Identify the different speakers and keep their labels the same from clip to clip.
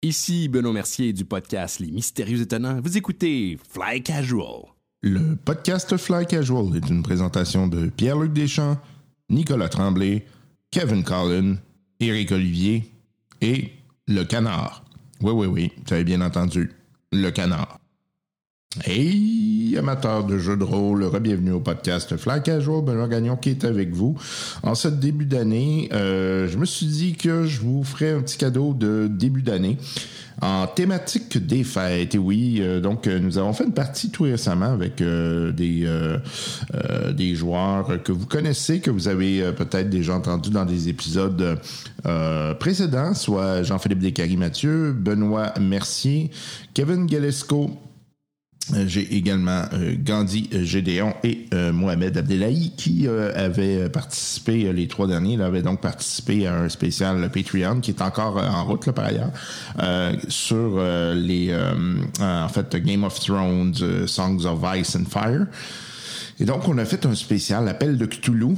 Speaker 1: Ici Benoît Mercier du podcast Les Mystérieux Étonnants. Vous écoutez Fly Casual.
Speaker 2: Le podcast Fly Casual est une présentation de Pierre-Luc Deschamps, Nicolas Tremblay, Kevin Collin, Éric Olivier et Le Canard. Oui, oui, oui, vous avez bien entendu. Le Canard. Hey, amateurs de jeux de rôle, bienvenue au podcast Fly Casual, Benoît Gagnon qui est avec vous. En ce début d'année, euh, je me suis dit que je vous ferais un petit cadeau de début d'année en thématique des fêtes. Et oui, euh, donc euh, nous avons fait une partie tout récemment avec euh, des, euh, euh, des joueurs que vous connaissez, que vous avez euh, peut-être déjà entendu dans des épisodes euh, précédents, soit Jean-Philippe Descaries-Mathieu, Benoît Mercier, Kevin Galesco, euh, J'ai également euh, Gandhi euh, Gédéon et euh, Mohamed Abdelahi qui euh, avaient participé, euh, les trois derniers, là, avaient donc participé à un spécial Patreon qui est encore euh, en route là, par ailleurs euh, sur euh, les euh, en fait Game of Thrones, euh, Songs of Ice and Fire. Et donc, on a fait un spécial appel de Cthulhu,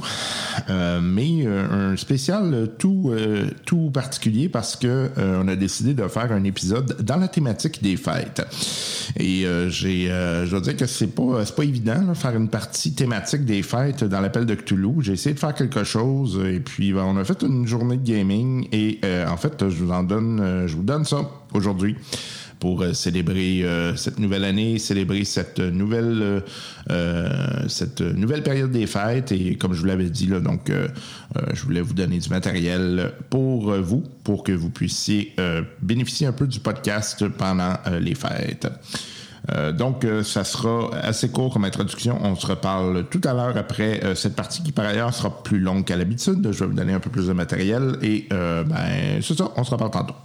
Speaker 2: euh, mais euh, un spécial euh, tout, euh, tout particulier parce que euh, on a décidé de faire un épisode dans la thématique des fêtes. Et euh, j'ai, euh, je dois dire que c'est pas, c'est pas évident de faire une partie thématique des fêtes dans l'appel de Cthulhu. J'ai essayé de faire quelque chose et puis ben, on a fait une journée de gaming et euh, en fait, je vous en donne, euh, je vous donne ça aujourd'hui pour euh, célébrer euh, cette nouvelle année, célébrer cette nouvelle euh, euh, cette nouvelle période des fêtes et comme je vous l'avais dit là, donc euh, euh, je voulais vous donner du matériel pour euh, vous pour que vous puissiez euh, bénéficier un peu du podcast pendant euh, les fêtes. Euh, donc, euh, ça sera assez court comme introduction. On se reparle tout à l'heure après euh, cette partie qui, par ailleurs, sera plus longue qu'à l'habitude. Je vais vous donner un peu plus de matériel et, euh, ben, c'est ça, on se reparle tantôt.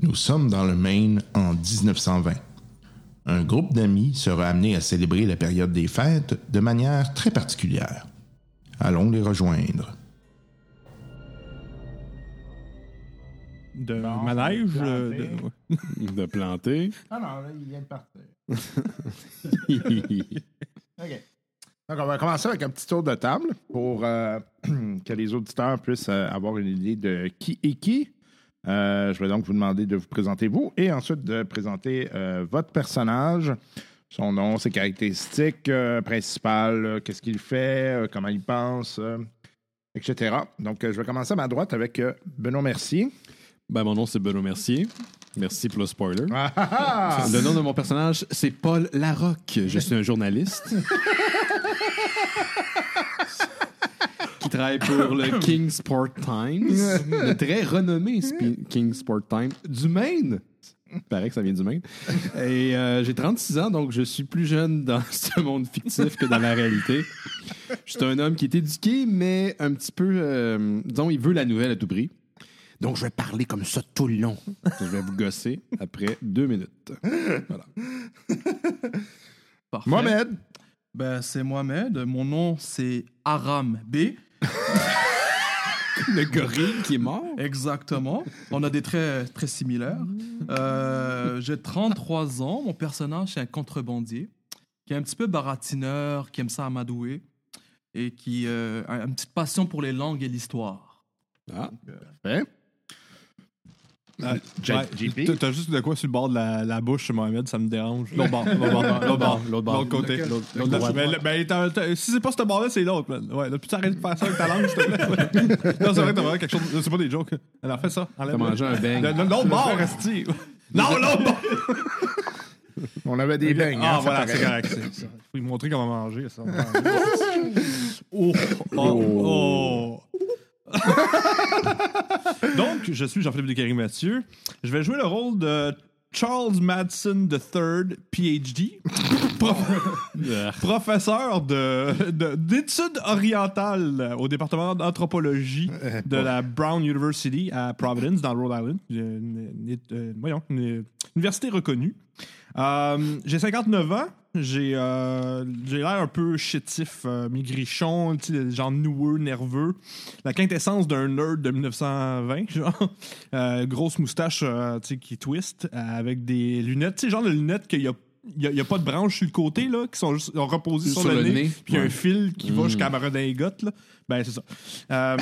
Speaker 2: Nous sommes dans le Maine en 1920. Un groupe d'amis sera amené à célébrer la période des fêtes de manière très particulière. Allons les rejoindre.
Speaker 3: de
Speaker 4: Bon,
Speaker 3: manège.
Speaker 4: planté.
Speaker 3: euh, de- ouais.
Speaker 5: de planter.
Speaker 2: Ah non, là, il vient de partir.
Speaker 5: Puis
Speaker 2: OK. Donc, on va commencer avec un petit tour de table pour euh, que les auditeurs puissent euh, avoir une idée de qui est qui. Euh, je vais donc vous demander de vous présenter vous et ensuite de présenter euh, votre personnage, son nom, ses caractéristiques euh, principales, euh, qu'est-ce qu'il fait, euh, comment il pense, euh, etc. Donc, euh, je vais commencer à ma droite avec euh, Benoît Mercier.
Speaker 5: ben, mon nom, c'est Benoît Mercier. Merci pour le spoiler.
Speaker 2: Ah, ah, ah!
Speaker 5: Le nom de mon personnage, c'est Paul Larocque. Je suis un journaliste. qui travaille pour le Kingsport Times, le très renommé spi- Kingsport Times du Maine. Paraît que ça vient du Maine. Et euh, j'ai 36 ans, donc je suis plus jeune dans ce monde fictif que dans la réalité. Je suis un homme qui est éduqué, mais un petit peu, euh, disons, il veut la nouvelle à tout prix. Donc je vais parler comme ça tout le long. Je vais vous gosser après deux minutes.
Speaker 4: Parfait.
Speaker 2: Mohamed!
Speaker 4: Ben, c'est Mohamed. Mon nom, c'est Aram B.
Speaker 5: Le gorille qui est mort.
Speaker 4: Exactement. On a des traits très similaires. Euh, J'ai 33 ans. Mon personnage, c'est un contrebandier qui est un petit peu baratineur, qui aime ça amadouer et qui euh, a une petite passion pour les langues et l'histoire.
Speaker 5: Ah,
Speaker 2: Hein?
Speaker 3: Ah,
Speaker 2: J-
Speaker 3: ouais.
Speaker 2: JP?
Speaker 3: T'as- T'as juste de quoi sur le bord de la, la bouche, Mohamed, ça me dérange. L'autre bord, l'autre bord, l'autre bord, l'autre bord. L'autre côté. L'autre
Speaker 5: droite.
Speaker 3: Mais le- ben, t'as- t'as- si c'est pas ce bord-là, c'est l'autre. man. Ouais, là, puis t'arrêtes de faire ça avec ta langue, s'il te plaît. Non, c'est vrai, t'as vraiment quelque chose. C'est pas des jokes. Alors fais ça.
Speaker 5: t'as
Speaker 3: Enlève
Speaker 5: mangé un bang.
Speaker 3: L'autre bord, Resti. Non, l'autre bord.
Speaker 2: On avait des beignes. hein,
Speaker 3: Ah,
Speaker 2: ça
Speaker 3: voilà, c'est
Speaker 2: paraît.
Speaker 3: correct. c'est- c'est- Faut lui montrer comment manger, ça. oh, oh, oh. Donc, je suis Jean-Philippe Ducarry Mathieu. Je vais jouer le rôle de Charles Madsen III, PhD. professeur de- de- d'études orientales au département d'anthropologie de la Brown University à Providence, dans le Rhode Island. Une- une- euh, voyons, une université reconnue. Euh, j'ai 59 ans. J'ai euh, j'ai l'air un peu chétif, euh, maigrichon, tu sais, genre noueux, nerveux. La quintessence d'un nerd de 1920, genre. Euh, grosse moustache euh, tu sais, qui twist euh, avec des lunettes. Tu sais, genre de lunettes qu'il n'y a, il y a- il y a pas de branches sur le côté, là, qui sont juste- sont reposées sur, le, nez. Mm. Puis il y a un
Speaker 6: Ouais.
Speaker 3: fil qui va jusqu'à la redingote, là. Ben, c'est ça. Euh,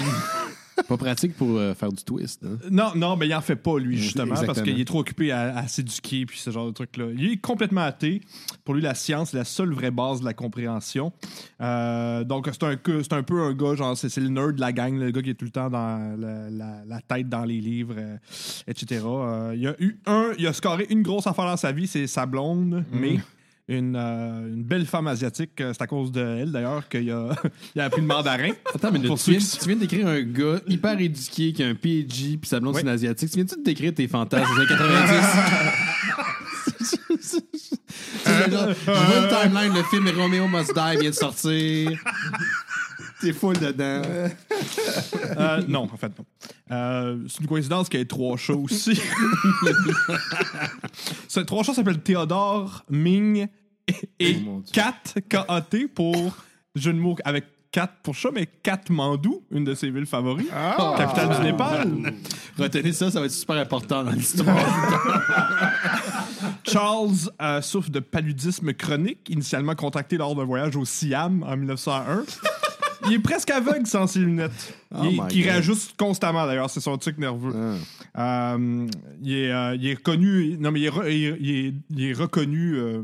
Speaker 6: Pas pratique pour euh, faire du twist. hein.
Speaker 3: Non, non, mais il en fait pas, lui, justement, parce
Speaker 6: Exactement.
Speaker 3: qu'il est trop occupé à, à s'éduquer puis ce genre de trucs-là. Il est complètement athée. Pour lui, la science est la seule vraie base de la compréhension. Euh, donc, c'est un, que- c'est un peu un gars, genre, c'est c'est le nerd de la gang, le gars qui est tout le temps dans la, la- la tête dans les livres, euh, etc. Euh, il a eu un, il a scoré une grosse affaire dans sa vie, c'est sa blonde, mais. Une, euh, une belle femme asiatique, euh, c'est à cause d'elle d'ailleurs qu'il a, il a appris le mandarin.
Speaker 6: Attends, mais
Speaker 3: Pour
Speaker 6: tu, viens,
Speaker 3: ceux qui-
Speaker 6: tu viens de décrire un gars hyper éduqué qui a un PhD puis sa blonde
Speaker 3: Ouais.
Speaker 6: c'est une asiatique. Tu viens-tu de décrire tes fantasmes des années 90? C'est genre, je vois le timeline, le film Romeo Must Die vient de sortir. T'es full dedans.
Speaker 3: Euh, non, en fait, non. Euh, c'est une coïncidence qu'il y ait trois chats aussi. Ces trois chats s'appellent Théodore, Ming et
Speaker 6: Oh mon Dieu.
Speaker 3: Kat, K-A-T, pour jeu de mots avec Kat pour chat, mais Kat Mandou, une de ses villes favoris,
Speaker 6: Ah!
Speaker 3: capitale du Népal.
Speaker 6: Retenez ça, ça va être super important dans l'histoire.
Speaker 3: Charles euh, souffre de paludisme chronique, initialement contracté lors d'un voyage au Siam en 1901. Il est presque aveugle sans ses lunettes. Il-
Speaker 6: Oh my
Speaker 3: qui
Speaker 6: God.
Speaker 3: réajuste constamment d'ailleurs, c'est son truc nerveux.
Speaker 6: Ah.
Speaker 3: Euh, il, est, euh, il est connu, non mais il est, re- il est- il est- il est reconnu euh,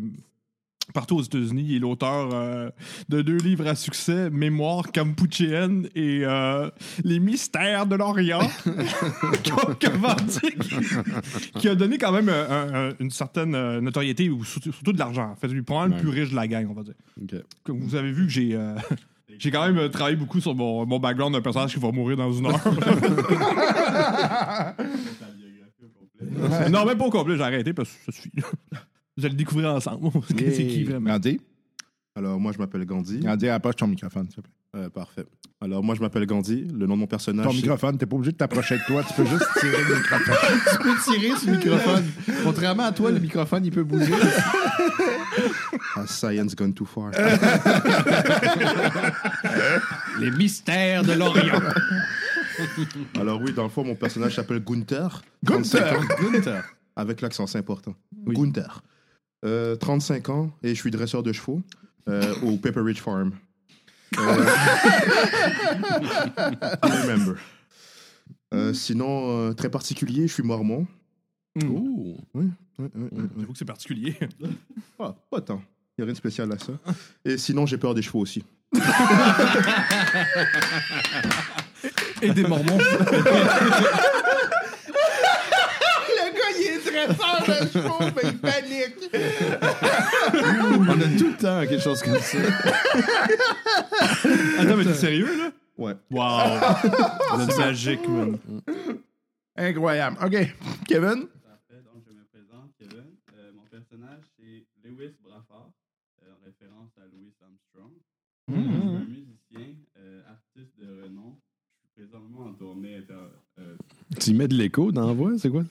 Speaker 3: partout aux États-Unis. Il est l'auteur euh, de deux livres à succès, Mémoire campuchéenne et euh, Les mystères de l'Orient, qu'on- qu'on va dire, qui a donné quand même euh, un- un- une certaine euh, notoriété, ou surtout, surtout de l'argent. En fait, il est probablement le plus riche de la gang, on va dire. Comme Vous avez vu que j'ai... euh, J'ai quand même euh, travaillé beaucoup sur mon, mon background d'un personnage qui va mourir dans une heure. non, même pas au complet, j'ai arrêté parce que ça suffit. Vous allez le découvrir ensemble. C'est qui vraiment?
Speaker 2: Gandhi,
Speaker 7: Alors, moi, je m'appelle Gandhi.
Speaker 2: Gandhi, approche ton microphone, s'il te plaît.
Speaker 7: Euh, parfait. Alors, moi, je m'appelle Gandhi. Le nom de mon personnage.
Speaker 2: Ton
Speaker 7: c'est-
Speaker 2: microphone, t'es pas obligé de t'approcher de toi, tu peux juste tirer le microphone.
Speaker 6: tu peux tirer sur le microphone. Contrairement à toi, le microphone, il peut bouger.
Speaker 7: Ah, science gone too far.
Speaker 3: Euh.
Speaker 6: Les mystères de l'Orient.
Speaker 7: Alors, oui, dans le fond, mon personnage s'appelle Gunther.
Speaker 2: Gunther!
Speaker 7: 35 ans. Avec l'accent, c'est important. Gunther. Euh, 35 ans et je suis dresseur de chevaux euh, au Pepper Ridge Farm. Euh, Remember. Euh, sinon, euh, très particulier, je suis mormon.
Speaker 6: Ouh.
Speaker 7: Ouais, ouais, ouais, ouais.
Speaker 3: J'avoue que c'est particulier.
Speaker 7: Ah, pas tant. Il n'y a rien de spécial à ça. Et sinon, j'ai peur des chevaux aussi.
Speaker 4: Et des mormons.
Speaker 6: On a tout le temps quelque chose comme ça.
Speaker 3: Attends, mais t'es sérieux, là?
Speaker 7: Ouais.
Speaker 3: Wow! c'est magique, man.
Speaker 8: Incroyable. OK. Kevin?
Speaker 9: Parfait, donc je me présente, Kevin. Euh, mon personnage, c'est Lewis Braffard, euh, en référence à Louis Armstrong.
Speaker 6: Mmh.
Speaker 9: Euh, Je suis un musicien, euh, artiste de renom. Je suis présentement en tournée, inter- euh,
Speaker 6: Tu mets de l'écho dans la voix, c'est quoi?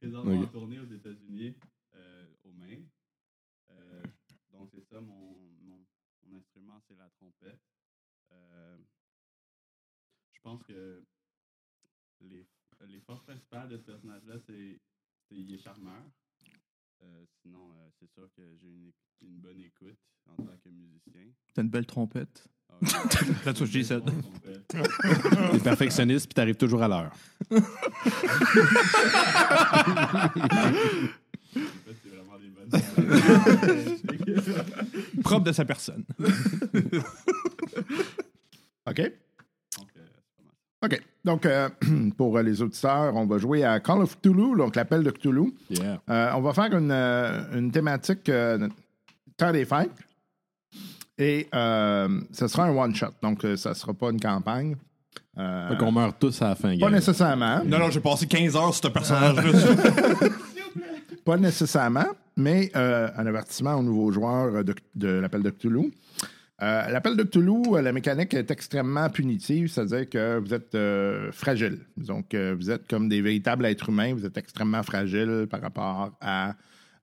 Speaker 9: présentement
Speaker 6: Ok.
Speaker 9: en tournée aux États-Unis, euh, au Maine. Euh, donc, c'est ça, mon, mon, mon instrument, c'est la trompette. Euh, je pense que les, les forces principales de ce personnage-là, c'est c'est- il est charmeur. Euh, sinon, euh, c'est sûr que j'ai une, éc- une bonne écoute en tant que musicien.
Speaker 4: T'as une belle trompette.
Speaker 9: Ah oui,
Speaker 3: That's what she said.
Speaker 9: on trompette.
Speaker 6: T'es perfectionniste puis t'arrives toujours à l'heure.
Speaker 9: En fait, c'est vraiment des bonnes. paroles.
Speaker 3: Propre de sa personne.
Speaker 8: OK.
Speaker 9: Donc, euh, c'est pas mal.
Speaker 8: OK. Donc, euh, pour euh, les auditeurs, on va jouer à Call of Cthulhu, donc l'appel de Cthulhu.
Speaker 6: Yeah.
Speaker 8: Euh, on va faire une, euh, une thématique euh, temps des fêtes. Et euh, ce sera un one-shot, donc euh, ça ne sera pas une campagne. Euh,
Speaker 6: Fait qu'on meurt tous à la fin,
Speaker 8: pas
Speaker 6: gars.
Speaker 8: nécessairement.
Speaker 3: Non, non, j'ai passé 15 heures sur ce personnage-là.
Speaker 8: Pas nécessairement.
Speaker 2: mais euh, un avertissement aux nouveaux joueurs euh, de, de l'appel de Cthulhu. Euh, l'appel de Cthulhu, euh, la mécanique est extrêmement punitive, c'est-à-dire que vous êtes euh, fragile. Donc, euh, vous êtes comme des véritables êtres humains, vous êtes extrêmement fragile par rapport à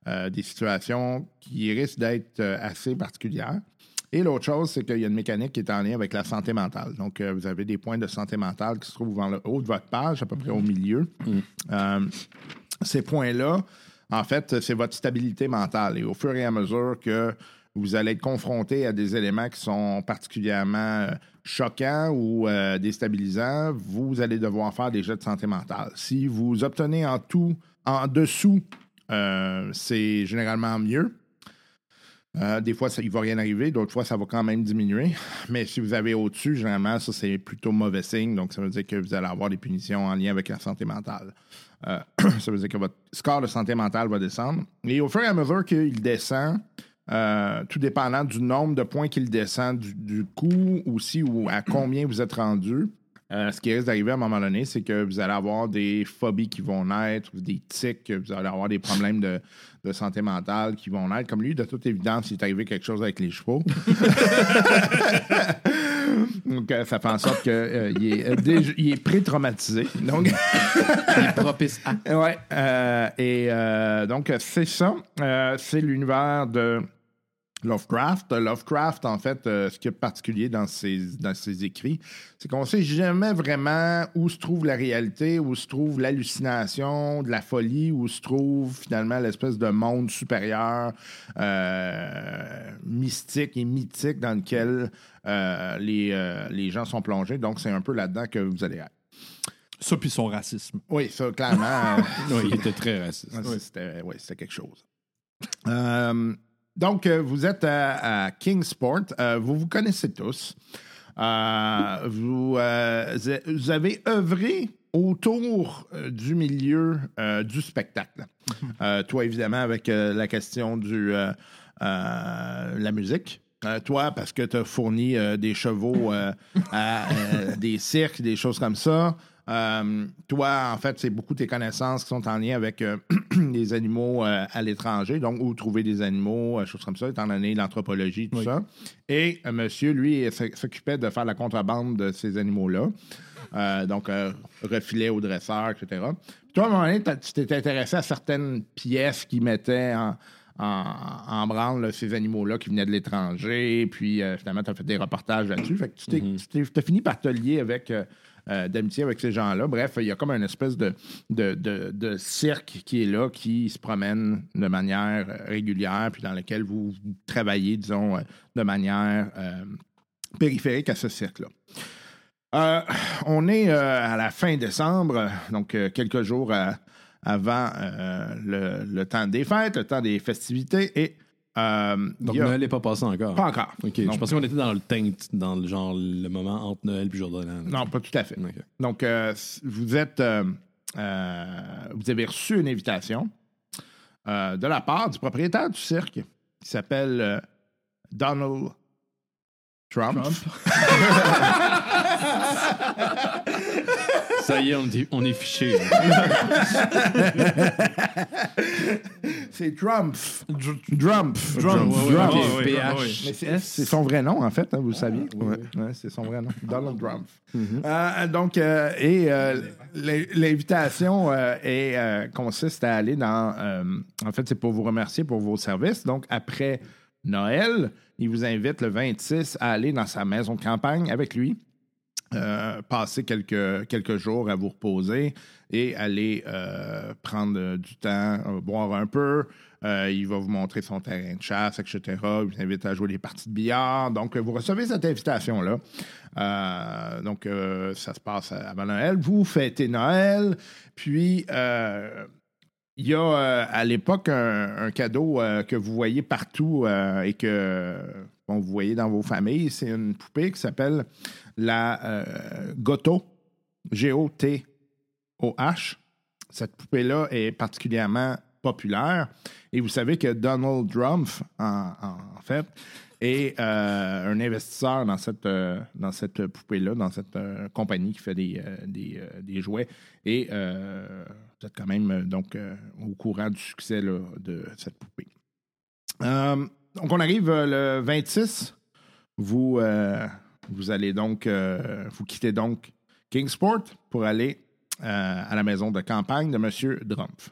Speaker 2: euh, des situations qui risquent d'être euh, assez particulières. Et l'autre chose, c'est qu'il y a une mécanique qui est en lien avec la santé mentale. Donc, euh, vous avez des points de santé mentale qui se trouvent vers le haut de votre page, à peu près au milieu. Euh, ces points-là, en fait, c'est votre stabilité mentale. Et au fur et à mesure que vous allez être confronté à des éléments qui sont particulièrement euh, choquants ou euh, déstabilisants, vous allez devoir faire des jets de santé mentale. Si vous obtenez en tout, en dessous, euh, c'est généralement mieux. Euh, des fois, ça, il ne va rien arriver, d'autres fois, ça va quand même diminuer. Mais si vous avez au-dessus, généralement, ça, c'est plutôt mauvais signe. Donc, ça veut dire que vous allez avoir des punitions en lien avec la santé mentale. Euh, ça veut dire que votre score de santé mentale va descendre. Et au fur et à mesure qu'il descend, euh, tout dépendant du nombre de points qu'il descend, du, du coût aussi ou à combien vous êtes rendu, euh, ce qui risque d'arriver à un moment donné, c'est que vous allez avoir des phobies qui vont naître, ou des tics, vous allez avoir des problèmes de, de santé mentale qui vont naître. Comme lui, de toute évidence, il est arrivé quelque chose avec les chevaux. Donc, euh, ça fait en sorte qu'il est, euh, déj- il est pré-traumatisé. Donc,
Speaker 4: Propice à.
Speaker 2: Ouais. euh, et euh, donc, euh, c'est ça. Euh, c'est l'univers de Lovecraft. Euh, Lovecraft, en fait, euh, ce qui est particulier dans ses, dans ses écrits, c'est qu'on ne sait jamais vraiment où se trouve la réalité, où se trouve l'hallucination, de la folie, où se trouve finalement l'espèce de monde supérieur, euh, mystique et mythique dans lequel euh, les, euh, les gens sont plongés. Donc, c'est un peu là-dedans que vous allez être.
Speaker 3: Ça, puis son racisme.
Speaker 2: Oui, ça, clairement. euh,
Speaker 6: Oui, il était très raciste.
Speaker 2: Ouais, C'était ouais, c'était quelque chose. Euh, donc, euh, vous êtes à, à Kingsport. Euh, vous vous connaissez tous. Euh, vous, euh, vous avez œuvré autour euh, du milieu euh, du spectacle. Euh, toi, évidemment, avec euh, la question du euh, euh, la musique. Euh, toi, parce que tu as fourni euh, des chevaux euh, à euh, des cirques, des choses comme ça. Euh, toi, en fait, c'est beaucoup tes connaissances qui sont en lien avec euh, les animaux euh, à l'étranger, donc où trouver des animaux, euh, choses comme ça, étant donné l'anthropologie, tout ça. Et euh, monsieur, lui, s'oc- s'occupait de faire la contrebande de ces animaux-là. Euh, donc, euh, refilait aux dresseurs, etc. Puis toi, à un moment donné, t'as- tu t'es intéressé à certaines pièces qui mettaient en, en, en branle là, ces animaux-là qui venaient de l'étranger. Puis, euh, finalement, tu as fait des reportages là-dessus. Fait que tu t'es- tu t'es- t'as fini par te lier avec... euh, euh, d'amitié avec ces gens-là. Bref, il y a comme une espèce de, de, de- de cirque qui est là, qui se promène de manière euh, régulière, puis dans lequel vous travaillez, disons, euh, de manière euh, périphérique à ce cirque-là. Euh, on est euh, à la fin décembre, euh, donc euh, quelques jours euh, avant euh, le, le temps des fêtes, le temps des festivités, et euh,
Speaker 6: Donc
Speaker 2: il y a-
Speaker 6: Noël n'est pas passé encore.
Speaker 2: pas encore.
Speaker 6: Ok,
Speaker 2: Non,
Speaker 6: je pensais qu'on était dans le teint, dans le genre le moment entre Noël et jour de l'an.
Speaker 2: non, pas tout à fait.
Speaker 6: Ok.
Speaker 2: Donc, euh, s- vous êtes. euh, euh, vous avez reçu une invitation euh, de la part du propriétaire du cirque qui s'appelle euh, Donald Trump.
Speaker 6: Ça y est, on est, on est fiché.
Speaker 2: C'est Trump. Trump.
Speaker 3: Drum, ouais, ouais,
Speaker 2: Drum.
Speaker 3: ouais, ouais,
Speaker 6: PH.
Speaker 3: ouais, ouais.
Speaker 2: Mais c'est c'est son vrai nom, en fait, hein, vous le saviez. Ouais. Ouais, c'est son vrai nom, Donald Trump. Euh, donc, euh, et euh, l'in- l'invitation euh, est, euh, consiste à aller dans. euh, en fait, c'est pour vous remercier pour vos services. Donc, après Noël, il vous invite le 26 à aller dans sa maison de campagne avec lui. euh, passer quelques, quelques jours à vous reposer et aller euh, prendre euh, du temps, euh, boire un peu. Euh, il va vous montrer son terrain de chasse, etc. Il vous invite à jouer des parties de billard. Donc, euh, vous recevez cette invitation-là. Euh, donc, euh, ça se passe avant Noël. Vous fêtez Noël. Puis, euh, il y a euh, à l'époque un, un cadeau euh, que vous voyez partout euh, et que bon, vous voyez dans vos familles. C'est une poupée qui s'appelle la euh, Goto. G-O-T-O-H. Cette poupée-là est particulièrement populaire. Et vous savez que Donald Trump, en, en fait, est euh, un investisseur dans cette, euh, dans cette poupée-là, dans cette euh, compagnie qui fait des, euh, des, euh, des jouets. Et euh, vous êtes quand même euh, donc euh, au courant du succès là, de cette poupée. Euh, donc, on arrive euh, le 26. Vous, euh, vous allez donc, euh, vous quittez donc Kingsport pour aller euh, à la maison de campagne de M. Drumpf.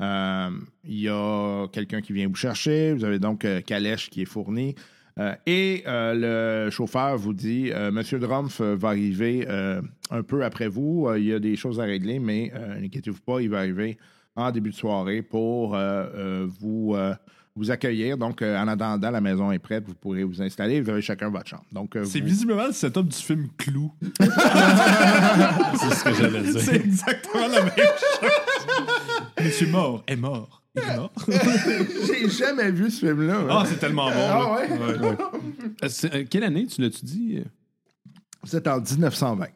Speaker 2: Euh, Il y a quelqu'un qui vient vous chercher. Vous avez donc euh, calèche qui est fournie. Euh, et euh, le chauffeur vous dit euh, Monsieur Drumpf euh, va arriver euh, un peu après vous. Euh, il y a des choses à régler, mais euh, n'inquiétez-vous pas, il va arriver en début de soirée pour euh, euh, vous, euh, vous accueillir. Donc, euh, en attendant, la maison est prête. Vous pourrez vous installer. Vous avez chacun votre chambre. Donc, euh,
Speaker 3: C'est
Speaker 2: vous-
Speaker 3: visiblement le setup du film Clou.
Speaker 5: C'est ce que j'allais dire.
Speaker 3: C'est exactement la même chose. Monsieur mort est mort. Il est mort.
Speaker 2: J'ai jamais vu ce film-là. hein.
Speaker 3: Ah, c'est tellement bon. là.
Speaker 2: ouais?
Speaker 6: Euh, c'est- euh, quelle année tu l'as-tu dit?
Speaker 2: Vous êtes en 1920.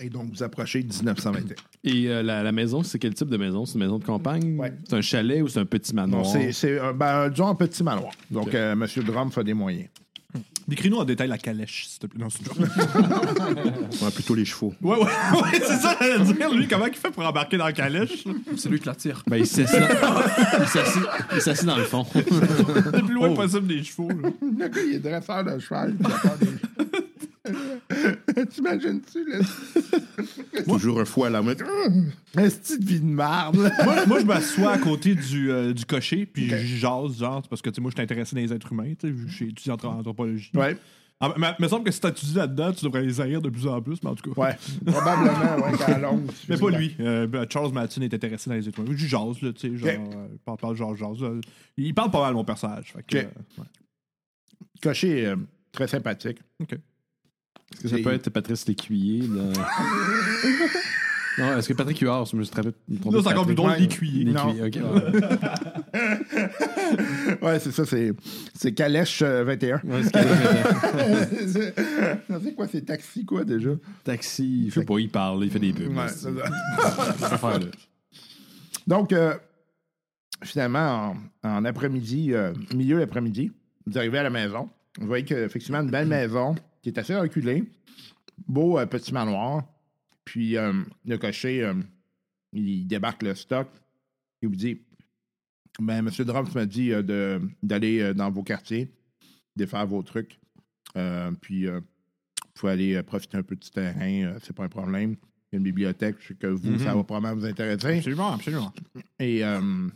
Speaker 2: Et donc, vous approchez de 1921.
Speaker 6: Et euh, la, la maison, c'est quel type de maison? C'est une maison de campagne?
Speaker 2: Ouais.
Speaker 6: C'est un chalet ou c'est un petit
Speaker 2: Non,
Speaker 6: manoir?
Speaker 2: c'est, c'est un, ben, disons un petit manoir. Donc,
Speaker 6: Ok.
Speaker 2: euh, Monsieur M. Drum fait des moyens.
Speaker 3: Décris-nous en détail la calèche, s'il te plaît. Non, c'est une joke.
Speaker 7: Ouais, plutôt les chevaux.
Speaker 3: Ouais, ouais, ouais, c'est ça, j'allais dire. Lui, comment il fait pour embarquer dans la calèche?
Speaker 4: C'est lui qui la tire.
Speaker 6: Ben, il s'assied dans... il s'assied- il s'assied dans le fond.
Speaker 3: Le plus
Speaker 6: Oh.
Speaker 3: loin possible des chevaux. là.
Speaker 2: Le gars, il est dresseur de cheval. il attend des- T'imagines-tu, le
Speaker 7: Toujours un fou à la main.
Speaker 2: un style de vie de marde? là?
Speaker 3: Moi, moi, je m'assois à côté du, euh, du cocher, puis je jase, genre, parce que tu sais, moi, je suis intéressé dans les êtres humains, tu sais, vu que je suis étudiant en anthropologie.
Speaker 2: Ouais,
Speaker 3: Ah, mais il me semble que si t'étudies là-dedans, tu devrais les haïr de plus en plus, mais en tout cas.
Speaker 2: ouais. Probablement, ouais, quand longue.
Speaker 3: Mais pas lui. Euh, ben, Charles Matin est intéressé dans les êtres humains. Je jase, là, tu sais, genre,
Speaker 2: Ok.
Speaker 3: euh, il parle, parle, genre, jase, là. Il parle pas mal, mon personnage. Fait que,
Speaker 2: Ok.
Speaker 3: euh, ouais.
Speaker 2: Cocher, euh, très sympathique.
Speaker 6: Est-ce que ça peut être Patrice Lécuyer? là? non, est-ce que Patrick Huard, je me suis trompé? me trompé
Speaker 3: Là,
Speaker 6: de
Speaker 3: c'est encore plus
Speaker 6: Patrick?
Speaker 3: drôle,
Speaker 2: ouais.
Speaker 3: l'écuyer.
Speaker 2: Non.
Speaker 6: Lécuyer, ok.
Speaker 2: Ouais, c'est ça, c'est, c'est Calèche euh, 21.
Speaker 6: Ouais, c'est correct.
Speaker 2: c'est, c'est quoi, c'est taxi, quoi, déjà?
Speaker 6: Taxi, il fait pas, il parle, il fait des pubs.
Speaker 2: Ouais,
Speaker 6: là,
Speaker 2: c'est ça.
Speaker 6: cette affaire-là.
Speaker 2: Donc, euh, finalement, en, en après-midi, euh, milieu d'après-midi, vous arrivez à la maison. Vous voyez qu'effectivement, une belle maison qui est assez reculée. Beau euh, petit manoir. Puis euh, le cocher, euh, il débarque le stock. Il vous dit Ben, monsieur Drumpf m'a dit euh, de- d'aller euh, dans vos quartiers, défaire vos trucs. Euh, puis, euh, vous pouvez aller euh, profiter un peu du terrain, euh, c'est pas un problème. Il y a une bibliothèque, je sais que vous, ça va probablement vous intéresser.
Speaker 3: Mm-hmm. Absolument, absolument.
Speaker 2: Et euh,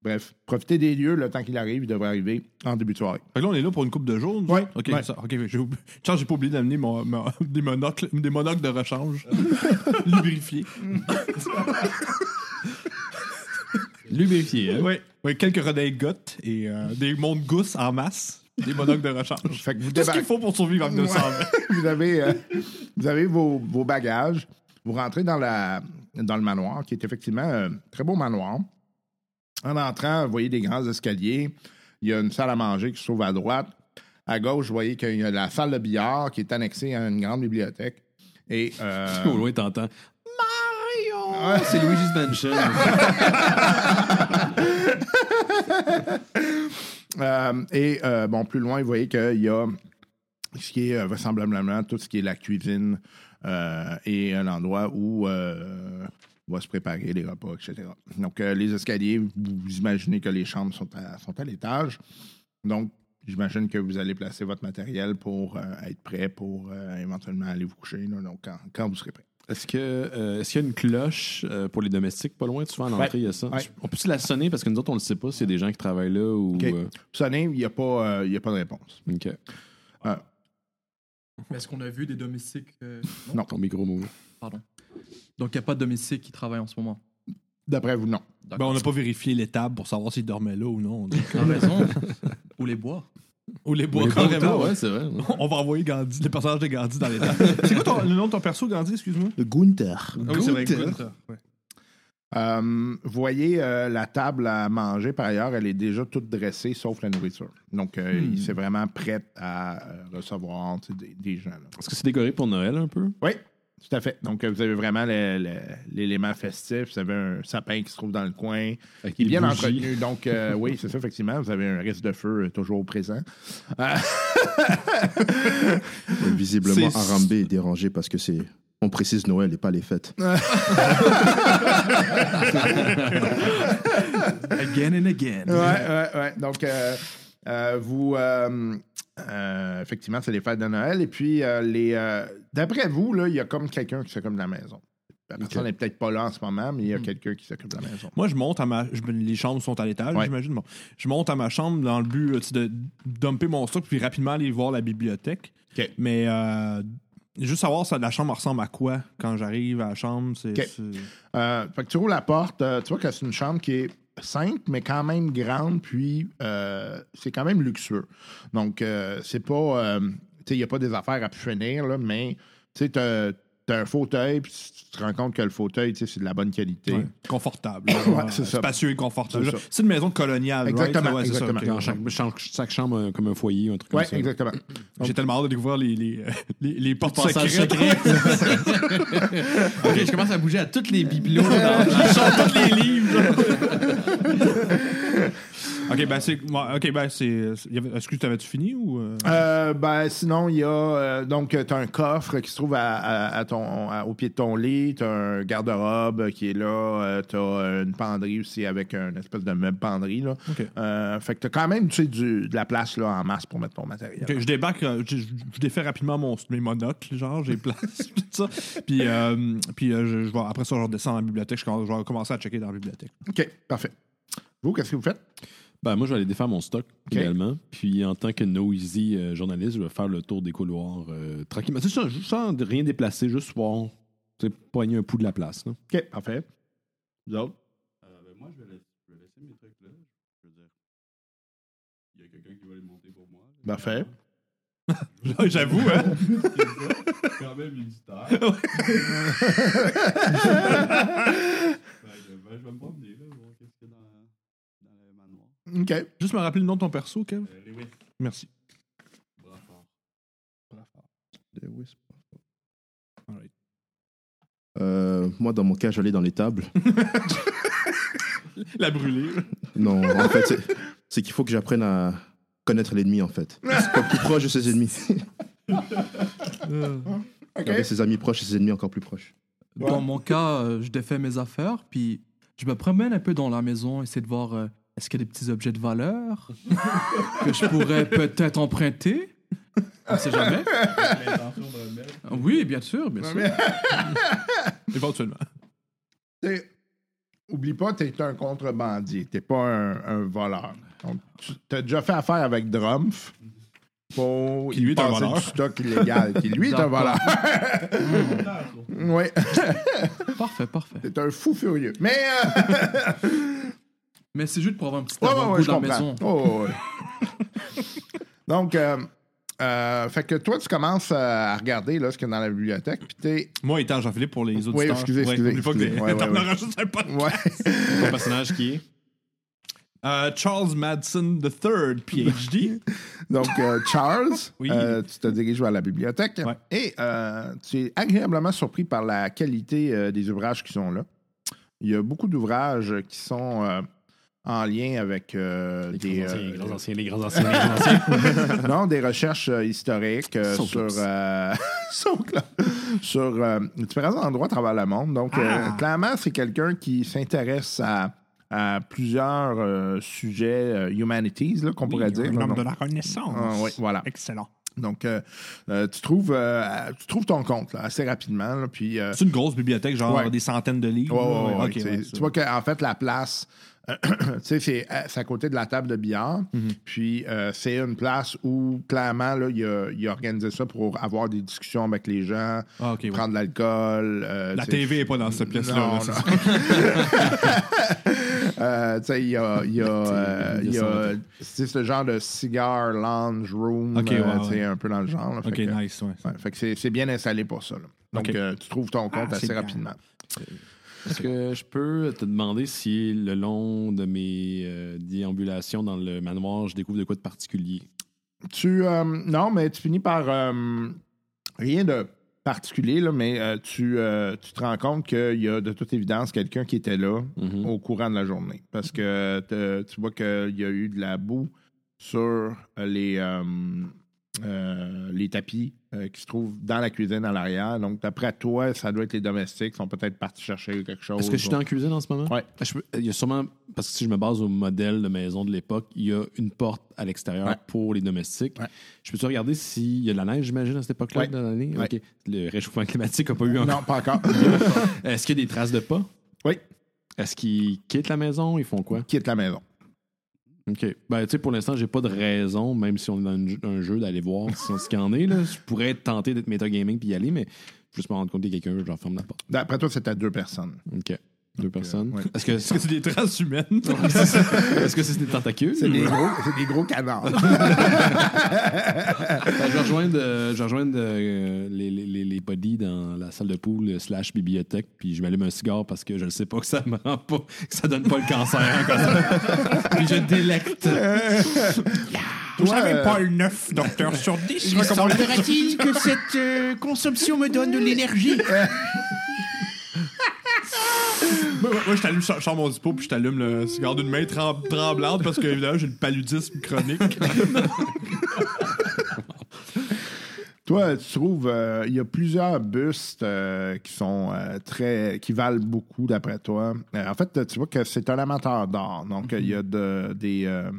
Speaker 2: bref, profitez des lieux le temps qu'il arrive. Il devrait arriver en début de soirée.
Speaker 3: Fait que là, on est là pour une coupe de jours. nous
Speaker 2: Ouais,
Speaker 3: autres? Ok,
Speaker 2: ouais.
Speaker 3: ça, ok. J'ai oubli- Tiens, j'ai pas oublié d'amener mon, mon- des, monocles, des monocles de rechange lubrifiés.
Speaker 6: Lubrifié, hein?
Speaker 3: Ouais. ouais, quelques redingotes et euh, des monts de gousses en masse. Des monocles de rechange.
Speaker 2: Fait que vous
Speaker 3: Tout ce qu'il
Speaker 2: débarquez.
Speaker 3: faut pour survivre en 1920.
Speaker 2: vous avez, euh, vous avez vos, vos bagages. Vous rentrez dans, la, dans le manoir, qui est effectivement un très beau manoir. En entrant, vous voyez des grands escaliers. Il y a une salle à manger qui se trouve à droite. À gauche, vous voyez qu'il y a la salle de billard qui est annexée à une grande bibliothèque. Et euh,
Speaker 6: Au loin, t'entends. Mario! Ah, c'est Luigi's Mansion.
Speaker 2: Euh, et euh, bon, plus loin, vous voyez qu'il y a ce qui est euh, vraisemblablement tout ce qui est la cuisine euh, et euh, l'endroit où euh, on va se préparer les repas, etc. Donc, euh, les escaliers, vous imaginez que les chambres sont à, sont à l'étage. Donc, j'imagine que vous allez placer votre matériel pour euh, être prêt pour euh, éventuellement aller vous coucher là, donc quand, quand vous serez prêt.
Speaker 6: Est-ce que euh, est-ce qu'il y a une cloche euh, pour les domestiques pas loin? Souvent à l'entrée, il y a ça.
Speaker 2: Ouais.
Speaker 6: Tu- On peut-tu la sonner parce que nous autres, on le sait pas s'il y a des gens qui travaillent là ou.
Speaker 2: Ok.
Speaker 6: euh,
Speaker 2: Sonnez, il n'y a, pas, euh, il y a pas de réponse.
Speaker 6: ok.
Speaker 4: Mais Est-ce qu'on a vu des domestiques euh,
Speaker 6: Ton micro mot.
Speaker 4: Donc, il n'y a pas de domestiques qui travaillent en ce moment.
Speaker 2: D'après vous, non.
Speaker 3: Ben, on
Speaker 4: D'accord.
Speaker 3: n'a pas vérifié l'étable pour savoir s'il dormait là ou non.
Speaker 4: a raison. Ou les bois.
Speaker 3: ou les bois,
Speaker 6: Les
Speaker 3: carrément.
Speaker 6: photos, ouais, c'est vrai. ouais.
Speaker 3: On va envoyer Gandhi, le personnage de Gandhi dans l'étable. c'est quoi ton- le nom de ton perso, Gandhi, excuse-moi?
Speaker 7: Gunther.
Speaker 3: Ah oui, c'est vrai, Gunther, ouais.
Speaker 2: Euh, vous voyez, euh, la table à manger, par ailleurs, elle est déjà toute dressée, sauf la nourriture. Donc, euh,
Speaker 6: Hmm.
Speaker 2: il- c'est vraiment prête à euh, recevoir tu sais, des, des gens. là.
Speaker 6: Est-ce que c'est décoré pour Noël un peu?
Speaker 2: Oui, tout à fait. Donc, euh, vous avez vraiment le- le- l'élément festif. Vous avez un sapin qui se trouve dans le coin,
Speaker 6: Avec
Speaker 2: qui est
Speaker 6: des
Speaker 2: bien
Speaker 6: bougies.
Speaker 2: entretenu. Donc, euh, oui, c'est ça, effectivement. Vous avez un risque de feu euh, toujours présent.
Speaker 7: Visiblement,
Speaker 6: C'est-
Speaker 7: Arambé est dérangé parce que c'est On précise Noël et pas les fêtes.
Speaker 4: Again and again.
Speaker 2: Ouais, ouais, ouais. Donc, euh, euh, vous. euh, euh, effectivement, c'est les fêtes de Noël. Et puis, euh, les, euh, d'après vous, là, il y a comme quelqu'un qui s'occupe de la maison. La personne n'est peut-être pas là en ce moment, mais il y a
Speaker 6: Hmm.
Speaker 2: quelqu'un qui s'occupe de la maison.
Speaker 3: Moi, je monte à ma. je- les chambres sont à l'étage,
Speaker 2: Ouais.
Speaker 3: j'imagine. Bon. Je monte à ma chambre dans le but euh, tu sais, de dumper mon stock puis rapidement aller voir la bibliothèque.
Speaker 2: OK.
Speaker 3: Mais euh, juste savoir ça, la chambre ressemble à quoi quand j'arrive à la chambre. C'est,
Speaker 2: OK.
Speaker 3: c'est-
Speaker 2: Euh, fait que tu roules la porte, euh, tu vois que c'est une chambre qui est simple, mais quand même grande, puis euh, c'est quand même luxueux. Donc, euh, c'est pas. euh, tu sais, il n'y a pas des affaires à pu finir, là, mais tu sais, t'as t'as un fauteuil, puis tu te rends compte que le fauteuil, tu sais, c'est de la bonne qualité.
Speaker 3: ouais, confortable. euh,
Speaker 2: Ouais, c'est ça.
Speaker 3: Spacieux et confortable.
Speaker 2: C'est
Speaker 3: C'est,
Speaker 2: ça.
Speaker 3: une maison coloniale. right?
Speaker 2: Exactement,
Speaker 3: Ouais, c'est ça,
Speaker 2: exactement.
Speaker 3: ok.
Speaker 6: Dans chaque, chaque- chaque chambre euh, comme un foyer ou un truc comme
Speaker 2: Ouais,
Speaker 6: ça.
Speaker 2: exactement.
Speaker 3: J'ai tellement hâte de découvrir les, les, euh, les, les portes
Speaker 5: Passage
Speaker 3: secrètes.
Speaker 5: secret.
Speaker 4: Ok, je commence à bouger à toutes les bibelots dans la chambre, tous les livres.
Speaker 3: Ok, ben c'est. ouais, Ok, ben c'est. c'est- y avait- Est-ce que t'avais-tu fini ou. euh?
Speaker 2: Euh, ben, sinon, il y a. euh, donc, tu as un coffre qui se trouve à, à- à ton, à- au pied de ton lit. Tu as un garde-robe qui est là. tu as une penderie aussi avec une espèce de meuble penderie. Là.
Speaker 3: Ok.
Speaker 2: Euh, fait que tu as quand même tu sais, du- de la place là, en masse pour mettre ton matériel.
Speaker 3: Ok, je débarque, euh, je, je- je défais rapidement mon, mes monocles, genre, j'ai place, tout ça. Puis, euh, puis euh, je, je vais- après ça, je redescends dans la bibliothèque, je, commence- je vais commencer à checker dans la bibliothèque.
Speaker 2: OK, parfait. Vous, qu'est-ce que vous faites?
Speaker 6: Ben, moi, je vais aller défaire mon stock également. Puis, en tant que noisy euh, journaliste, je vais faire le tour des couloirs euh, tranquillement. Tu sais, Sans, sans rien déplacer, juste voir, tu sais, poigner un pouls de la place. là.
Speaker 2: OK, parfait. Vous autres?
Speaker 9: Euh, ben, moi, je vais, laisser, je vais laisser mes trucs là. Je veux dire, il y a quelqu'un qui va les monter pour moi.
Speaker 2: Parfait.
Speaker 3: J'avoue, hein?
Speaker 9: quand même une star. ben, je, ben, je vais me promener, là, voir qu'est-ce qu'il y a dans, dans le manoir.
Speaker 2: OK.
Speaker 3: Juste me rappeler le nom de ton perso, Kev.
Speaker 9: Euh, Lewis,
Speaker 3: Merci.
Speaker 9: bras fort.
Speaker 7: Euh, moi, dans mon cas, j'allais dans les tables.
Speaker 3: La brûlée.
Speaker 7: Non, en fait, c'est- c'est qu'il faut que j'apprenne à connaître l'ennemi, en fait. C'est pas plus proche de ses ennemis. Garder ses amis proches et ses ennemis encore plus proches.
Speaker 4: Dans mon cas, euh, je défais mes affaires, puis je me promène un peu dans la maison, essayer de voir euh, est-ce qu'il y a des petits objets de valeur que je pourrais peut-être emprunter. On sait jamais. Oui, bien sûr, bien sûr.
Speaker 3: Éventuellement.
Speaker 2: T'sais, Oublie pas, tu es un contrebandier, t'es pas un, un voleur. Donc, tu as déjà fait affaire avec Drumpf pour
Speaker 3: Qui, lui,
Speaker 2: y
Speaker 3: est un
Speaker 2: passer
Speaker 3: voleur.
Speaker 2: du stock illégal, qui lui est un voleur. oui,
Speaker 4: Parfait, parfait.
Speaker 2: t'es un fou furieux. Mais, euh,
Speaker 4: Mais c'est juste pour avoir un petit
Speaker 2: ouais, ouais,
Speaker 4: avant-goût
Speaker 2: ouais, je
Speaker 4: de la
Speaker 2: comprends.
Speaker 4: maison.
Speaker 2: Oh, ouais. Donc, euh, euh, fait que toi, tu commences euh, à regarder là, ce qu'il y a dans la bibliothèque, puis t'es...
Speaker 3: Moi étant Jean-Philippe pour les auditeurs.
Speaker 2: Oui, excusez, excusez,
Speaker 3: oublie pas que
Speaker 2: excusez.
Speaker 3: t'es-
Speaker 2: Ouais, ouais,
Speaker 3: t'en
Speaker 2: ouais.
Speaker 3: enregistres un podcast.
Speaker 2: Ouais.
Speaker 6: Ton personnage qui est.
Speaker 3: Euh, Charles Madsen III, PhD.
Speaker 2: Donc, euh, Charles,
Speaker 3: Oui.
Speaker 2: euh, tu te diriges vers la bibliothèque
Speaker 3: Ouais.
Speaker 2: et euh, tu es agréablement surpris par la qualité euh, des ouvrages qui sont là. Il y a beaucoup d'ouvrages qui sont euh, en lien avec euh,
Speaker 6: Les
Speaker 2: des,
Speaker 6: grands anciens,
Speaker 2: euh,
Speaker 6: les grands anciens, les grands anciens, les grands anciens.
Speaker 2: non, des recherches euh, historiques euh,
Speaker 6: Son
Speaker 2: sur,
Speaker 6: clips.
Speaker 2: euh, son cl- sur euh, différents endroits à travers le monde. Donc, euh, clairement, c'est quelqu'un qui s'intéresse à, à plusieurs euh, sujets euh, humanities, là, qu'on pourrait dire. là, donc.
Speaker 3: la Renaissance.
Speaker 2: Ah, oui, voilà.
Speaker 3: Excellent.
Speaker 2: Donc, euh, euh, tu, trouves, euh, tu trouves ton compte là, assez rapidement. là, puis, euh,
Speaker 3: C'est une grosse bibliothèque, genre
Speaker 2: Ouais.
Speaker 3: des centaines de livres.
Speaker 2: ouais, ouais,
Speaker 3: là,
Speaker 2: ouais,
Speaker 3: ok,
Speaker 2: tu sais,
Speaker 3: ouais,
Speaker 2: tu vois qu'en fait, la place, tu sais, c'est euh, c'est à côté de la table de billard.
Speaker 3: Mhm.
Speaker 2: Puis, euh, c'est une place où, clairement, là, il, a, il a organisé ça pour avoir des discussions avec les gens,
Speaker 3: Ah, ok, ouais.
Speaker 2: prendre de l'alcool. euh,
Speaker 3: La
Speaker 2: tu sais,
Speaker 3: TV est pas dans cette pièce-là.
Speaker 2: Non,
Speaker 3: là,
Speaker 2: non.
Speaker 3: c'est
Speaker 2: Euh, tu sais, il y a, il y a, euh, il y a,
Speaker 6: descend.
Speaker 2: c'est ce genre de cigar lounge room,
Speaker 3: Ok, ouais,
Speaker 2: euh, tu sais,
Speaker 3: ouais.
Speaker 2: un peu dans le genre. là. Fait
Speaker 3: Ok,
Speaker 2: que-
Speaker 3: nice, ouais.
Speaker 2: Ouais, fait que c'est- c'est bien installé pour ça. là. Donc,
Speaker 3: Ok.
Speaker 2: euh, tu trouves ton compte
Speaker 3: Ah,
Speaker 2: assez
Speaker 3: c'est bien.
Speaker 2: rapidement.
Speaker 6: Est-ce que je peux te demander si le long de mes euh, déambulations dans le manoir, je découvre de quoi de particulier?
Speaker 2: Tu, euh, non, mais tu finis par euh, rien de particulier, là, mais euh, tu, euh, tu te rends compte qu'il y a de toute évidence quelqu'un qui était là
Speaker 6: Mhm.
Speaker 2: au courant de la journée. Parce que te- tu vois qu'il y a eu de la boue sur les, euh, euh, les tapis euh, qui se trouvent dans la cuisine à l'arrière. Donc, d'après toi, ça doit être les domestiques qui sont peut-être partis chercher quelque chose.
Speaker 5: Est-ce que je suis dans la cuisine en ce moment? Ah,
Speaker 2: Ouais.
Speaker 5: Je peux- euh, Il y a sûrement, parce que si je me base au modèle de maison de l'époque, il y a une porte à l'extérieur
Speaker 2: Ouais.
Speaker 5: pour les domestiques.
Speaker 2: Ouais.
Speaker 5: Je peux-tu regarder s'il y a de la neige, j'imagine, à cette époque-là,
Speaker 2: Ouais.
Speaker 5: dans l'année?
Speaker 2: Ouais.
Speaker 5: OK. Le réchauffement climatique n'a pas eu encore.
Speaker 2: Non, pas encore.
Speaker 5: Est-ce qu'il y a des traces de pas?
Speaker 2: Oui.
Speaker 5: Est-ce qu'ils quittent la maison? Ils font quoi?
Speaker 2: Quitte la maison.
Speaker 5: OK. Ben, tu sais, pour l'instant, j'ai pas de raison, même si on est dans une- un jeu, d'aller voir si- ce qu'il y en est. Là. Je pourrais être tenté d'être métagaming puis y aller, mais juste me rendre compte qu'il y a quelqu'un, je leur ferme la porte.
Speaker 2: D'après toi, c'était deux personnes.
Speaker 5: OK.
Speaker 2: euh,
Speaker 5: Deux personnes.
Speaker 2: ouais.
Speaker 5: Est-ce que c'est
Speaker 3: C'est des traces humaines.
Speaker 5: est-ce que c'est des tentacules?
Speaker 2: C'est des gros, c'est des gros
Speaker 5: Ben,
Speaker 2: canards.
Speaker 5: je vais rejoindre, euh, je vais rejoindre, euh, les, les, les, les bodies dans la salle de poule euh, slash bibliothèque, puis je m'allume un cigare parce que je ne sais pas que ça me rend pas, que ça donne pas le cancer. hein, comme ça. puis je délecte.
Speaker 2: Vous savez pas
Speaker 3: le 9, docteur, sur 10.
Speaker 2: semblerait-il que cette euh, consommation me donne de l'énergie.
Speaker 3: Moi, moi, moi, je t'allume, je sors mon dispo, puis je t'allume le cigare d'une main trem- tremblante parce que, évidemment, j'ai le paludisme chronique.
Speaker 2: Toi, tu trouves, euh, il y a plusieurs bustes euh, qui sont euh, très, qui valent beaucoup d'après toi. Euh, en fait, tu vois que c'est un amateur d'art, donc euh, il y a de- des euh,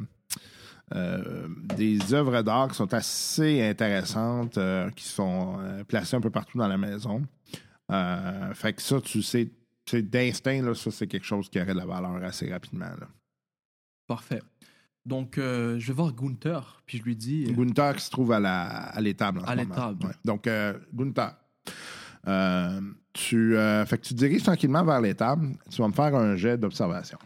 Speaker 2: euh, des œuvres d'art qui sont assez intéressantes, euh, qui sont euh, placées un peu partout dans la maison. Euh, fait que ça, tu sais, tu sais, d'instinct, là, ça, c'est quelque chose qui aurait de la valeur assez rapidement. là.
Speaker 4: Parfait. Donc, euh, je vais voir Gunther, puis je lui dis. euh,
Speaker 2: Gunther qui se trouve à la- à l'étable en
Speaker 4: À
Speaker 2: ce moment.
Speaker 4: l'étable.
Speaker 2: Ouais. Donc, euh, Gunther, euh, tu, euh, fait que tu te diriges tranquillement vers l'étable. Tu vas me faire un jet d'observation.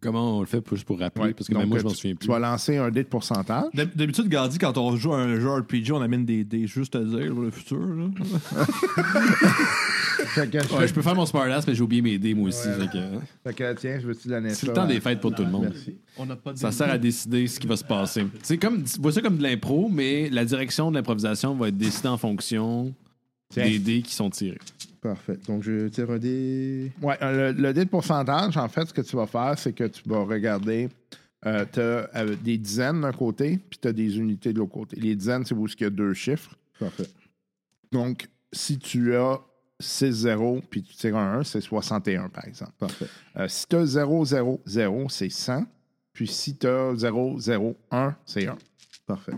Speaker 5: Comment on le fait juste pour rappeler?
Speaker 2: Ouais.
Speaker 5: Parce que
Speaker 2: Donc,
Speaker 5: même moi,
Speaker 2: euh,
Speaker 5: je m'en
Speaker 2: tu-
Speaker 5: souviens
Speaker 2: Tu
Speaker 5: plus.
Speaker 2: vas lancer un dé de pourcentage.
Speaker 3: D'hab- D'habitude, Gandhi, quand on joue à un jeu RPG, on amène des dés juste à dire pour le futur. là.
Speaker 2: Fait que je-
Speaker 5: Ouais, je peux faire mon smartass, mais j'ai oublié mes dés, moi aussi.
Speaker 2: Ouais.
Speaker 5: fait que- hein.
Speaker 2: fait que, tiens, je veux-tu donner
Speaker 5: C'est
Speaker 2: ça
Speaker 5: le temps
Speaker 2: à-
Speaker 5: des fêtes pour tout le monde.
Speaker 2: Merci.
Speaker 4: On n'a pas de.
Speaker 5: Ça sert à décider ce qui va se passer. C'est comme, vois ça comme de l'impro, mais la direction de l'improvisation va être décidée en fonction
Speaker 2: Tiens.
Speaker 5: des dés qui sont tirés.
Speaker 7: Parfait. Donc, je tire un dé.
Speaker 2: Ouais, euh, le, le dé de pourcentage, en fait, ce que tu vas faire, c'est que tu vas regarder. Euh, tu as des dizaines d'un côté, puis tu as des unités de l'autre côté. Les dizaines, c'est où il y a deux chiffres.
Speaker 7: Parfait.
Speaker 2: Donc, si tu as 6-0 puis tu tires un 1, c'est 61, par exemple.
Speaker 7: Parfait.
Speaker 2: Euh, si tu as 0-0-0, c'est 100. Puis si tu as 0-0-1, c'est 1.
Speaker 7: Parfait.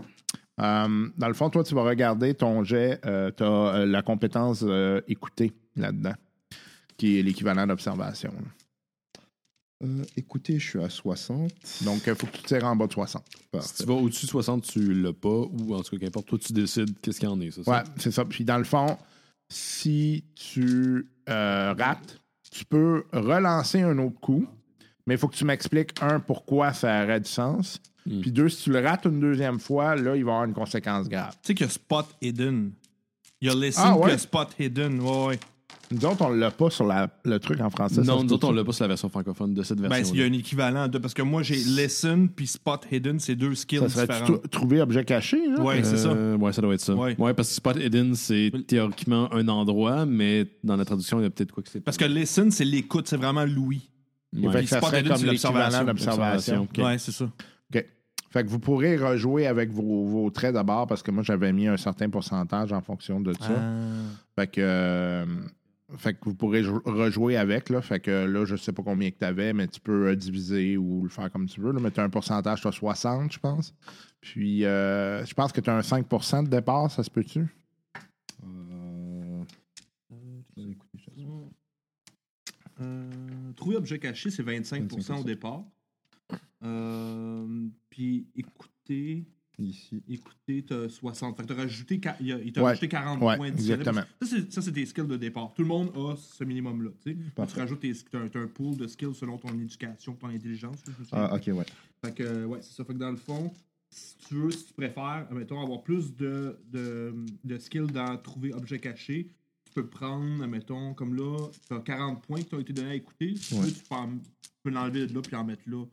Speaker 2: Euh, dans le fond, toi, tu vas regarder ton jet. tu as la compétence euh, écouter là-dedans, qui est l'équivalent d'observation. là.
Speaker 7: Euh, écoutez, je suis à 60.
Speaker 2: Donc, il faut que tu tires en bas de 60.
Speaker 5: Si tu
Speaker 7: Parfait.
Speaker 5: vas au-dessus de 60, tu l'as pas, ou en tout cas, qu'importe, toi, tu décides qu'est-ce qu'il y en est, ça. ça?
Speaker 2: Ouais, c'est ça. Puis dans le fond, si tu euh, rates, tu peux relancer un autre coup, mais il faut que tu m'expliques, un, pourquoi ça aurait du sens.
Speaker 5: Mm.
Speaker 2: Puis deux, si tu le rates une deuxième fois, là, il va y avoir une conséquence grave.
Speaker 3: Tu sais qu'il y a Spot Hidden. Il y a Listen
Speaker 2: Ah, ouais?
Speaker 3: puis il y a Spot Hidden. Ouais, ouais.
Speaker 2: Nous autres, on l'a pas sur la- le truc en français. ça
Speaker 5: Non,
Speaker 2: se
Speaker 5: nous
Speaker 2: peut
Speaker 5: autres, on
Speaker 2: ça?
Speaker 5: l'a pas sur la version francophone de cette
Speaker 3: Ben,
Speaker 5: version.
Speaker 3: il y a un équivalent de. Parce que moi, j'ai Listen puis Spot Hidden, c'est deux skills
Speaker 2: Ça serait
Speaker 3: différents.
Speaker 2: trou- trouver objet caché, là?
Speaker 3: Ouais, c'est ça.
Speaker 5: Euh, ouais, ça doit être ça.
Speaker 3: Ouais.
Speaker 5: Ouais, parce que Spot Hidden, c'est théoriquement un endroit, mais dans la traduction, il y a peut-être quoi que c'est.
Speaker 3: Parce que Listen, c'est l'écoute, c'est vraiment Louis.
Speaker 5: Ouais.
Speaker 2: Fait que ça
Speaker 3: Spot
Speaker 2: serait
Speaker 3: Hidden,
Speaker 2: comme
Speaker 3: c'est
Speaker 2: l'équivalent
Speaker 3: l'observation.
Speaker 2: d'observation.
Speaker 5: Ok.
Speaker 3: Ouais, c'est ça.
Speaker 2: Fait que vous pourrez rejouer avec vos, vos traits d'abord parce que moi, j'avais mis un certain pourcentage en fonction de ça.
Speaker 5: Ah.
Speaker 2: Fait que, euh, fait que vous pourrez jou- rejouer avec. Là. Fait que là, je sais pas combien que tu avais, mais tu peux euh, diviser ou le faire comme tu veux. Là. Mais tu as un pourcentage, tu as 60, je pense. Puis, euh, je pense que tu as un 5 de départ, ça se peut-tu?
Speaker 7: Euh,
Speaker 3: Euh, trouver objet caché, c'est 25,
Speaker 7: 25%.
Speaker 3: au départ. Euh, puis écouter,
Speaker 7: ici.
Speaker 3: écouter, t'as 60. Fait que t'as rajouté, qua- il a- il t'a
Speaker 2: Ouais.
Speaker 3: rajouté 40
Speaker 2: Ouais,
Speaker 3: points. additionnels.
Speaker 2: exactement.
Speaker 3: Ça, c'est- Ça, c'est tes skills de départ. Tout le monde a ce minimum-là. tu sais. Puis Tu
Speaker 7: Parfait.
Speaker 3: rajoutes tes, t'as un, t'as un pool de skills selon ton éducation, ton intelligence. je me souviens.
Speaker 7: Ah, ok, ouais.
Speaker 3: Fait que, euh, ouais, c'est ça. Fait que dans le fond, si tu veux, si tu préfères, euh, mettons, avoir plus de, de, de skill dans trouver objet caché, tu peux prendre, euh, mettons, comme là, tu as 40 points qui t'ont été donnés à écouter. Si tu veux,
Speaker 7: Ouais.
Speaker 3: tu peux, en- tu peux l'enlever de là puis en mettre là.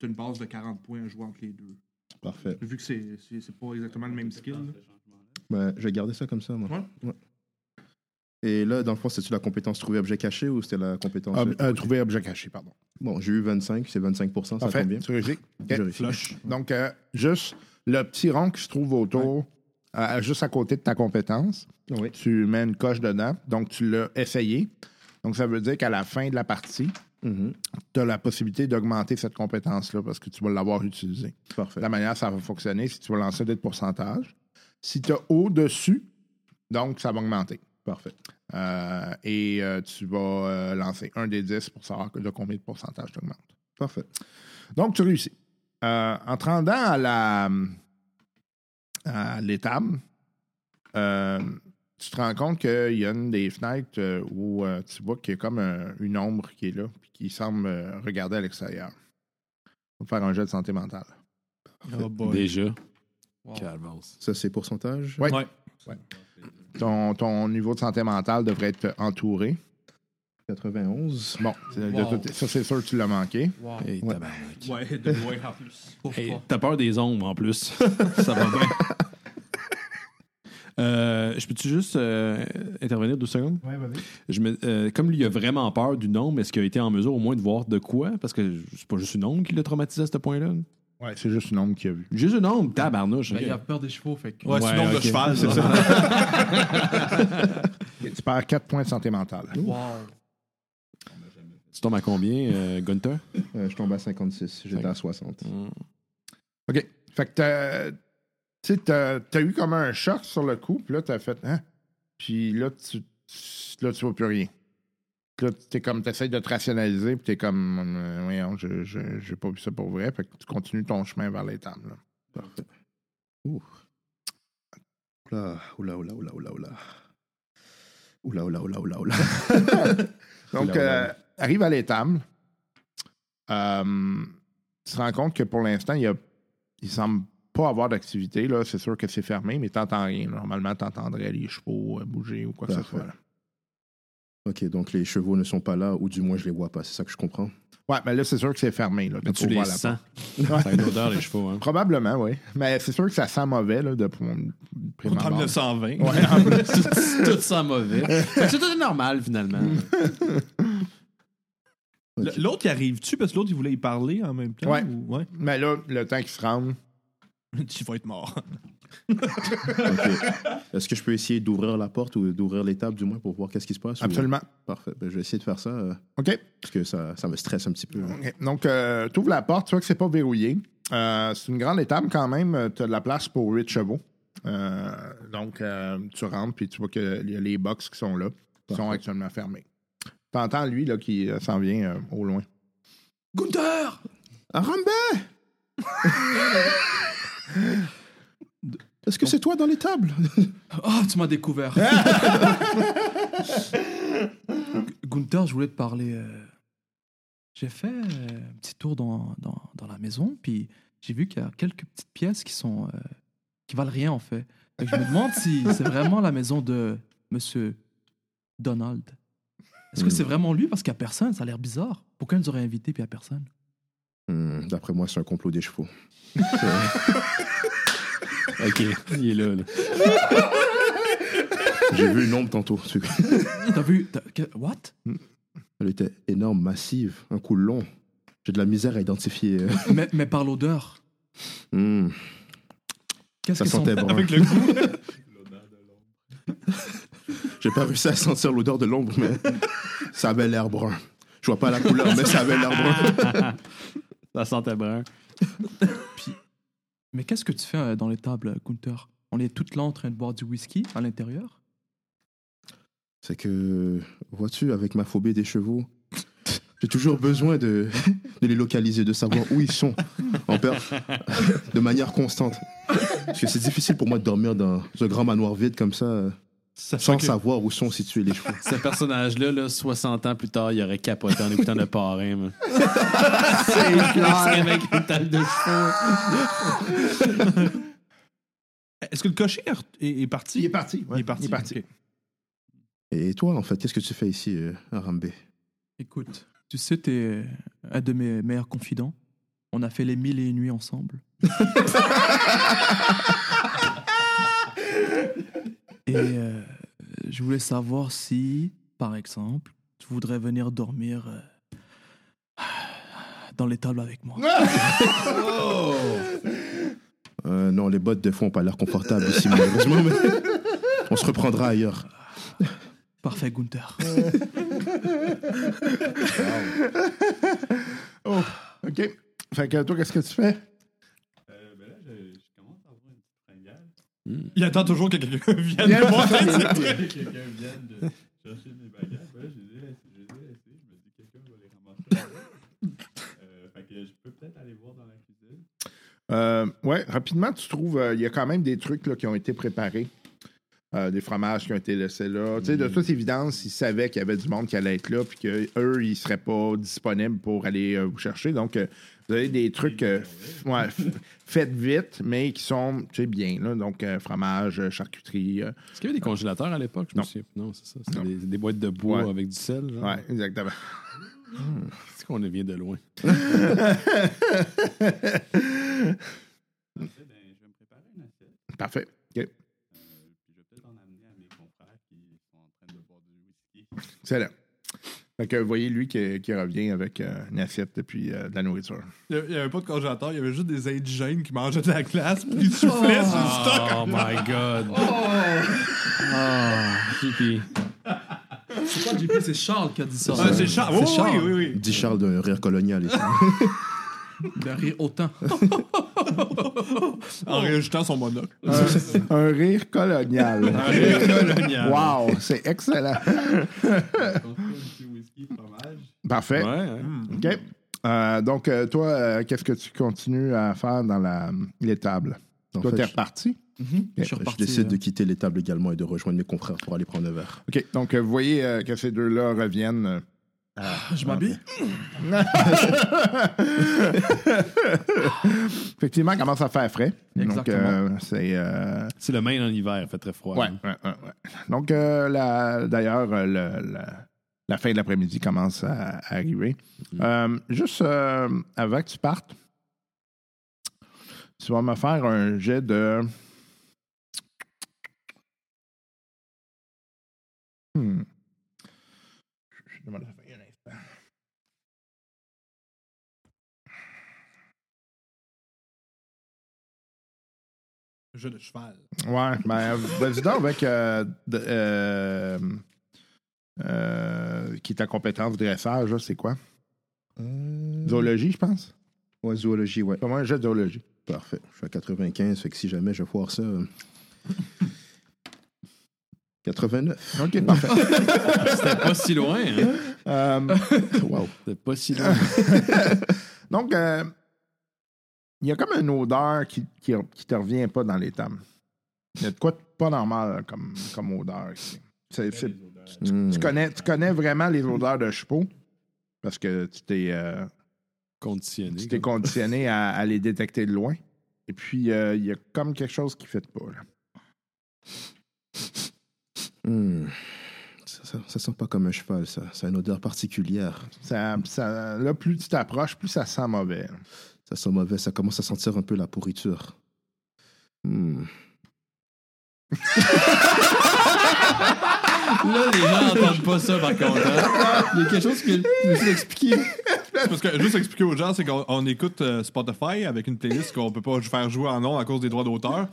Speaker 3: Tu as une base de 40 points à jouer entre les deux.
Speaker 7: Parfait.
Speaker 3: Vu que c'est- c'est c'est pas exactement le même skill. là.
Speaker 7: Ben, je vais garder ça comme ça, moi. Ouais. Et là, dans le fond, c'est-tu la compétence trouver objet caché ou c'était la compétence.
Speaker 2: Ob- euh, trouver objet caché, pardon.
Speaker 7: Bon, j'ai eu 25, c'est 25 ça
Speaker 2: Parfait,
Speaker 7: convient.
Speaker 2: tu réussis? Ok.
Speaker 7: Je réussis.
Speaker 2: Donc, euh, juste, le petit rond qui se trouve autour, euh, juste à côté de ta compétence.
Speaker 7: Oui.
Speaker 2: Tu mets une coche dedans, donc tu l'as essayé. Donc, ça veut dire qu'à la fin de la partie,
Speaker 7: Mm-hmm.
Speaker 2: tu as la possibilité d'augmenter cette compétence-là parce que tu vas l'avoir utilisée.
Speaker 7: Parfait.
Speaker 2: La manière ça va fonctionner, c'est que tu vas lancer des pourcentages. Si tu as au-dessus, donc ça va augmenter.
Speaker 7: Parfait.
Speaker 2: Euh, et euh, tu vas euh, lancer un des 10 pour savoir que- de combien de pourcentage tu augmentes.
Speaker 7: Parfait.
Speaker 2: Donc, tu réussis. Euh, en te rendant à la à l'étable, euh, tu te rends compte qu'il y a une des fenêtres euh, où euh, tu vois qu'il y a comme un- une ombre qui est là puis qui semble euh, regarder à l'extérieur. Faut faire un jet de santé mentale.
Speaker 3: Oh boy.
Speaker 5: Déjà.
Speaker 4: Wow.
Speaker 5: Calvance.
Speaker 7: Ça, c'est pourcentage?
Speaker 2: Ouais.
Speaker 3: Ouais.
Speaker 2: Ton, ton niveau de santé mentale devrait être entouré.
Speaker 7: 91.
Speaker 2: Bon, c'est- de
Speaker 4: Wow.
Speaker 2: tout- ça c'est sûr que tu l'as manqué.
Speaker 4: Wow.
Speaker 5: Hey,
Speaker 7: Ouais.
Speaker 5: tabarnak.
Speaker 9: Ouais, de loin en plus.
Speaker 4: Pauvre
Speaker 5: Hey,
Speaker 4: toi.
Speaker 5: t'as peur des ombres en plus. ça va bien. Euh, je peux-tu juste euh, intervenir deux secondes?
Speaker 2: Ouais, vas-y.
Speaker 5: Je me- euh, comme lui a vraiment peur du nombre, est-ce qu'il a été en mesure au moins de voir de quoi? Parce que c'est pas juste une ombre qui l'a traumatisé à ce point-là.
Speaker 2: Ouais, c'est juste une ombre qu'il a vu.
Speaker 5: Juste une ombre, tabarnouche.
Speaker 4: Ben,
Speaker 5: ok.
Speaker 4: il a peur des chevaux, fait que.
Speaker 3: Ouais, c'est
Speaker 5: Ouais,
Speaker 3: le nombre de
Speaker 5: ok.
Speaker 3: cheval, c'est ça.
Speaker 2: Tu perds 4 points de santé mentale.
Speaker 4: Wow.
Speaker 5: Tu tombes à combien, euh, Gunther?
Speaker 7: Euh, je tombe à 56. J'étais
Speaker 5: Cinq.
Speaker 7: à 60.
Speaker 2: OK. Fait que t'as- tu sais, t'as t'as eu comme un choc sur le coup, puis là, t'as fait. Hein? Puis là, tu, tu- là, tu vois plus rien. Puis Là, t'es comme, t'essayes de te rationaliser, puis t'es comme, euh, voyons, je- je- j'ai pas vu ça pour vrai. Fait que tu continues ton chemin vers les tables. là.
Speaker 7: Oula, oula, oula, oula, oula, oula. Oula, oula, oula, oula, oula.
Speaker 2: Donc,
Speaker 7: Là,
Speaker 2: euh, arrive à l'étable. Euh, tu te rends compte que pour l'instant, il y a- il semble pas avoir d'activité. là. C'est sûr que c'est fermé, mais t'entends rien. Normalement, t'entendrais les chevaux euh, bouger ou quoi que ce
Speaker 7: Parfait.
Speaker 2: soit. là.
Speaker 7: OK, donc les chevaux ne sont pas là, ou du moins je les vois pas. C'est ça que je comprends.
Speaker 2: Ouais, mais là, c'est sûr que c'est fermé. Là.
Speaker 5: Mais
Speaker 2: T'as
Speaker 5: tu
Speaker 2: pas
Speaker 5: les
Speaker 2: ouvert la
Speaker 5: sens.
Speaker 2: porte.
Speaker 5: Ça a une odeur, les chevaux. Hein?
Speaker 2: Probablement, oui. Mais c'est sûr que ça sent mauvais, là, de prime
Speaker 3: Contre
Speaker 2: abord.
Speaker 3: 1920.
Speaker 2: Ouais, en plus.
Speaker 5: tout sent mauvais. Fait que C'est tout normal, finalement.
Speaker 3: Le- L'autre, il arrive-tu parce que l'autre, il voulait y parler en même temps?
Speaker 2: Ouais.
Speaker 3: ou- ouais.
Speaker 2: Mais là, le temps qu'ils se rendent,
Speaker 3: Tu vas être mort.
Speaker 7: OK. Est-ce que je peux essayer d'ouvrir la porte ou d'ouvrir l'étable, du moins, pour voir qu'est-ce qui se passe? ou-
Speaker 2: absolument.
Speaker 7: Parfait. Ben, je vais essayer de faire ça, euh,
Speaker 2: OK.
Speaker 7: parce que ça, ça me stresse un petit peu.
Speaker 2: Ok. Donc, tu ouvres la porte, tu vois que c'est pas verrouillé. Euh, c'est une grande étable quand même. Tu as de la place pour 8 chevaux. Euh, donc, euh, tu rentres, puis tu vois qu'il y a les box qui sont là, qui sont actuellement fermées. T'entends lui là, qui euh, s'en vient euh, au loin.
Speaker 4: Gunther!
Speaker 7: Arambe! Est-ce
Speaker 2: Oh.
Speaker 7: que c'est toi dans l'étable?
Speaker 4: Ah, tu m'as découvert. Gunther, je voulais te parler. euh, J'ai fait euh, un petit tour dans, dans, dans la maison, puis j'ai vu qu'il y a quelques petites pièces qui sont euh, qui valent rien en fait. Fait que je me demande si c'est vraiment la maison de Monsieur Donald. Est-ce que
Speaker 7: Hmm.
Speaker 4: c'est vraiment lui Parce qu'il n'y a personne, ça a l'air bizarre. Pourquoi il nous aurait invités puis il n'y a personne
Speaker 7: Hmm, D'après moi, c'est un complot des chevaux.
Speaker 5: OK, il est là. là.
Speaker 7: J'ai vu une ombre tantôt. tu-
Speaker 4: T'as vu t'as- que- What
Speaker 7: Elle était énorme, massive, un coup long. J'ai de la misère à identifier. euh.
Speaker 4: mais, mais par l'odeur.
Speaker 7: Hmm,
Speaker 4: Qu'est-ce
Speaker 7: ça
Speaker 4: que
Speaker 7: sentait bon.
Speaker 3: Avec le coup.
Speaker 7: J'ai pas réussi à sentir l'odeur de l'ombre, mais ça avait l'air brun. Je vois pas la couleur, mais ça avait l'air brun.
Speaker 5: Ça sentait brun.
Speaker 4: Mais qu'est-ce que tu fais euh, dans l'étable, Gunther On est toutes là en train de boire du whisky à l'intérieur.
Speaker 7: C'est que, vois-tu, avec ma phobie des chevaux, j'ai toujours besoin de, de les localiser, de savoir où ils sont, en per- de manière constante. Parce que c'est difficile pour moi de dormir dans un grand manoir vide comme ça, euh,
Speaker 5: Ça
Speaker 7: sans
Speaker 5: fait que
Speaker 7: savoir où sont situés les chevaux.
Speaker 5: Ce personnage-là, là, 60 ans plus tard, il aurait capoté en écoutant le parrain. man.
Speaker 3: Est-ce que le cocher est re- est, est parti?
Speaker 2: Il est parti. ouais.
Speaker 3: Il est parti. Ok.
Speaker 7: Et toi, en fait, qu'est-ce que tu fais ici, euh, à Rambé
Speaker 4: Écoute, tu sais, t'es euh, un de mes meilleurs confidents. On a fait les mille et une nuits ensemble. et euh, je voulais savoir si, par exemple, tu voudrais venir dormir euh, dans l'étable avec moi.
Speaker 7: Euh, non, les bottes, des fois, n'ont pas l'air confortables ici, malheureusement. mais on se reprendra ailleurs.
Speaker 4: Parfait, Gunther.
Speaker 2: OK. Fait que toi, qu'est-ce que tu fais?
Speaker 9: Euh, ben là, je, je commence à avoir une petite fringale.
Speaker 3: Il attend toujours que quelqu'un vienne de voir.
Speaker 9: Que quelqu'un vienne de chercher mes bagages. Ben là, je les ai laissés. Je les ai laissés. Je me dis que quelqu'un va les ramasser. euh, fait que je peux peut-être aller voir dans la cuisine.
Speaker 2: Euh, ouais, rapidement, tu trouves, euh, il y a quand même des trucs là, qui ont été préparés. Euh, des fromages qui ont été laissés là. Tu sais, De toute évidence, ils savaient qu'il y avait du monde qui allait être là, puis qu'eux, ils ne seraient pas disponibles pour aller euh, vous chercher. Donc, euh, vous avez des trucs euh, f- ouais, f- faites vite, mais qui sont tu sais, bien. Là. Donc, euh, fromage, euh, charcuterie. euh,
Speaker 5: Est-ce qu'il y avait des congélateurs à l'époque? Je me
Speaker 2: Non.
Speaker 5: souviens. Non, c'est ça. C'était des, des boîtes de bois
Speaker 2: Ouais.
Speaker 5: avec du sel. genre.
Speaker 2: ouais, exactement.
Speaker 5: Est-ce qu'on vient de loin?
Speaker 9: Après, ben, je vais me préparer une assiette.
Speaker 2: Parfait.
Speaker 9: Euh, puis je vais peut-être en amener à mes confrères qui sont en train de boire du whisky.
Speaker 2: C'est là. Fait que vous voyez lui qui, qui revient avec euh, une assiette depuis de la nourriture.
Speaker 3: Il n'y avait pas de congélateur, il y avait juste des indigènes qui mangeaient de la glace puis Ah, ils soufflaient sur le stock.
Speaker 5: Oh my god! Ah.
Speaker 4: C'est pas JP, c'est Charles qui a dit ça.
Speaker 3: Ah, c'est Charles. Oui, oui, oui, oui.
Speaker 7: Dit Charles d'un rire colonial. ici.
Speaker 4: D'un rire autant.
Speaker 3: En réajoutant son monocle.
Speaker 2: Un, un rire colonial. Un rire colonial. Wow, c'est excellent.
Speaker 9: Je pense qu'il y a un petit whisky fromage.
Speaker 2: Parfait. Mm. OK. Euh, donc, euh, toi, euh, qu'est-ce que tu continues à faire dans la- l'étable?
Speaker 7: En
Speaker 2: Toi,
Speaker 7: fait,
Speaker 2: t'es
Speaker 7: je-
Speaker 2: reparti?
Speaker 4: Mhm. Je suis
Speaker 7: je,
Speaker 4: reparti.
Speaker 7: décide de
Speaker 4: euh,
Speaker 7: quitter les tables également et de rejoindre mes confrères pour aller prendre un verre.
Speaker 2: OK. Donc, euh, vous voyez euh, que ces deux-là reviennent. euh,
Speaker 4: Je m'habille.
Speaker 2: Effectivement, il commence à faire frais. Donc,
Speaker 4: Exactement.
Speaker 2: euh, c'est. euh,
Speaker 5: C'est le Maine en hiver, il fait très froid. hein.
Speaker 2: ouais, ouais, ouais, ouais. Donc, euh, la- d'ailleurs, euh, le- la, la fin de l'après-midi commence à, à arriver. Euh, juste euh, avant que tu partes, tu vas me faire un jet de. Hmm. Je- je demande la fin un instant.
Speaker 3: Jeu de cheval.
Speaker 2: Ouais, ben, vas-y donc avec. euh, de- euh, euh, qui est ta compétence dressage, là, c'est quoi? Zoologie, je pense.
Speaker 7: Hum. Ouais, zoologie, ouais.
Speaker 2: Comment un jet de zoologie?
Speaker 7: Parfait. Je suis à 95, fait que si jamais je foire ça. euh, 89.
Speaker 2: Ok, parfait.
Speaker 5: C'était pas si loin, hein?
Speaker 2: Euh,
Speaker 7: Wow.
Speaker 5: C'était pas si loin.
Speaker 2: donc, euh, il y a comme une odeur qui, qui, qui te revient pas dans les tables. Il y a de quoi de pas normal comme, comme odeur ici. C'est- c'est-
Speaker 7: Hmm.
Speaker 2: tu, connais, tu connais vraiment les odeurs de chapeau parce que tu t'es. euh,
Speaker 5: Conditionné.
Speaker 2: Tu t'es conditionné à, à les détecter de loin. Et puis, euh, il y a comme quelque chose qui fait de pas. là.
Speaker 7: Hmm. Ça, ça- ça sent pas comme un cheval, ça. Ça a une odeur particulière.
Speaker 2: Ça, ça- là, plus tu t'approches, plus ça sent mauvais.
Speaker 7: Ça sent mauvais, ça commence à sentir un peu la pourriture. Hmm.
Speaker 4: Là, les gens n'entendent pas ça, par contre. hein. Il y a quelque chose que je me suis expliqué.
Speaker 3: C'est Parce que juste expliquer aux gens, c'est qu'on on écoute euh, Spotify avec une playlist qu'on peut pas faire jouer en nom à cause des droits d'auteur.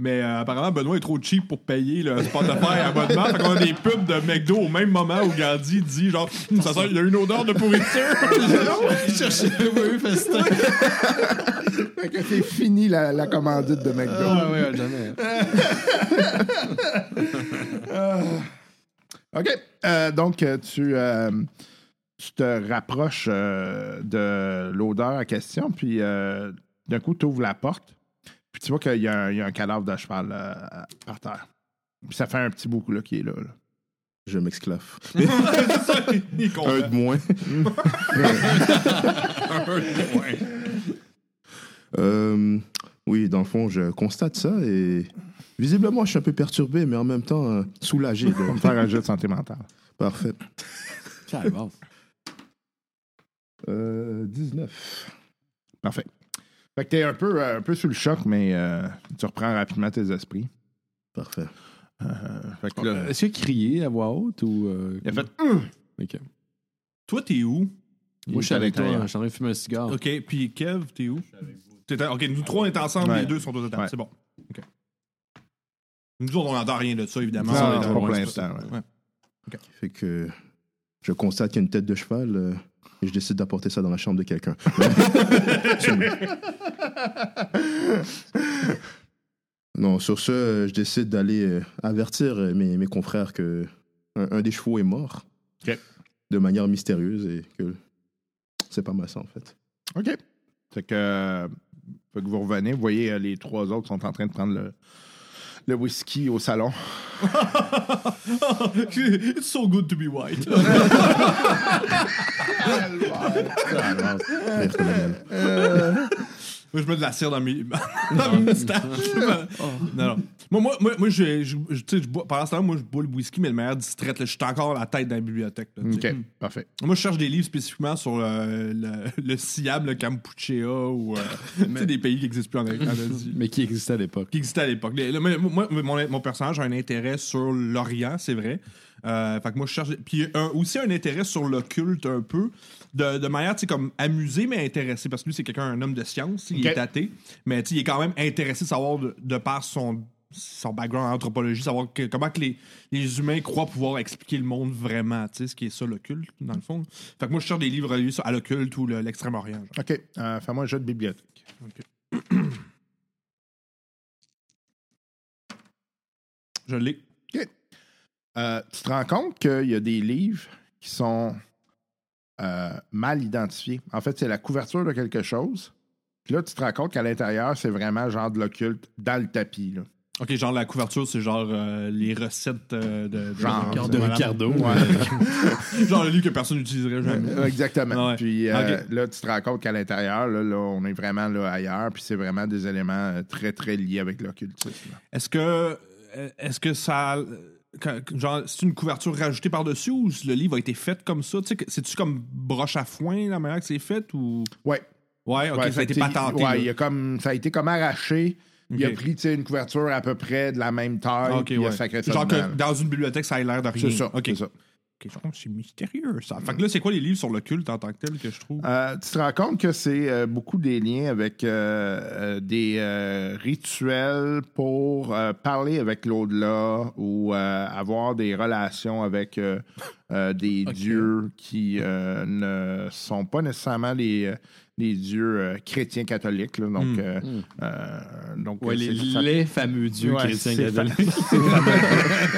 Speaker 3: Mais euh, apparemment, Benoît est trop cheap pour payer le Spotify abonnement. Fait qu'on a des pubs de McDo au même moment où Gandhi dit genre, ça sent, il y a une odeur de pourriture.
Speaker 4: Je cherchais le oui, festin.
Speaker 2: Fait que c'est fini la, la commandite de McDo.
Speaker 4: Ah ouais, jamais.
Speaker 2: OK. Euh, donc, euh, tu, euh, tu te rapproches euh, de l'odeur en question, puis euh, d'un coup, tu ouvres la porte, puis tu vois qu'il y, a un- il y a un cadavre de cheval euh, par terre. Puis ça fait un petit bout là, qui est là. là.
Speaker 7: Je m'exclave. Hum.
Speaker 3: C'est ça, il est content.
Speaker 7: Un de moins. Euh, oui, dans le fond, je constate ça et visiblement, je suis un peu perturbé, mais en même temps euh, soulagé. de-
Speaker 2: Pour me faire un jeu de santé mentale.
Speaker 7: Parfait.
Speaker 5: Calvaire.
Speaker 7: Euh, 19.
Speaker 2: Parfait. Fait que t'es un peu, euh, un peu sous le choc, mais euh, tu reprends rapidement tes esprits.
Speaker 7: Parfait.
Speaker 2: Euh, fait que là,
Speaker 5: Euh, Est-ce qu'il a crié à voix haute ou. euh,
Speaker 2: il a fait
Speaker 5: Ok.
Speaker 3: Toi, t'es où?
Speaker 6: Moi, je suis
Speaker 2: est à
Speaker 6: avec toi.
Speaker 2: l'intérieur.
Speaker 5: hein.
Speaker 6: Je suis en train de fumer un
Speaker 2: Ah.
Speaker 6: cigare.
Speaker 3: OK, puis Kev, t'es où? T'es- OK, nous trois, on est ensemble,
Speaker 2: Ouais.
Speaker 3: les deux sont autour de la table.
Speaker 2: Ouais.
Speaker 3: C'est bon. OK. Nous autres, on n'entend rien de ça, évidemment.
Speaker 2: Non,
Speaker 3: On est
Speaker 2: non,
Speaker 3: dans-
Speaker 2: pas pour
Speaker 3: ouais, c'est
Speaker 2: l'instant,
Speaker 3: ça.
Speaker 2: ouais.
Speaker 3: Ouais.
Speaker 7: Fait que je constate qu'il y a une tête de cheval euh, et je décide d'apporter ça dans la chambre de quelqu'un. non, sur ce, euh, je décide d'aller euh, avertir euh, mes, mes confrères que un, un des chevaux est mort
Speaker 2: Ok.
Speaker 7: de manière mystérieuse et que c'est pas mal ça en fait.
Speaker 2: OK. Fait que, fait que vous revenez, vous voyez, euh, les trois autres sont en train de prendre le, le whisky au salon.
Speaker 3: It's so good to be white.
Speaker 7: Rire comme un âne.
Speaker 3: Moi, je mets de la cire dans mes, dans mes moustaches. Non, non. Moi, moi, moi, moi, je, je, je- tu sais, je bois- pendant ce temps moi, je bois le whisky, mais le meilleur distrait, là, je suis encore la tête dans la bibliothèque. là, tu sais.
Speaker 2: OK, parfait.
Speaker 3: Moi, je cherche des livres spécifiquement sur euh, le, le sciable Kampuchea ou euh, tu sais, des pays qui n'existent plus en, en Asie.
Speaker 6: Mais qui existait à l'époque.
Speaker 3: qui existait à l'époque. Les- le- Moi, mon, mon personnage a un intérêt sur l'Orient, c'est vrai. Euh, fait que moi, je cherche. Puis un- aussi un intérêt sur l'occulte, un peu. De, de manière, tu sais, comme amusé, mais intéressé. Parce que lui, c'est quelqu'un, un homme de science. Il
Speaker 2: Ok.
Speaker 3: est athée. Mais, tu sais, il est quand même intéressé de savoir, de, de par son, son background en anthropologie, savoir que- comment que les, les humains croient pouvoir expliquer le monde vraiment. Tu sais, ce qui est ça, l'occulte, dans le fond. Fait que moi, je cherche des livres reliés à l'occulte ou le- l'extrême-orient. genre.
Speaker 2: OK, euh, fais-moi un jeu de bibliothèque.
Speaker 3: Je l'ai.
Speaker 2: Euh, tu te rends compte qu'il y a des livres qui sont euh, mal identifiés. En fait, c'est la couverture de quelque chose. Puis là, tu te rends compte qu'à l'intérieur, c'est vraiment genre de l'occulte dans le tapis. Là.
Speaker 3: Ok, genre la couverture, c'est genre euh, les recettes euh, de, de-
Speaker 2: Genre,
Speaker 3: de,
Speaker 2: de
Speaker 3: madame.
Speaker 6: Ricardo.
Speaker 3: Ouais. genre le livre que personne n'utiliserait jamais.
Speaker 2: Euh, Exactement.
Speaker 3: Ouais.
Speaker 2: Puis euh,
Speaker 3: Ok.
Speaker 2: là, tu te rends compte qu'à l'intérieur, là, là, on est vraiment là, ailleurs. Puis c'est vraiment des éléments euh, très, très liés avec l'occultisme.
Speaker 3: Est-ce que euh, est-ce que ça que- que- genre c'est une couverture rajoutée par-dessus ou le livre a été fait comme ça, tu sais que- c'est-tu comme broche à foin la manière que c'est fait ou
Speaker 2: Ouais.
Speaker 3: Ouais, OK,
Speaker 2: Ouais,
Speaker 3: ça a
Speaker 2: fait
Speaker 3: été
Speaker 2: que, tu sais, ouais,
Speaker 3: patenté. là.
Speaker 2: il y a comme, ça a été comme arraché. Il a
Speaker 3: Ok.
Speaker 2: pris tu sais, une couverture à peu près de la même taille.
Speaker 3: Ah, OK,
Speaker 2: puis il a
Speaker 3: ouais.
Speaker 2: sacré ça
Speaker 3: Genre
Speaker 2: dedans,
Speaker 3: que
Speaker 2: là.
Speaker 3: dans une bibliothèque, ça a l'air de rien.
Speaker 2: C'est ça.
Speaker 3: OK.
Speaker 2: c'est ça.
Speaker 3: Ok, genre, c'est mystérieux ça. Fait que là, c'est quoi les livres sur le culte en tant que tel que je trouve
Speaker 2: Euh, tu te rends compte que c'est euh, beaucoup des liens avec euh, euh, des euh, rituels pour euh, parler avec l'au-delà ou euh, avoir des relations avec euh, euh, des dieux qui euh, ne sont pas nécessairement les, euh, les dieux euh, chrétiens catholiques. là. donc, euh, euh, donc
Speaker 6: Ouais,
Speaker 2: c'est-
Speaker 6: les,
Speaker 2: ça-
Speaker 6: les fameux dieux
Speaker 2: Ouais,
Speaker 6: chrétiens
Speaker 2: c'est fa-
Speaker 6: catholiques.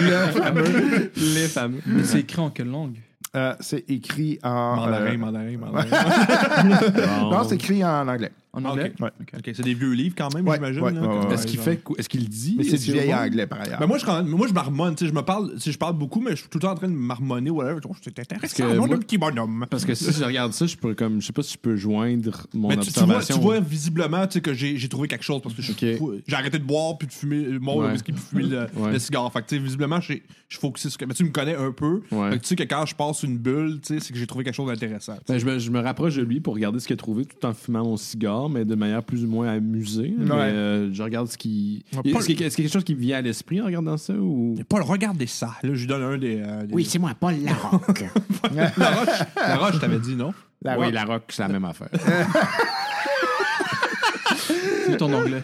Speaker 2: Le fameux-
Speaker 6: les fameux.
Speaker 4: Mais c'est écrit en quelle langue
Speaker 2: Euh, c'est écrit en.
Speaker 3: Mandarin,
Speaker 2: euh,
Speaker 3: mandarin, mandarin.
Speaker 2: non, c'est écrit en anglais.
Speaker 4: En
Speaker 3: Ah,
Speaker 4: anglais
Speaker 3: OK. OK, c'est des vieux livres quand même,
Speaker 2: Ouais,
Speaker 3: j'imagine.
Speaker 2: ouais,
Speaker 3: là,
Speaker 2: ouais,
Speaker 3: que-
Speaker 2: ouais.
Speaker 5: Est-ce qu'il
Speaker 3: genre.
Speaker 5: fait cou- Est-ce qu'il dit
Speaker 2: Mais c'est
Speaker 5: Est-ce
Speaker 2: du
Speaker 5: qu'il
Speaker 2: vieil
Speaker 5: remonte?
Speaker 2: anglais par ailleurs.
Speaker 3: Ben moi, je, quand- moi, je marmonne, tu sais, je me parle, si je parle beaucoup, mais je suis tout le temps en train de marmonner, whatever. Je trouve que C'est intéressant,
Speaker 5: que
Speaker 3: non,
Speaker 5: moi-
Speaker 3: le petit bonhomme.
Speaker 5: Parce que si je regarde ça, je peux comme je sais pas si je peux joindre mon
Speaker 3: Mais tu, tu vois,
Speaker 5: observation.
Speaker 3: tu vois visiblement tu sais, que j'ai j'ai trouvé quelque chose parce que je suis fou- j'ai arrêté de boire puis de fumer euh, boire le
Speaker 5: Ouais.
Speaker 3: whisky puis de fumer le,
Speaker 5: Ouais.
Speaker 3: le cigare. Fait que tu sais, visiblement, j'ai- je suis focusé sur. que- Mais tu me connais un peu.
Speaker 5: Ouais.
Speaker 3: Fait que tu sais que quand je passe une bulle, tu sais, c'est que j'ai trouvé quelque chose d'intéressant. tu sais.
Speaker 5: Ben, je, me, je me rapproche de lui pour regarder ce qu'il a trouvé tout en fumant mon cigare, mais de manière plus ou moins amusée. Mais, euh, je regarde ce qui.
Speaker 3: Ouais, pas
Speaker 5: Est-ce qu'il y a est-ce qu'il y a quelque chose qui me vient à l'esprit en regardant ça ou.
Speaker 3: Paul, regardez ça. Là, je lui donne un des. euh, des-
Speaker 6: c'est moi, Paul Larocque.
Speaker 3: La Roche, La Roche, je t'avais dit, non?
Speaker 5: oui, la rock, c'est la même affaire.
Speaker 4: C'est ton anglais.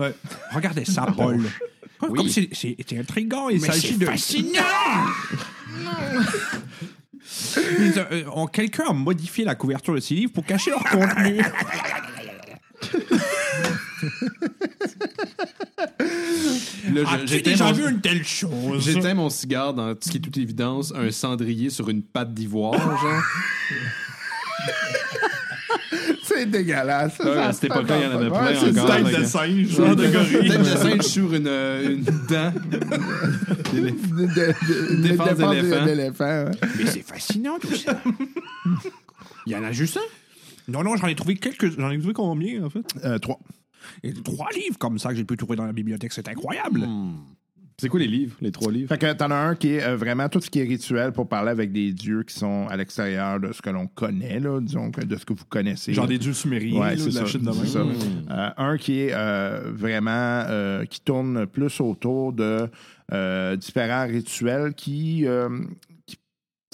Speaker 3: Ouais. Regardez ça, Paul. Comme c'est- c'est c'est intriguant, il s'agit de. fascinant! euh, Quelqu'un a modifié la couverture de ces livres pour cacher leur contenu.
Speaker 5: Là, je-
Speaker 3: Ah, J'ai
Speaker 5: j'éteins
Speaker 3: déjà
Speaker 5: mon-
Speaker 3: vu une telle chose?
Speaker 5: J'éteins mon cigare dans ce qui est toute évidence, un cendrier sur une patte d'ivoire, genre.
Speaker 2: C'est dégueulasse.
Speaker 5: à cette époque-là, il y en avait plein
Speaker 2: c'est
Speaker 5: encore.
Speaker 2: dingue.
Speaker 5: Tête de
Speaker 3: singe,
Speaker 5: Peut-être de singe sur une, euh, une dent.
Speaker 2: De- de- de-
Speaker 5: Défense
Speaker 2: défense
Speaker 5: d'éléphant.
Speaker 2: d'éléphant, ouais.
Speaker 1: Mais c'est fascinant tout ça. Il y en a juste un.
Speaker 3: Non, non, j'en ai trouvé quelques. J'en ai trouvé combien, en fait?
Speaker 2: Euh, trois.
Speaker 3: Et trois livres comme ça que j'ai pu trouver dans la bibliothèque, c'est incroyable.
Speaker 5: C'est quoi les livres, les trois livres?
Speaker 2: Fait que t'en as un qui est euh, vraiment tout ce qui est rituel pour parler avec des dieux qui sont à l'extérieur de ce que l'on connaît, là, disons, que de ce que vous connaissez.
Speaker 3: Genre des dieux sumériens,
Speaker 2: Ouais,
Speaker 3: là,
Speaker 2: c'est
Speaker 3: de la
Speaker 2: ça.
Speaker 3: chute de
Speaker 2: c'est
Speaker 3: même.
Speaker 2: ça. Euh, un qui est euh, vraiment euh, qui tourne plus autour de euh, différents rituels qui, euh, qui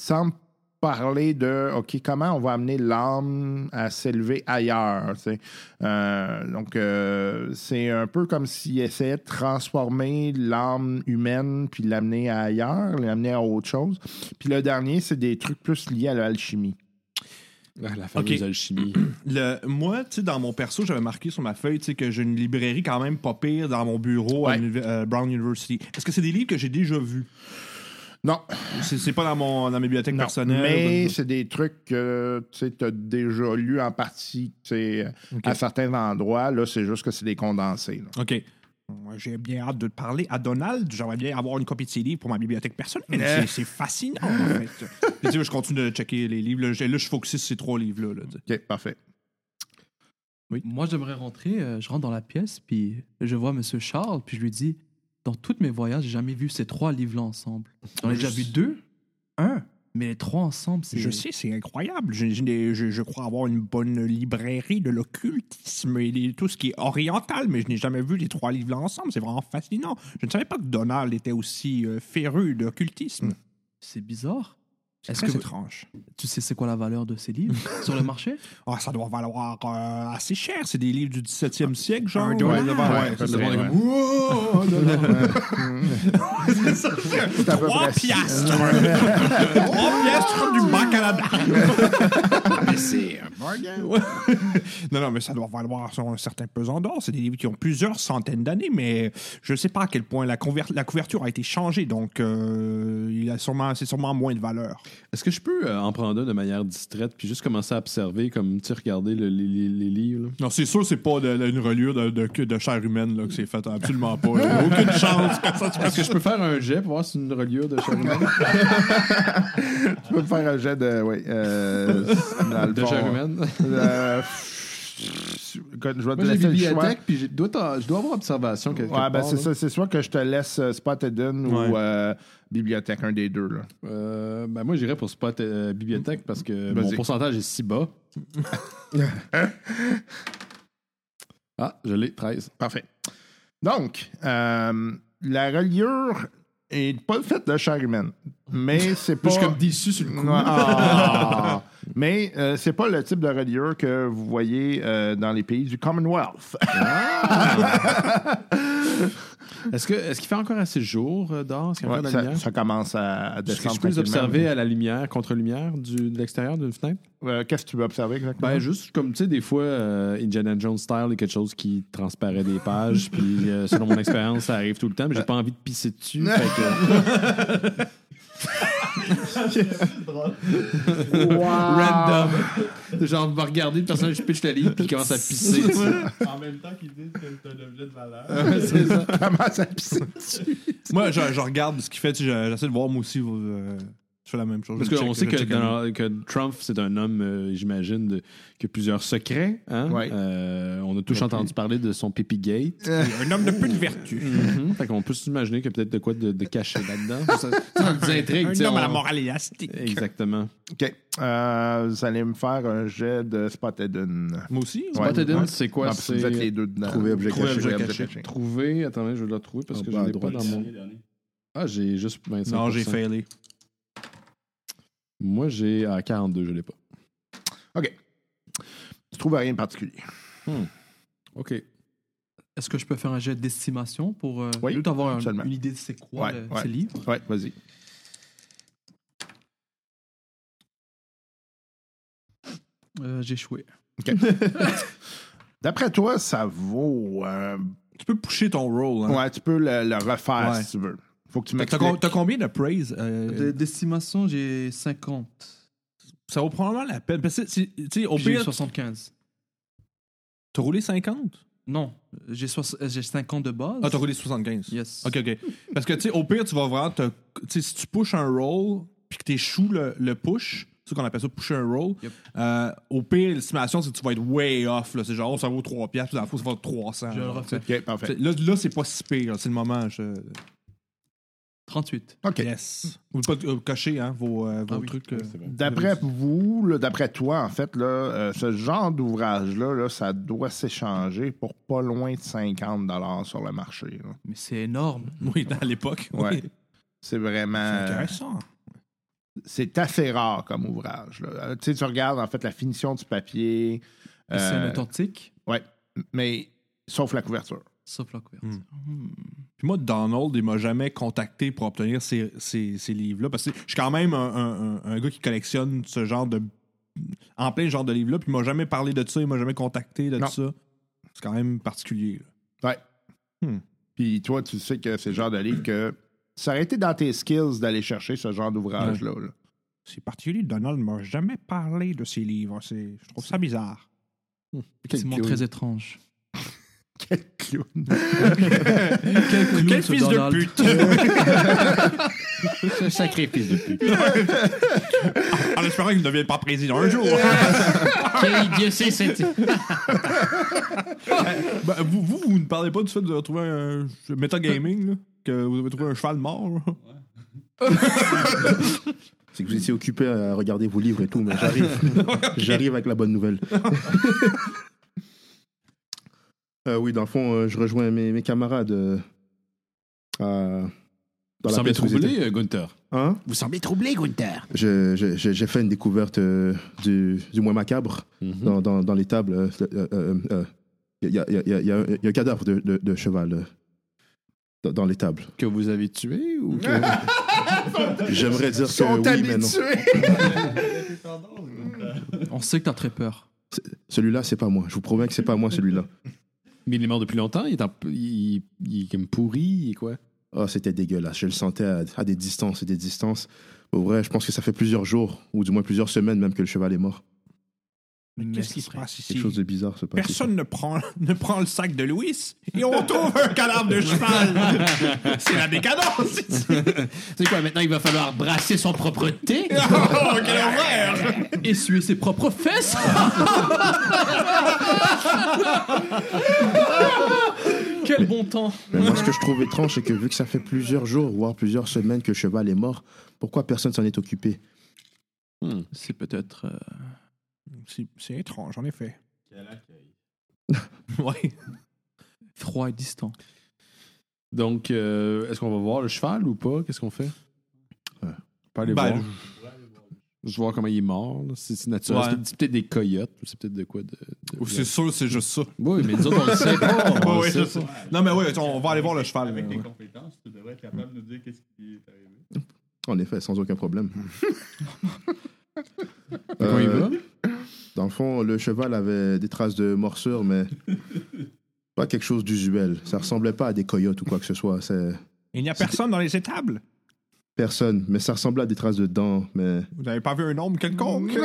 Speaker 2: semblent parler de OK, comment on va amener l'âme à s'élever ailleurs. tu sais. Euh, donc, euh, c'est un peu comme s'il essayait de transformer l'âme humaine puis l'amener ailleurs, l'amener à autre chose. Puis le dernier, c'est des trucs plus liés à l'alchimie.
Speaker 5: la fameuse
Speaker 3: Ok.
Speaker 5: alchimie.
Speaker 3: Le, moi, tu sais, dans mon perso, j'avais marqué sur ma feuille tu sais, que j'ai une librairie quand même pas pire dans mon bureau à
Speaker 2: Ouais.
Speaker 3: l'univ- euh, Brown University. Est-ce que c'est des livres que j'ai déjà vus?
Speaker 2: Non,
Speaker 3: C'est c'est pas dans, mon, dans mes bibliothèques
Speaker 2: non.
Speaker 3: personnelles.
Speaker 2: mais
Speaker 5: ben,
Speaker 2: c'est des trucs que tu as déjà lu en partie tu sais, à certains endroits. Là, c'est juste que c'est des condensés. là.
Speaker 3: OK. Moi, J'ai bien hâte de te parler à Donald. J'aimerais bien avoir une copie de ses livres pour ma bibliothèque personnelle. C'est- C'est fascinant, en fait. Puis, tu sais, je continue de checker les livres. Là, j'ai- là, je suis focusé sur ces trois livres-là. là, tu sais.
Speaker 2: OK, parfait.
Speaker 4: Moi, j'aimerais rentrer. euh, je rentre dans la pièce, puis je vois Monsieur Charles, puis je lui dis Dans tous mes voyages, j'ai jamais vu ces trois livres-là ensemble. J'en ai déjà vu deux, un, mais les trois ensemble, c'est.
Speaker 3: Je sais, c'est incroyable. J'ai- j'ai des- Je, je crois avoir une bonne librairie de l'occultisme et des- tout ce qui est oriental, mais je n'ai jamais vu les trois livres-là ensemble. C'est vraiment fascinant. Je ne savais pas que Donald était aussi euh, féru d'occultisme.
Speaker 4: C'est bizarre.
Speaker 3: C'est
Speaker 4: Hmm. Est-ce
Speaker 3: très
Speaker 4: que-
Speaker 3: étrange.
Speaker 4: Tu sais, c'est quoi la valeur de ces livres sur le marché
Speaker 3: Ah, ça doit valoir euh, assez cher. C'est des livres du 17e siècle,
Speaker 4: Ah,
Speaker 3: genre.
Speaker 2: Ouais,
Speaker 3: Ouais,
Speaker 2: ouais,
Speaker 3: ouais.
Speaker 2: à peu près, ouais. C'est à peu
Speaker 3: Trois
Speaker 2: près ça.
Speaker 3: piastres! Trois piastres du Bas-Canada! Ouais. non, non, mais ça doit valoir un certain pesant d'or. C'est des livres qui ont plusieurs centaines d'années, mais je ne sais pas à quel point la, conver- la couverture a été changée, donc euh, il a sûrement, c'est sûrement moins de valeur.
Speaker 5: Est-ce que je peux euh, en prendre un de manière distraite puis juste commencer à observer, comme tu sais, regarder le- les, les- les livres? là?
Speaker 3: Non, c'est sûr, c'est pas une reliure de, chair humaine que c'est fait. Absolument pas. Aucune chance que ça se
Speaker 5: Est-ce que je peux faire un jet pour voir si c'est une reliure de Charuman?
Speaker 2: Tu peux me faire un jet de. Oui. Euh, dans le
Speaker 5: de
Speaker 2: fond.
Speaker 5: Charuman?
Speaker 2: Euh, pff, écoute, je vais te
Speaker 5: Moi, j'ai
Speaker 2: laisser le choix.
Speaker 5: bibliothèque, puis je dois, t'en- je dois avoir observation quelque
Speaker 2: Ouais, ben
Speaker 5: part,
Speaker 2: c'est
Speaker 5: là.
Speaker 2: ça. C'est soit que je te laisse euh, Spotted In ou
Speaker 3: Ouais.
Speaker 2: euh, Bibliothèque, un des deux. Là.
Speaker 5: Euh, ben moi, j'irais pour spot euh, bibliothèque parce que
Speaker 2: Vas-y.
Speaker 5: mon pourcentage est si bas. ah, je l'ai, 13.
Speaker 2: Parfait. Donc, euh, la reliure est pas faite de chair humaine, mais c'est pas.
Speaker 5: Je suis comme déçu sur le coup.
Speaker 2: Ah. mais euh, c'est pas le type de reliure que vous voyez euh, dans les pays du Commonwealth.
Speaker 5: Est-ce que- est-ce qu'il fait encore assez jour euh, dehors? Est-ce qu'il y a
Speaker 2: Ouais,
Speaker 5: encore de la
Speaker 2: ça,
Speaker 5: lumière?
Speaker 2: ça commence à, à
Speaker 5: Est-ce que
Speaker 2: descendre.
Speaker 5: je peux les
Speaker 2: tranquillement.
Speaker 5: observer à la lumière, contre-lumière du- de l'extérieur d'une fenêtre?
Speaker 2: Euh, Qu'est-ce que tu veux observer exactement?
Speaker 5: Ben, juste comme, tu sais, des fois, euh, Indiana Jones style, il y a quelque chose qui transparaît des pages, puis euh, selon mon expérience, ça arrive tout le temps, mais j'ai pas envie de pisser dessus. fait que- Random. Genre, on va regarder le personnage pitch le livre, puis il commence à pisser. tu sais.
Speaker 9: En même temps qu'ils disent que c'est un objet de valeur.
Speaker 5: C'est ça.
Speaker 3: Moi, je, je regarde ce qu'il fait. tu sais, je- J'essaie de voir, moi aussi, euh, je fais la même chose.
Speaker 5: Parce
Speaker 3: Je
Speaker 5: qu'on
Speaker 3: check-
Speaker 5: sait
Speaker 3: je
Speaker 5: que,
Speaker 3: check
Speaker 5: dans- que Trump, c'est un homme, euh, j'imagine, de- qui a plusieurs secrets. hein.
Speaker 2: Ouais.
Speaker 5: Euh, on a tous entendu parler de son pipi gate.
Speaker 3: Un homme de peu de vertu.
Speaker 5: Mhm. Fait qu'on peut s'imaginer qu'il y a peut-être de quoi de, de caché là-dedans. Ça, ça nous intrigue. tu
Speaker 3: Un
Speaker 5: sais,
Speaker 3: homme à la
Speaker 5: on-
Speaker 3: morale élastique.
Speaker 5: Exactement.
Speaker 2: OK. Euh, vous allez me faire un jet de Spotted In.
Speaker 3: Moi aussi. hein.
Speaker 2: Ouais.
Speaker 5: Spotted In, c'est quoi?
Speaker 2: Ah,
Speaker 5: C'est
Speaker 2: Vous êtes les deux dedans.
Speaker 7: Trouver objet
Speaker 2: Trouver
Speaker 7: caché.
Speaker 2: objet
Speaker 5: Trouver
Speaker 2: caché.
Speaker 5: Trouver, attendez, je vais le retrouver parce
Speaker 7: Ah,
Speaker 5: que
Speaker 7: bah,
Speaker 5: je l'ai pas
Speaker 7: drôle,
Speaker 5: dans
Speaker 7: ça.
Speaker 5: mon... Ah, j'ai juste 25
Speaker 3: Non, j'ai failé.
Speaker 5: Moi, j'ai ah, 42, je l'ai pas.
Speaker 2: Tu trouves rien de particulier.
Speaker 5: OK.
Speaker 4: Est-ce que je peux faire un jet d'estimation pour euh,
Speaker 2: Oui,
Speaker 4: juste avoir un-
Speaker 2: absolument.
Speaker 4: une idée de c'est quoi
Speaker 2: Ouais,
Speaker 4: le-
Speaker 2: ouais.
Speaker 4: ces livres
Speaker 2: Ouais, vas-y.
Speaker 4: Euh, J'ai échoué.
Speaker 2: D'après toi, ça vaut. euh,
Speaker 3: Tu peux pusher ton roll. Hein.
Speaker 2: ouais, tu peux le, le refaire
Speaker 3: Ouais.
Speaker 2: si tu veux. Faut que tu
Speaker 3: Fait que T'as
Speaker 2: m'expliques.
Speaker 3: com- t'as combien de praise euh,
Speaker 4: De- D'estimation, j'ai 50.
Speaker 3: Ça vaut probablement la peine. Parce que, c'est- tu sais, au
Speaker 4: Puis J'ai
Speaker 3: pire,
Speaker 4: 75.
Speaker 3: t'as roulé 50.
Speaker 4: Non, j'ai soix- euh, j'ai 50 de base.
Speaker 3: Ah, t'as roulé 75.
Speaker 4: Yes.
Speaker 3: OK, OK. Parce que, tu sais, au pire, tu vas vraiment. te- Tu sais, si tu pushes un roll, puis que t'échoues le, le push, c'est ce qu'on appelle ça pusher un roll,
Speaker 4: Yep.
Speaker 3: euh, au pire, l'estimation, c'est que tu vas être way off. là. C'est genre, oh, ça vaut 3 piastres, puis dans le fond, ça vaut 300.
Speaker 4: Je le
Speaker 3: genre,
Speaker 4: refais.
Speaker 3: tu
Speaker 2: Ok, parfait.
Speaker 3: sais. Là, là c'est pas si pire. là. C'est le moment. Je...
Speaker 4: 38.
Speaker 2: Ok.
Speaker 3: Yes. Vous pouvez pas euh, cocher hein, vos, euh, vos
Speaker 4: Ah oui.
Speaker 3: trucs. euh,
Speaker 2: D'après vous, là, d'après toi, en fait, là, euh, ce genre d'ouvrage-là, là, ça doit s'échanger pour pas loin de 50 sur le marché. là.
Speaker 4: Mais c'est énorme.
Speaker 3: Oui, dans l'époque.
Speaker 2: Ouais. Euh,
Speaker 3: oui.
Speaker 2: C'est vraiment.
Speaker 3: C'est intéressant.
Speaker 2: c'est assez rare comme ouvrage. là. Euh, Tu sais, tu regardes en fait la finition du papier.
Speaker 4: C'est un
Speaker 2: euh,
Speaker 4: authentique,
Speaker 2: ouais, mais sauf la couverture.
Speaker 4: sauf la couverture.
Speaker 3: Puis moi, Donald, il m'a jamais contacté pour obtenir ces, ces- ces livres-là. Parce que je suis quand même un, un- un- un gars qui collectionne ce genre de. En plein ce genre de livres-là. Puis il m'a jamais parlé de ça. Il m'a jamais contacté de
Speaker 2: Non.
Speaker 3: ça. C'est quand même particulier. là.
Speaker 2: Ouais.
Speaker 3: Hmm.
Speaker 2: Puis toi, tu sais que c'est le genre de livre que ça aurait été dans tes skills d'aller chercher ce genre d'ouvrage-là. là.
Speaker 3: C'est particulier. Donald m'a jamais parlé de ces livres. C'est- Je trouve ça bizarre.
Speaker 4: Effectivement, très étrange.
Speaker 2: Quel clown.
Speaker 4: Quel, clown,
Speaker 3: Quel
Speaker 4: ce
Speaker 3: fils de
Speaker 4: Donald.
Speaker 3: pute!
Speaker 5: Un sacrifice de pute.
Speaker 3: En espérant qu'il ne devienne pas président un jour.
Speaker 5: Quel Dieu sait, c'est.
Speaker 3: Ben, vous, vous, vous ne parlez pas du fait de retrouver un metagaming, là, que vous avez trouvé un cheval mort. là.
Speaker 7: C'est que vous étiez occupé à regarder vos livres et tout, mais j'arrive. J'arrive avec la bonne nouvelle. Euh, oui, dans le fond, euh, je rejoins mes, mes camarades euh, à- dans
Speaker 5: Vous
Speaker 7: la
Speaker 5: semblez
Speaker 7: pièce où ils étaient.
Speaker 5: troublé, euh, Gunther.
Speaker 7: Hein
Speaker 1: Vous semblez troublé, Gunther.
Speaker 7: Je- je- je- J'ai fait une découverte euh, du, du moins macabre
Speaker 5: Mm-hmm.
Speaker 7: dans, dans- dans les tables. euh, euh, euh, euh, Il y, a, il y a- il y a- il y a un- il y a un cadavre de, de- de cheval euh, dans, dans les tables.
Speaker 5: Que vous avez tué ou que. ben
Speaker 7: J'aimerais dire
Speaker 2: Ils sont
Speaker 7: que oui, mais non.
Speaker 2: habitués.
Speaker 4: On sait que t'as très peur.
Speaker 7: Celui-là, c'est pas moi. Je vous promets que c'est pas moi celui-là.
Speaker 5: Mais il est mort depuis longtemps, il est, en- il, il- il est comme pourri, il est quoi
Speaker 7: Oh, c'était dégueulasse. Je le sentais à, à des distances et des distances. Au vrai, je pense que ça fait plusieurs jours, ou du moins plusieurs semaines même, que le cheval est mort.
Speaker 3: Mais qu'est-ce qui se
Speaker 4: c'est vrai.
Speaker 3: passe ici?
Speaker 7: Quelque chose de bizarre se passe.
Speaker 3: Personne ne prend, ne prend le sac de Louis et on trouve un cadavre de cheval. C'est la décadence. ici.
Speaker 5: C'est quoi, maintenant il va falloir brasser son propre thé
Speaker 3: Oh, quel horreur!
Speaker 4: Essuyer ses propres fesses Quel bon temps
Speaker 7: Mais moi, ce que je trouve étrange, c'est que vu que ça fait plusieurs jours, voire plusieurs semaines que le cheval est mort, pourquoi personne s'en est occupé
Speaker 4: C'est peut-être... euh,
Speaker 3: C'est- C'est étrange, en effet.
Speaker 9: Quel accueil.
Speaker 3: Ouais.
Speaker 4: froid et distant.
Speaker 5: Donc, euh, est-ce qu'on va voir le cheval ou pas Qu'est-ce qu'on fait On peut aller
Speaker 3: Ben,
Speaker 5: voir. Je vois comment il est mort, là. c'est c'est naturel.
Speaker 3: Ouais.
Speaker 5: C'est peut-être- C'est peut-être des coyotes, ou c'est peut-être de quoi de. de-
Speaker 3: Ou c'est
Speaker 5: de-
Speaker 3: sûr, c'est juste ça.
Speaker 5: Oui, mais nous autres, on le sait pas. on le
Speaker 3: Ouais,
Speaker 5: sait
Speaker 3: c'est
Speaker 5: pas.
Speaker 3: Non, mais oui, on va aller voir le cheval.
Speaker 9: Avec
Speaker 3: mais
Speaker 9: tes
Speaker 3: ouais.
Speaker 9: compétences, tu devrais être capable de nous dire qu'est-ce qui est arrivé.
Speaker 7: En effet, sans aucun problème.
Speaker 5: Comment il
Speaker 7: Euh,
Speaker 5: va
Speaker 7: Dans le fond, le cheval avait des traces de morsures, mais pas quelque chose d'usuel. Ça ressemblait pas à des coyotes ou quoi que ce soit. C'est
Speaker 3: Il n'y a personne dans les étables.
Speaker 7: personne, mais ça ressemblait à des traces de dents. Mais
Speaker 3: Vous n'avez pas vu un homme quelconque?
Speaker 5: Une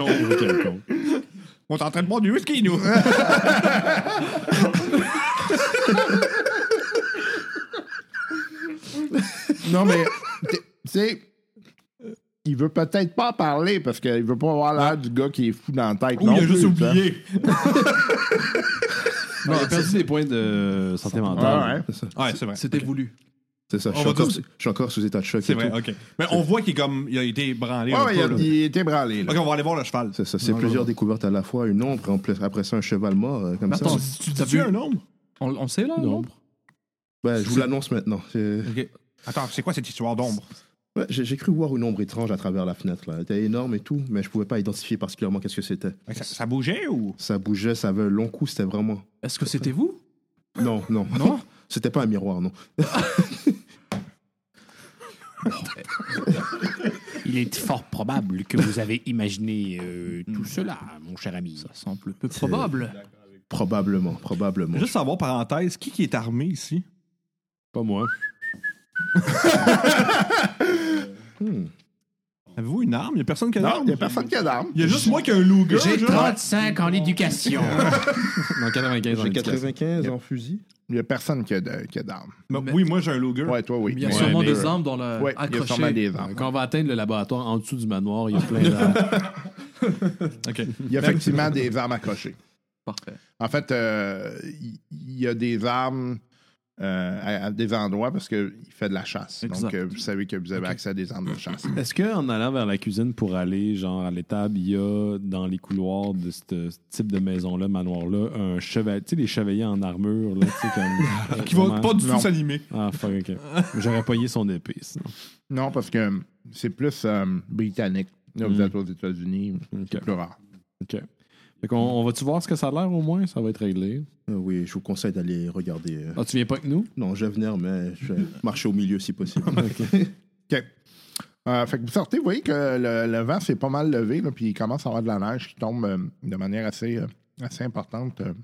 Speaker 5: ombre quelconque.
Speaker 3: On est en train de boire du whisky, nous.
Speaker 2: Non, mais tu sais, il veut peut-être pas en parler parce qu'il veut pas avoir l'air du gars qui est fou dans la tête.
Speaker 3: Ou
Speaker 2: non
Speaker 3: il a juste
Speaker 2: plus, ça.
Speaker 3: oublié.
Speaker 5: Non, il a perdu des points de santé mentale.
Speaker 2: Ah ouais.
Speaker 3: Ouais, c'est vrai.
Speaker 4: C'était voulu.
Speaker 7: c'est ça. Je
Speaker 3: On
Speaker 7: suis,
Speaker 3: va
Speaker 7: encore,
Speaker 3: tous-
Speaker 7: je suis encore sous état de choc.
Speaker 3: C'est
Speaker 7: et
Speaker 3: vrai,
Speaker 7: tout.
Speaker 3: ok. Mais on voit qu'il est comme. Il a été branlé.
Speaker 2: Ouais,
Speaker 3: un
Speaker 2: ouais,
Speaker 3: peu,
Speaker 2: il, a-
Speaker 3: là.
Speaker 2: il était branlé. là.
Speaker 3: Ok, on va aller voir le cheval.
Speaker 7: C'est ça, c'est plusieurs découvertes à la fois, une ombre, en plus- après ça un cheval mort, euh, comme
Speaker 4: Mais
Speaker 7: ça.
Speaker 4: attends,
Speaker 3: Tu
Speaker 4: t'as
Speaker 3: dis
Speaker 4: vu
Speaker 3: un homme?
Speaker 4: On, on sait là
Speaker 5: Non.
Speaker 4: l'ombre
Speaker 7: Ouais, je vous l'annonce maintenant. C'est-
Speaker 3: Attends, c'est quoi cette histoire d'ombre?
Speaker 7: Ouais, J'ai j'ai cru voir une ombre étrange à travers la fenêtre. Là. Elle était énorme et tout, mais je pouvais pas identifier particulièrement qu'est-ce que c'était.
Speaker 3: Ben, Ça, ça bougeait ou?
Speaker 7: Ça bougeait, ça avait un long coup, c'était vraiment...
Speaker 4: Est-ce que c'était vous
Speaker 7: Non, non.
Speaker 4: Non
Speaker 7: C'était pas un miroir, non.
Speaker 10: Il est fort probable que vous avez imaginé euh, tout cela, mon cher ami.
Speaker 4: Ça semble peu probable.
Speaker 7: Probablement, probablement.
Speaker 3: Juste savoir, parenthèse, qui qui est armé ici?
Speaker 5: Pas moi.
Speaker 7: Hmm.
Speaker 3: Avez-vous une arme? Il n'y a personne qui a
Speaker 2: Non, il
Speaker 3: d'arme?
Speaker 2: n'y a personne qui a d'arme.
Speaker 3: Il y a juste moi qui ai un loup-gars.
Speaker 10: J'ai
Speaker 3: genre.
Speaker 10: 35 en éducation.
Speaker 5: Dans 95 ans.
Speaker 7: J'ai 95 en fusil.
Speaker 2: Il n'y a personne qui a de- qui a d'arme.
Speaker 3: Mais Ben, Oui, moi j'ai un loup-gars.
Speaker 2: Ouais, toi, oui.
Speaker 4: Il y a
Speaker 2: Ouais,
Speaker 4: sûrement
Speaker 2: mais- euh,
Speaker 4: des armes dans la
Speaker 2: Ouais, il y a sûrement
Speaker 4: accrochées.
Speaker 2: des armes.
Speaker 5: Quand on va atteindre le laboratoire en dessous du manoir, il y a plein de.
Speaker 2: Il y a effectivement des armes accrochées.
Speaker 4: Parfait.
Speaker 2: En fait, euh, il il y, a des armes euh, à, à des endroits parce qu'il fait de la chasse. Donc,
Speaker 4: Exact.
Speaker 2: euh, vous savez que vous avez accès à des armes de chasse.
Speaker 5: Est-ce qu'en allant vers la cuisine pour aller, genre, à l'étable, il y a dans les couloirs de ce ce type de maison-là, manoir-là, un chevalier, tu sais, les chevaliers en armure, là, tu sais, comme.
Speaker 3: Qui va
Speaker 5: Vraiment-
Speaker 3: pas du tout s'animer.
Speaker 5: Ah, fuck, ok. J'aurais pogné son épée, sinon.
Speaker 2: Non, parce que c'est plus euh, britannique. Là, vous
Speaker 3: Hmm.
Speaker 5: Mm.
Speaker 2: êtes aux États-Unis,
Speaker 5: Ok.
Speaker 2: c'est plus rare.
Speaker 5: ok. Fait qu'on on va-tu voir ce que ça a l'air au moins? Ça va être réglé.
Speaker 7: Euh, oui, je vous conseille d'aller regarder. euh,
Speaker 5: Ah, tu viens pas avec nous?
Speaker 7: Non, je vais venir, mais je vais marcher au milieu si possible.
Speaker 2: Euh, fait que vous sortez, vous voyez que le, le vent s'est pas mal levé, là, puis il commence à avoir de la neige qui tombe euh, de manière assez, euh, assez importante euh,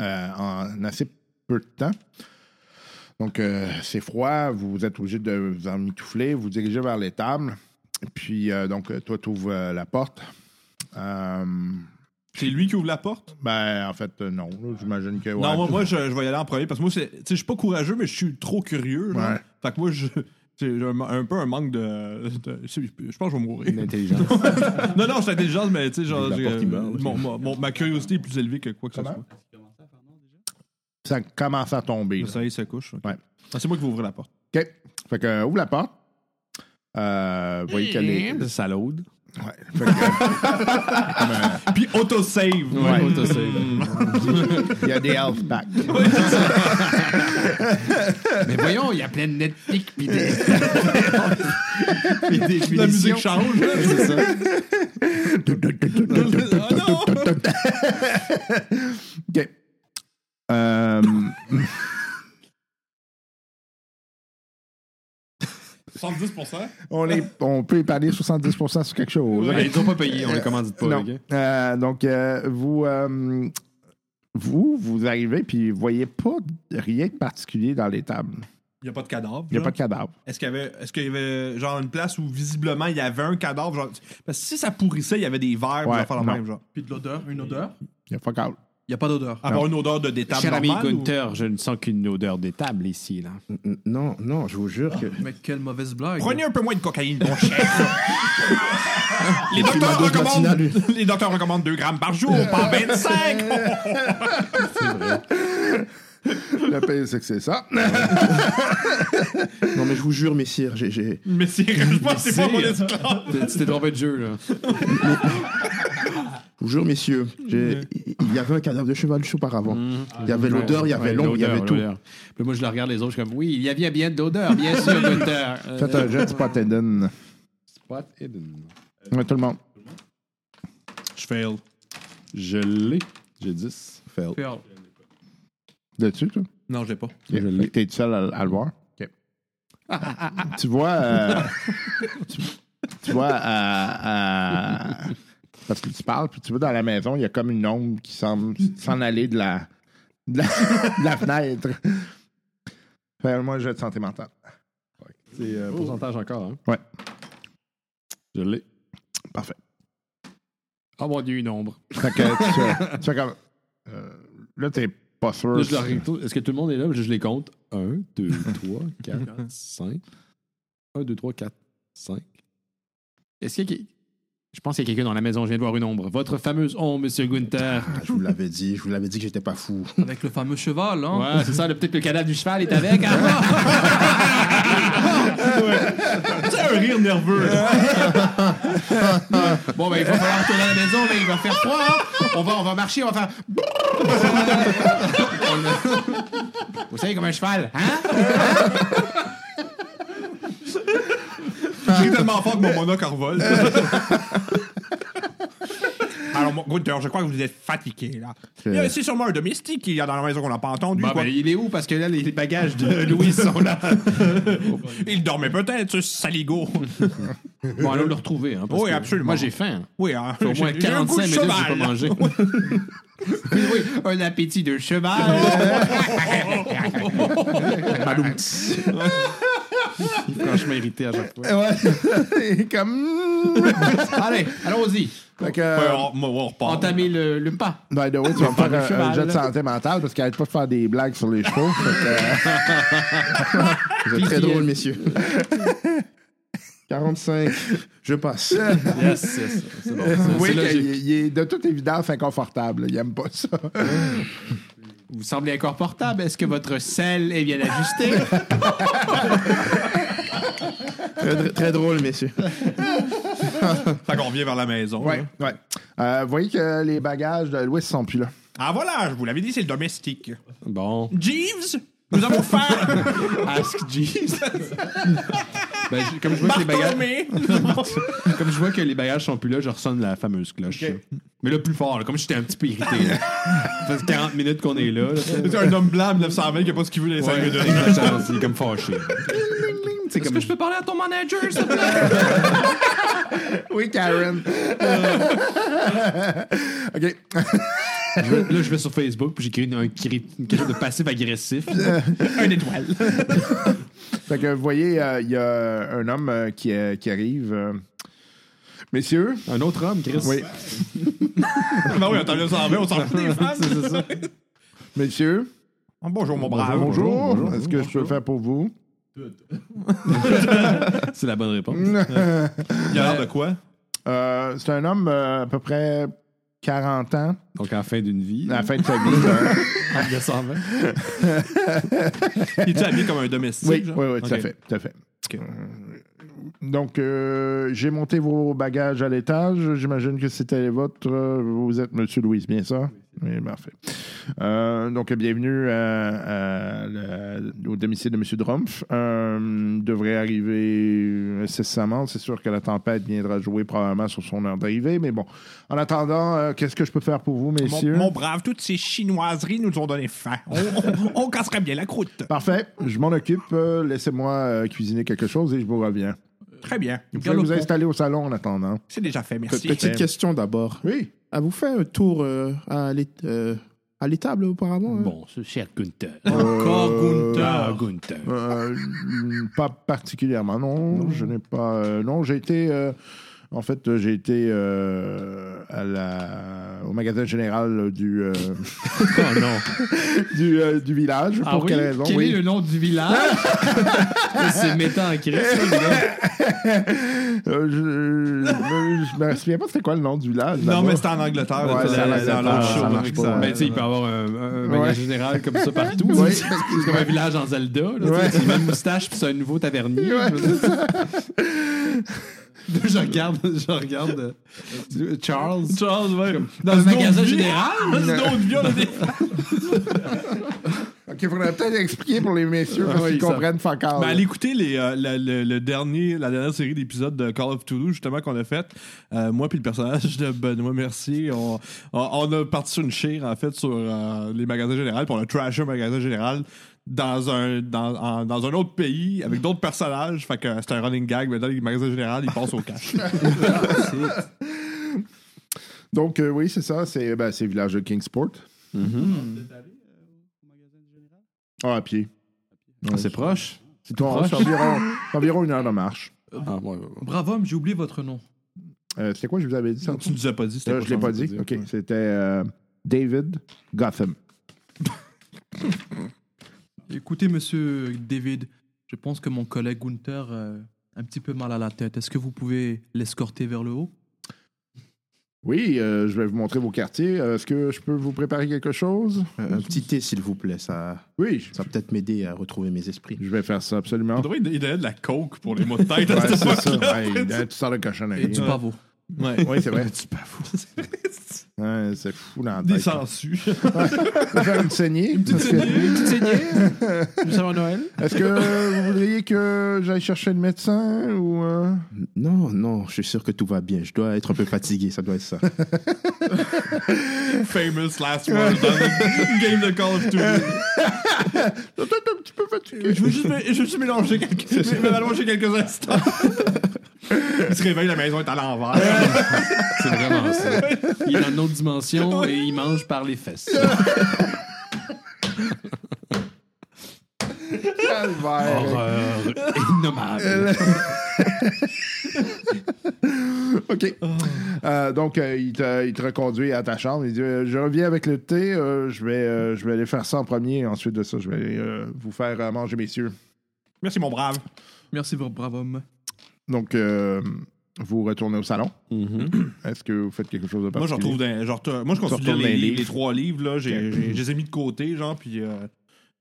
Speaker 2: euh, en assez peu de temps. Donc, euh, c'est froid, vous êtes obligé de vous emmitoufler, vous vous dirigez vers l'étable, puis euh, donc, euh, toi, tu ouvres la porte. Euh,
Speaker 3: C'est lui qui ouvre la porte.
Speaker 2: ben, en fait, euh, non, là, j'imagine que. ouais,
Speaker 3: non, moi,
Speaker 2: tu-
Speaker 3: moi, je, je vais y aller en premier parce que moi, c'est- tu sais, je suis pas courageux, mais je suis trop curieux. genre.
Speaker 2: Ouais.
Speaker 3: Fait que moi, je. J'ai un, un peu un manque de. de- je je pense que je vais mourir.
Speaker 5: L'intelligence.
Speaker 3: Non, non, je suis intelligent, mais tu sais, genre.
Speaker 7: La
Speaker 3: j'ai- euh,
Speaker 7: porte qui meurt, là.
Speaker 3: mon- mon- mon- ma curiosité est plus élevée que quoi que ce
Speaker 2: Comment?
Speaker 3: soit.
Speaker 2: Ça commence à tomber.
Speaker 3: Le
Speaker 2: là.
Speaker 3: soleil se couche. ok.
Speaker 2: Ouais.
Speaker 3: Ah, c'est moi qui vais ouvrir la porte.
Speaker 2: OK. Fait que, euh, ouvre la porte. Euh, vous voyez qu'elle est.
Speaker 5: De salaude.
Speaker 2: Ouais. Fait que, euh,
Speaker 3: Puis autosave.
Speaker 2: Ouais.
Speaker 5: Autosave.
Speaker 2: Il y a des health packs.
Speaker 10: Mais voyons, il y a plein de Netflix pis des.
Speaker 5: Et des
Speaker 3: La musique
Speaker 5: munitions.
Speaker 3: change. là.
Speaker 5: C'est ça.
Speaker 3: Ah non!
Speaker 2: OK. Euh, on, est, on peut épargner 70 sur quelque chose.
Speaker 5: Ouais, Ils ont pas payé, on les commandite pas.
Speaker 2: Non.
Speaker 5: ok?
Speaker 2: Euh, donc, euh, vous, euh, vous, vous arrivez puis vous voyez pas de- rien de particulier dans les tables.
Speaker 3: Il n'y a pas de cadavre.
Speaker 2: Il n'y a
Speaker 3: genre.
Speaker 2: pas de cadavre.
Speaker 3: Est-ce qu'il y avait, est-ce qu'il y avait genre une place où visiblement il y avait un cadavre genre parce que si ça pourrissait, il y avait des verres
Speaker 2: Ouais,
Speaker 3: pour faire le
Speaker 2: non.
Speaker 3: même genre.
Speaker 4: Puis de l'odeur, une odeur.
Speaker 2: Il n'y a pas de cadavre.
Speaker 4: Il n'y a pas d'odeur.
Speaker 3: À part une odeur de détable
Speaker 10: Cher ami
Speaker 3: normale, ou-
Speaker 10: Gunther, je ne sens qu'une odeur d'étable ici, là.
Speaker 7: N- n- non, non, je vous jure que.
Speaker 4: Mais quelle mauvaise blague.
Speaker 3: Prenez un peu moins de cocaïne, mon cher. les docteurs
Speaker 7: dose
Speaker 3: recommandent
Speaker 7: matinale.
Speaker 3: les docteurs recommandent 2 grammes par jour, pas 25.
Speaker 2: Le pire, c'est que c'est ça.
Speaker 7: Non, mais je vous jure, messire, j'ai- j'ai.
Speaker 3: Mais c'est je pense que c'est pas mon esclave.
Speaker 5: T'es- Tu t'es trompé de jeu, là.
Speaker 7: Je vous jure, messieurs, j'ai- il il y avait un cadavre de cheval juste auparavant. Il y avait l'odeur, il y avait
Speaker 5: Ah, Ouais,
Speaker 7: l'ombre, il y
Speaker 5: l'odeur,
Speaker 7: avait tout.
Speaker 5: l'odeur. Puis moi, je la regarde les autres, je suis comme, oui, il y avait bien d'odeur, bien sûr, Gunther. Euh,
Speaker 2: Faites un jet de spot hidden.
Speaker 5: Spot hidden.
Speaker 2: Ouais, tout le monde.
Speaker 3: Je fail.
Speaker 5: Je l'ai. J'ai 10.
Speaker 4: Puis, alors,
Speaker 2: Là-dessus, toi?
Speaker 3: Non, je l'ai pas.
Speaker 2: Ok, fait que T'es tout seul à, à le voir. tu vois. euh, tu, tu vois. euh, euh, parce que tu parles, puis tu vois dans la maison, il y a comme une ombre qui semble s'en aller de la, de la, de la fenêtre. Fais-moi un jeu de santé mentale.
Speaker 5: C'est euh, pourcentage encore, hein?
Speaker 2: Ouais.
Speaker 5: Je l'ai.
Speaker 2: Parfait.
Speaker 5: Ah mon dieu, une ombre.
Speaker 2: Fait que tu, tu fais comme. euh, là, t'es pas sûr.
Speaker 5: Là, je la regarde tout. Est-ce que tout le monde est là? Je, je les compte. 1, 2, 3, 4, 5. 1, 2, 3, 4, 5.
Speaker 10: Est-ce qu'il y a qui- Je pense qu'il y a quelqu'un dans la maison, je viens de voir une ombre. Votre fameuse ombre, monsieur Gunther.
Speaker 7: Ah, je vous l'avais dit, je vous l'avais dit que j'étais pas fou.
Speaker 4: Avec le fameux cheval, hein.
Speaker 10: Ouais, c'est ça, le- peut-être le cadavre du cheval est avec. hein?
Speaker 3: C'est un rire nerveux.
Speaker 10: Bon, ben, il va falloir retourner à la maison, là, il va faire froid. hein. On, va, on va marcher, on va faire. Vous savez, comme un cheval, hein?
Speaker 3: J'ai tellement fort que mon monocle en revole. Alors, mon- Gunther, je crois que vous êtes fatigué, là. Euh, C'est sûrement un domestique qu'il y a dans la maison qu'on n'a pas entendu.
Speaker 5: Bah,
Speaker 10: Bon,
Speaker 3: quoi.
Speaker 10: ben, il est où? Parce que là, les bagages de Louis sont là.
Speaker 3: Il dormait peut-être, ce saligo.
Speaker 10: Bon, allons le retrouver. Hein, parce
Speaker 3: Oui,
Speaker 10: que
Speaker 3: absolument.
Speaker 10: Moi, j'ai faim.
Speaker 3: Oui, hein,
Speaker 10: Au moins
Speaker 3: j'ai- j'ai un
Speaker 10: 45
Speaker 3: goût de
Speaker 10: minutes, j'ai
Speaker 3: cheval.
Speaker 10: pas mangé. Oui, oui, un appétit de cheval.
Speaker 5: Franchement, irrité à chaque fois.
Speaker 2: Ouais. Et comme.
Speaker 10: Allez, allons-y.
Speaker 2: Fait que.
Speaker 7: euh,
Speaker 3: Ouais, Euh, on, moi, on repart.
Speaker 10: Entamer le, le pas.
Speaker 2: By the way, tu vas me faire
Speaker 10: Faire
Speaker 2: un,
Speaker 10: le
Speaker 2: un jet de
Speaker 10: cheval.
Speaker 2: santé mentale parce qu'elle n'arrête pas de faire des blagues sur les chevaux. fait
Speaker 7: Vous êtes très
Speaker 10: Puis, euh,
Speaker 7: drôle, messieurs. 45, je passe.
Speaker 5: Yes, yes. C'est bon.
Speaker 2: que,
Speaker 5: C'est
Speaker 2: oui,
Speaker 5: logique.
Speaker 2: il, il est de toute évidence inconfortable. Il aime pas ça.
Speaker 10: Vous semblez inconfortable. Est-ce que votre selle est bien ajustée?
Speaker 7: Très, dr- très drôle, messieurs.
Speaker 3: Fait qu'on revient vers la maison.
Speaker 2: Ouais,
Speaker 3: là.
Speaker 2: ouais. Euh, vous voyez que les bagages de Louis sont plus là.
Speaker 3: Ah voilà, je vous l'avais dit, c'est le domestique.
Speaker 5: Bon.
Speaker 3: Jeeves, nous avons faim.
Speaker 5: Ask Jeeves. Ben, je- comme, je vois que les bagages,
Speaker 3: Barthélemy.
Speaker 5: comme je vois que les bagages sont plus là, je ressonne la fameuse cloche. Mais là, plus fort, là, comme j'étais un petit peu irrité. là. Ça fait 40 minutes qu'on est là. là ça-
Speaker 3: C'est un homme blanc 1920 qui a pas ce qu'il veut dans les cinq
Speaker 5: Ouais,
Speaker 3: minutes.
Speaker 5: exactement, il est comme fâché.
Speaker 4: Est-ce que je peux parler à ton manager, s'il te plaît?
Speaker 2: Oui, Karen. OK.
Speaker 5: Je vais- là, je vais sur Facebook, puis j'écris une, un cri- une question de passif-agressif.
Speaker 3: Une étoile.
Speaker 2: Fait que vous voyez, euh, il y a un homme euh, qui, euh, qui arrive. euh. Messieurs,
Speaker 5: Un autre homme, Chris.
Speaker 2: oui,
Speaker 3: Ben oui, on t'en 1920, on s'en fout des femmes.
Speaker 2: messieurs,
Speaker 3: Bonjour, mon brave.
Speaker 2: bonjour. Est-ce que je peux faire pour vous?
Speaker 5: C'est la bonne réponse.
Speaker 3: Il a l'air de quoi?
Speaker 2: Euh, c'est un homme euh, à peu près 40 ans,
Speaker 5: Donc, en fin d'une vie.
Speaker 2: à la fin de sa vie. là.
Speaker 5: en 1920.
Speaker 3: Il est habillé comme un domestique.
Speaker 2: oui, oui,
Speaker 3: genre?
Speaker 2: oui, tout à
Speaker 3: hein. Ok.
Speaker 2: fait. Tout à fait. Euh, Donc, euh, j'ai monté vos bagages à l'étage. J'imagine que c'était les vôtres. Vous êtes Monsieur Louis, bien ça? Oui, parfait. Euh, donc, bienvenue à- à le- au domicile de M. Drumpf. Euh, devrait arriver incessamment. C'est sûr que la tempête viendra jouer probablement sur son heure d'arrivée. Mais bon, en attendant, euh, qu'est-ce que je peux faire pour vous, messieurs?
Speaker 3: Mon, mon brave, toutes ces chinoiseries nous ont donné faim. On, on- on casserait bien la croûte.
Speaker 2: Parfait, je m'en occupe. Euh, Laissez-moi euh, cuisiner quelque chose et je vous reviens.
Speaker 3: Très bien.
Speaker 2: Vous pouvez vous installer au salon en attendant.
Speaker 3: C'est déjà fait,
Speaker 7: Pe-
Speaker 3: merci.
Speaker 7: Petite question d'abord.
Speaker 2: Oui.
Speaker 7: Avez-vous fait un tour euh, à l'é- euh, à l'étable auparavant? hein?
Speaker 10: Bon, ce cher Gunther.
Speaker 4: Encore
Speaker 10: Ah,
Speaker 4: Gunther.
Speaker 10: Gunther.
Speaker 2: Euh, mm, pas particulièrement, non. Je n'ai pas. euh, non, j'ai été. euh, en fait, euh, j'ai été euh, à la, au magasin général du. euh, du, euh, du village.
Speaker 10: Ah
Speaker 2: pour
Speaker 10: oui?
Speaker 2: quelle raison
Speaker 10: Quel
Speaker 2: Oui.
Speaker 10: est le nom du village? c'est méta en Chris.
Speaker 2: Euh, je, je- je me souviens pas c'était quoi le nom du village.
Speaker 3: Non,
Speaker 2: là-bas.
Speaker 3: mais c'était en Angleterre.
Speaker 2: Ouais,
Speaker 3: là,
Speaker 2: c'est
Speaker 3: dans
Speaker 2: en
Speaker 3: la-
Speaker 2: Angleterre,
Speaker 3: dans l'autre
Speaker 2: Ah, ça
Speaker 3: show,
Speaker 2: marche
Speaker 3: avec
Speaker 2: pas,
Speaker 3: ça.
Speaker 2: ouais.
Speaker 5: Ben, tu sais, il peut avoir un, un, un bagage général comme ça partout.
Speaker 2: Euh, Ouais.
Speaker 5: C'est comme un village en Zelda. Là,
Speaker 2: Ouais.
Speaker 5: C'est même moustache, puis c'est un nouveau tavernier.
Speaker 2: Ouais, c'est
Speaker 5: je regarde, je regarde euh, Charles.
Speaker 4: Charles, ouais.
Speaker 5: Dans le magasin
Speaker 4: général? C'est d'autres vieux, là,
Speaker 2: Ah,
Speaker 4: des-
Speaker 2: Ok, il faudrait peut-être expliquer pour les messieurs parce qu'ils comprennent pas encore.
Speaker 3: Ben, allez écouter les, euh, la, le, le dernier, la dernière série d'épisodes de Call of Toulouse, justement, qu'on a faite. Euh, moi puis le personnage de Benoît Mercier, on, on, on a parti sur une chire, en fait, sur euh, les magasins généraux, puis on a trashé un magasin général dans un, dans, en- dans un autre pays, avec d'autres personnages. Fait que c'est un running gag, mais dans les magasins généraux, ils passent au cash.
Speaker 2: Donc, euh, oui, c'est ça. C'est ben, c'est le village de Kingsport.
Speaker 7: Mm-hmm.
Speaker 2: euh, Ah, à pied.
Speaker 7: Ah,
Speaker 5: c'est proche.
Speaker 2: C'est toi, c'est environ, c'est environ une heure de marche.
Speaker 4: Bravo, homme, j'ai oublié votre nom.
Speaker 2: Euh, c'était quoi, je vous avais dit ça?
Speaker 3: tu nous as pas dit, c'était
Speaker 2: Euh, je l'ai pas dit. OK. C'était euh, David Gotham.
Speaker 4: Écoutez, monsieur David, je pense que mon collègue Gunther euh, a un petit peu mal à la tête. Est-ce que vous pouvez l'escorter vers le haut?
Speaker 2: Oui, euh, je vais vous montrer vos quartiers. Euh, Est-ce que je peux vous préparer quelque chose?
Speaker 7: Euh, Un un petit thé, s'il vous plaît. Ça,
Speaker 2: Oui, je-
Speaker 7: ça va peut-être m'aider à retrouver mes esprits.
Speaker 2: je vais faire ça absolument.
Speaker 3: On devrait il donnait de la coke pour les mots de tête à
Speaker 2: Ouais,
Speaker 3: cette
Speaker 2: c'est ça.
Speaker 3: époque-là.
Speaker 2: Ouais, il- euh, tu sors le cochonnerie.
Speaker 4: Et euh, du
Speaker 2: Ouais.
Speaker 4: pavot.
Speaker 2: Oui, c'est vrai. tu pas Ouais, c'est fou dans la
Speaker 3: Des
Speaker 2: tête.
Speaker 3: sangsues.
Speaker 2: Ça fait une saignée. parce que-
Speaker 10: Noël.
Speaker 2: Est-ce que vous voudriez que j'aille chercher le médecin ou... euh,
Speaker 7: Non, non, je suis sûr que tout va bien. Je dois être un peu fatigué, ça doit être ça.
Speaker 3: Famous last words dans une game de Call of Duty.
Speaker 2: Peut-être un petit peu fatigué.
Speaker 3: Je veux juste, me- je veux juste mélanger quelques, je vais m'allonger quelques instants. Il se réveille, la maison est à
Speaker 2: Ah,
Speaker 3: l'envers.
Speaker 5: C'est vraiment ça.
Speaker 10: Il est dans une autre dimension et il mange par les fesses.
Speaker 2: Calvaire.
Speaker 10: Horreur innommable.
Speaker 7: Ah.
Speaker 2: OK. Euh, donc, euh, il, te, il te reconduit à ta chambre. Il dit euh, Je reviens avec le thé. euh, je, vais, euh, je vais aller faire ça en premier. Ensuite de ça, je vais aller, euh, vous faire euh, manger, messieurs.
Speaker 3: Merci, mon brave.
Speaker 4: Merci, bra- brave homme.
Speaker 2: Donc, euh, vous retournez au salon. Est-ce que vous faites quelque chose de
Speaker 3: Moi, je
Speaker 2: particulier?
Speaker 3: retrouve dans- genre, t'as- moi, je consulte
Speaker 2: retournes dans
Speaker 3: les,
Speaker 2: les
Speaker 3: les
Speaker 2: livres.
Speaker 3: trois livres, là. J'ai, j'ai- je les ai mis de côté, genre, puis euh,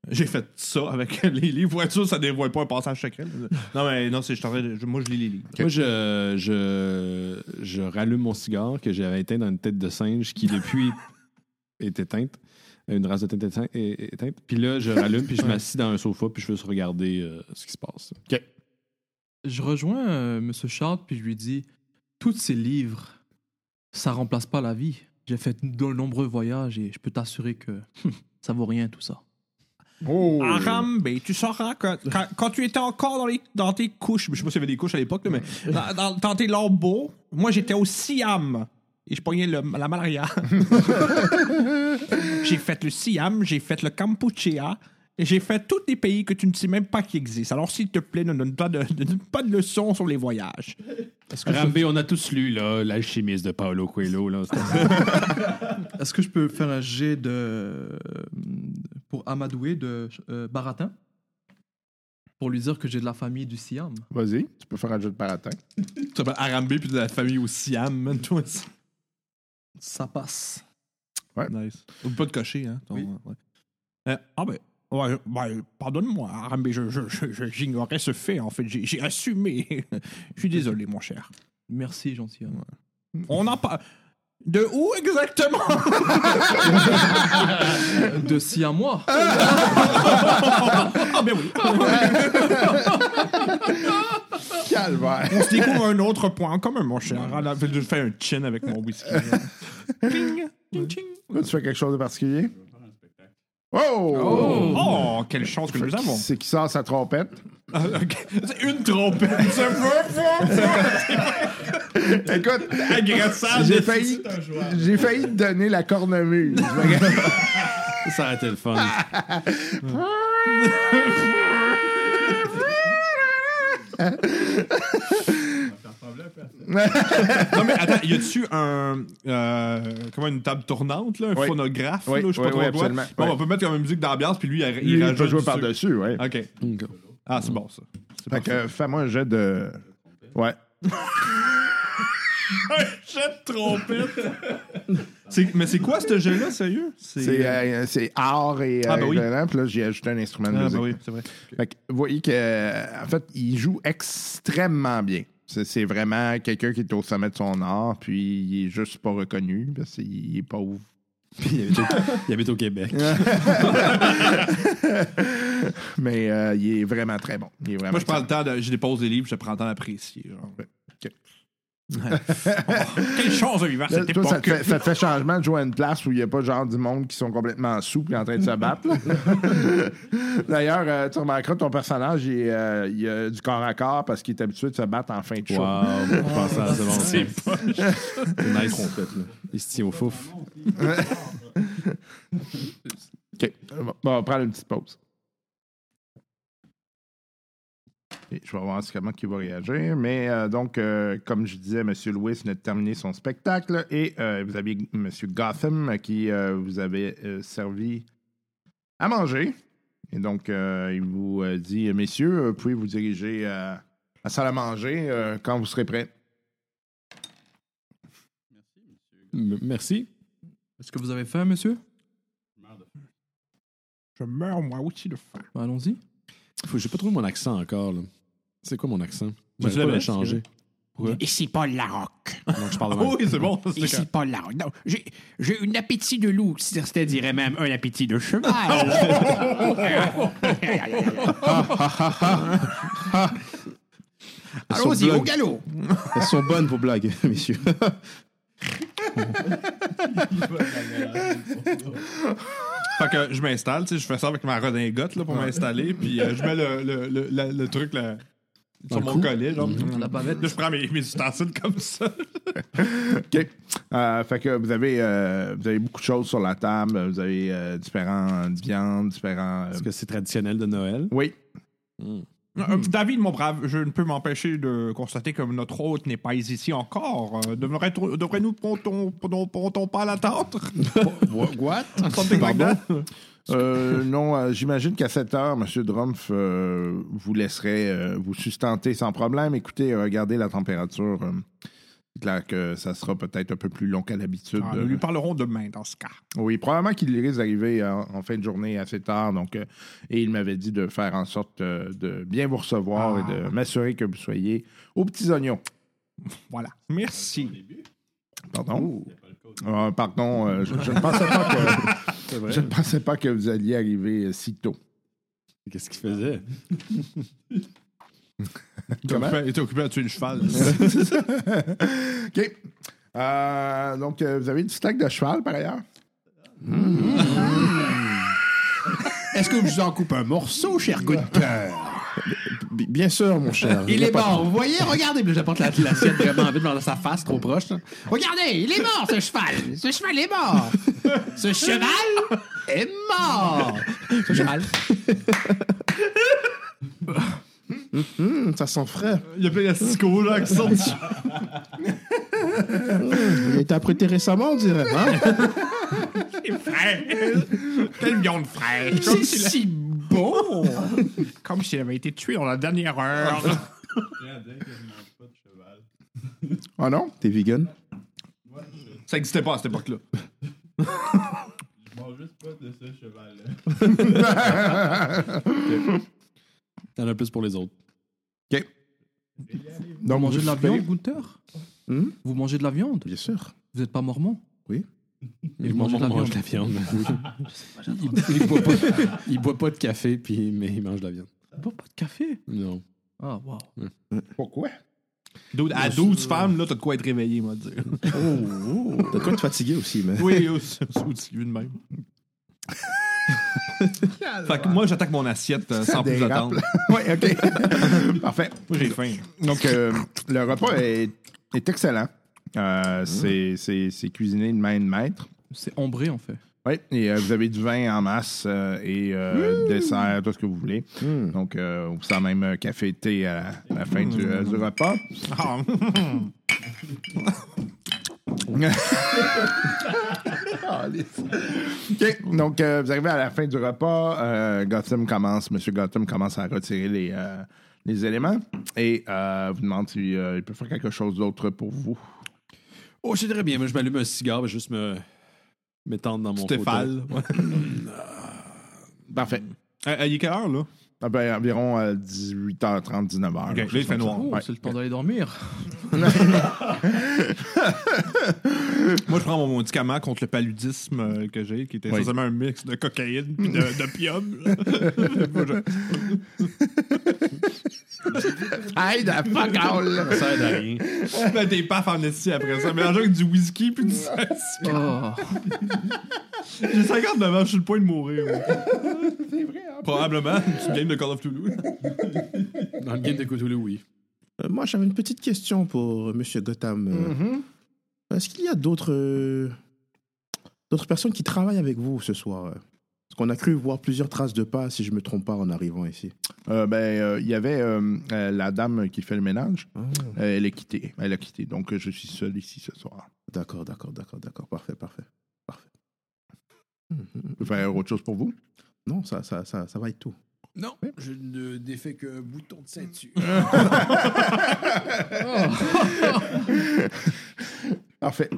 Speaker 3: j'ai fait ça avec les livres. Pour être sûr, ça dévoile pas un passage secret. là. Non, mais non, c'est, je suis en train de- je- moi, je lis les livres.
Speaker 5: Moi, je, euh, je, je rallume mon cigare que j'avais éteint dans une tête de singe qui, depuis, est éteinte. Une race de tête éteinte. est- éteinte. Puis là, je rallume, puis je m'assis dans un sofa, puis je veux juste regarder euh, ce qui se passe.
Speaker 4: Je rejoins euh, M. Charles, puis je lui dis Tous ces livres, ça remplace pas la vie. J'ai fait de nombreux voyages et je peux t'assurer que hum, ça vaut rien tout ça.
Speaker 2: Oh!
Speaker 3: Arambe, ben, tu sauras que quand, quand tu étais encore dans, les, dans tes couches, je sais pas s'il y avait des couches à l'époque, là, mais dans, dans- dans tes lambeaux, moi j'étais au Siam et je pognais le- la malaria. j'ai fait le Siam, j'ai fait le Kampuchea. et J'ai fait tous les pays que tu ne sais même pas qui existent. Alors, s'il te plaît, ne donne pas de, ne donne pas de leçons sur les voyages.
Speaker 5: Rambé, on a tous lu, là, l'alchimiste de Paolo Coelho. Là,
Speaker 4: Est-ce que je peux faire un jet de. euh, pour Amadoué de euh, Baratin Pour lui dire que j'ai de la famille du Siam.
Speaker 2: Vas-y, tu peux faire un jeu de paratin.
Speaker 3: Tu s'appelles Arambe puis de la famille au Siam, man, toi aussi.
Speaker 4: Ça passe.
Speaker 3: Nice. Ou pas de cocher, hein. ton- ouais. Euh, ah ben, ouais, ben, pardonne-moi, Aram, mais je- je- je- je- j'ignorais ce fait, en fait. J'ai j'ai assumé. Je suis désolé, mon cher.
Speaker 4: Merci, gentilhomme.
Speaker 3: On n'a pas... De où exactement?
Speaker 4: De Siamois
Speaker 3: Ah ben oui,
Speaker 2: Calvaire!
Speaker 3: on se découvre un autre point en commun, mon cher. Ah, Je fais un chin avec mon whisky. Ping, ting, ting.
Speaker 2: Là, tu fais quelque chose de particulier? Oh!
Speaker 3: Oh, quelle chance que nous avons.
Speaker 2: C'est qui sort sa trompette?
Speaker 3: Ah, ok. C'est une trompette. C'est un
Speaker 2: Écoute,
Speaker 3: peu agressable.
Speaker 2: j'ai failli, j'ai failli te donner la cornemuse.
Speaker 5: ça a été le fun.
Speaker 3: Non, mais attends, y a-tu un. euh, comment une table tournante, là, un
Speaker 2: Oui.
Speaker 3: phonographe,
Speaker 2: Oui,
Speaker 3: là, je sais
Speaker 2: oui,
Speaker 3: pas trop
Speaker 2: oui,
Speaker 3: à quoi.
Speaker 2: absolument.
Speaker 3: Bon,
Speaker 2: Oui.
Speaker 3: On peut mettre comme une musique d'ambiance, puis lui, il, il
Speaker 2: Il
Speaker 3: rajoute.
Speaker 2: peut jouer
Speaker 3: du
Speaker 2: par-dessus, ouais.
Speaker 3: sucre. Ok. Ah, c'est bon, ça. C'est
Speaker 2: Fait
Speaker 3: parfait.
Speaker 2: que fais-moi un jet de. Ouais.
Speaker 3: Un jet de trompette. C'est- mais c'est quoi ce jeu-là, sérieux?
Speaker 2: C'est, euh, c'est art et.
Speaker 3: Ah, ben
Speaker 2: euh,
Speaker 3: oui.
Speaker 2: violent, puis là, j'ai ajouté un instrument de
Speaker 3: Ah,
Speaker 2: musique.
Speaker 3: bah oui, c'est vrai.
Speaker 2: Fait que, vous voyez que, euh, en fait, il joue extrêmement bien. C'est, c'est vraiment quelqu'un qui est au sommet de son art, puis il est juste pas reconnu parce qu'il est pauvre.
Speaker 5: Il habite au Québec.
Speaker 2: Mais euh, il est vraiment très bon. Il est vraiment
Speaker 3: Moi, je prends
Speaker 2: très
Speaker 3: le temps, de, je dépose les livres, je prends le temps d'apprécier. genre.
Speaker 2: Ouais. Ok.
Speaker 3: Oh, quelle chance de vivre à
Speaker 2: Là,
Speaker 3: cette
Speaker 2: toi,
Speaker 3: époque.
Speaker 2: ça te, fait, ça te fait changement de jouer à une place où il n'y a pas genre du monde qui sont complètement souples et en train de se battre. là. D'ailleurs, euh, tu remarqueras ton personnage, il, est, euh, il a du corps à corps parce qu'il est habitué de se battre en fin de show.
Speaker 5: Wow, je pense à ça. C'est nice trompette, là. Il se tient au fouf.
Speaker 2: OK. Bon, on va prendre une petite pause. Et je vais voir si- comment il va réagir. Mais euh, donc, euh, comme je disais, M. Lewis vient de terminer son spectacle et euh, vous aviez M. Gotham euh, qui euh, vous avait euh, servi à manger. Et donc, euh, il vous euh, dit Messieurs, euh, pouvez vous diriger euh, à la salle à manger euh, quand vous serez prêts.
Speaker 5: M- Merci.
Speaker 4: Est-ce que vous avez faim, monsieur
Speaker 3: Je meurs, moi aussi, de faim.
Speaker 4: Ben, Allons-y.
Speaker 5: Faut- J'ai pas trouvé mon accent encore. là. C'est quoi mon accent?
Speaker 3: Mais
Speaker 5: J'arrive
Speaker 3: tu
Speaker 5: pas à
Speaker 3: l'avais,
Speaker 5: le changer.
Speaker 10: Ici Paul Larocque.
Speaker 5: Donc, je parle de
Speaker 3: Oui, c'est bon. c'est
Speaker 10: Ici Paul Larocque. Non, j'ai j'ai un appétit de loup, certains diraient même un appétit de cheval. Allons-y, au galop.
Speaker 7: Elles sont bonnes vos blagues, messieurs.
Speaker 3: Fait que je m'installe, tu sais, je fais ça avec ma redingote là, pour m'installer, puis euh, je mets le, le, le, la- le truc là, sur mon collet, genre.
Speaker 10: Mhm.
Speaker 4: La bavette.
Speaker 3: Là, je prends mes, mes ustensiles comme ça.
Speaker 2: OK. Euh, fait que vous avez, euh, vous avez beaucoup de choses sur la table. Vous avez euh, différentes viandes, différents. euh,
Speaker 5: Est-ce que c'est traditionnel de Noël?
Speaker 2: Oui.
Speaker 3: Euh, David, mon brave, je ne peux m'empêcher de constater que notre hôte n'est pas ici encore. Euh, devrait- Devrait-nous pontons pontons pas Ah, l'attendre?
Speaker 2: What?
Speaker 3: Something
Speaker 10: Ah
Speaker 3: like that?
Speaker 2: Euh, non, euh, j'imagine qu'à 7 heures, M. Drumpf euh, vous laisserait euh, vous sustenter sans problème. Écoutez, euh, regardez la température. euh, c'est clair que ça sera peut-être un peu plus long qu'à l'habitude.
Speaker 3: Ah, nous lui
Speaker 2: Euh,
Speaker 3: parlerons demain dans ce cas.
Speaker 2: oui, probablement qu'il risque d'arriver euh, en, fin de journée assez tard. Donc, euh, et il m'avait dit de faire en sorte euh, de bien vous recevoir et
Speaker 5: Ah.
Speaker 2: de m'assurer que vous soyez aux petits oignons.
Speaker 3: Voilà. Merci.
Speaker 2: Pardon? Ah, pardon, euh, je, je ne pensais pas que, je ne pensais pas que vous alliez arriver euh, si tôt.
Speaker 5: Qu'est-ce qu'il faisait?
Speaker 2: Comment?
Speaker 3: Il était occupé à tuer le cheval.
Speaker 2: OK. Euh, donc, euh, vous avez du steak de cheval, par ailleurs?
Speaker 10: Est-ce que vous en coupez un morceau, cher coup de cœur
Speaker 7: Bi- Bien sûr, mon cher.
Speaker 10: Il
Speaker 7: y a
Speaker 10: est
Speaker 7: pas de-
Speaker 10: mort, vous voyez Regardez, Puis j'apporte la- l'assiette vraiment vite dans sa face, trop proche. là. Regardez, il est mort, ce cheval Ce cheval est mort Ce cheval est mort Ce cheval
Speaker 7: Hum, ça sent frais.
Speaker 3: Il y avait la Cisco, là, qui sort du-
Speaker 7: Il a été apprêté récemment, on dirait. hein?
Speaker 3: Quel million de frères!
Speaker 10: C'est si beau
Speaker 3: Comme s'il avait été tué dans la dernière heure.
Speaker 2: Ah non?
Speaker 7: T'es vegan
Speaker 3: Ça n'existait pas à cette époque-là.
Speaker 5: T'en as plus pour les autres.
Speaker 7: Non,
Speaker 4: Vous mangez de la viande, Gunther
Speaker 7: Hmm?
Speaker 4: Vous mangez de la viande
Speaker 7: Bien sûr.
Speaker 4: Vous n'êtes pas mormon
Speaker 7: Oui.
Speaker 4: Et vous mangez de la viande
Speaker 5: mange la viande. il, il boit pas, il boit pas de café, puis, mais il mange de la viande.
Speaker 4: Vous boivez pas de café
Speaker 5: Non.
Speaker 4: Ah, wow.
Speaker 2: Pourquoi?
Speaker 3: Dude, à 12 femmes, là, t'as de quoi être réveillé, moi, dire.
Speaker 7: T'as de quoi te fatiguer aussi, mais.
Speaker 3: Oui, c'est aussi lui de même. fait que moi, j'attaque mon assiette euh, sans plus
Speaker 2: dérape,
Speaker 3: attendre.
Speaker 2: Oui, OK. Parfait.
Speaker 3: Moi, j'ai faim.
Speaker 2: Donc, euh, le repas est, est excellent. Euh, c'est- C'est c'est cuisiné de main de maître.
Speaker 4: C'est ombré, en fait.
Speaker 2: Oui, et euh, vous avez du vin en masse euh, et euh, dessert, tout ce que vous voulez. Donc, euh, on sent même euh, café thé à la, à la fin du, euh, du repas.
Speaker 3: Ah,
Speaker 2: OK. Donc, euh, vous arrivez à la fin du repas. Euh, Gotham commence, M. Gotham commence à retirer les, euh, les éléments et euh, vous demande s'il euh, il peut faire quelque chose d'autre pour vous.
Speaker 5: Oh, c'est très bien. Moi, je m'allume un cigare, ben, juste me m'étendre dans mon fauteuil.
Speaker 3: Stéphane.
Speaker 2: Parfait.
Speaker 3: Euh, euh, Il est quelle heure, là?
Speaker 2: Ah ben, environ euh, 18h30, 19h.
Speaker 3: Ok, là, il fait noir.
Speaker 4: Oh, c'est le temps d'aller dormir.
Speaker 3: Moi, je prends mon médicament contre le paludisme euh, que j'ai, qui était
Speaker 2: Oui.
Speaker 3: essentiellement un mix de cocaïne puis de- d'opium. Moi, je-
Speaker 2: Aïe, the fuck all!
Speaker 5: Ça aide à rien.
Speaker 3: je mets des paf en esti après ça, mélangé avec du whisky puis du
Speaker 4: Oh.
Speaker 3: J'ai 59 ans, je suis le point de mourir. C'est vrai. Probablement, une game de Call of Duty.
Speaker 5: Dans le game de Cthulhu, oui.
Speaker 7: Euh, moi, j'avais une petite question pour euh, Monsieur Gotham. Euh, Est-ce qu'il y a d'autres euh, d'autres personnes qui travaillent avec vous ce soir euh? Parce qu'on a cru voir plusieurs traces de pas, si je me trompe pas, en arrivant ici.
Speaker 2: Euh, ben, euh, il y avait euh, euh, la dame qui fait le ménage.
Speaker 3: Ah.
Speaker 2: Euh, elle est quittée. Elle a quitté. Donc, euh, je suis seul ici ce soir.
Speaker 7: D'accord, d'accord, d'accord, d'accord. Parfait, parfait. parfait.
Speaker 2: Je peux faire autre chose pour vous?
Speaker 7: Non, ça, ça, ça, ça va être tout.
Speaker 10: Non, je ne défais qu'un bouton de ceinture.
Speaker 2: Parfait.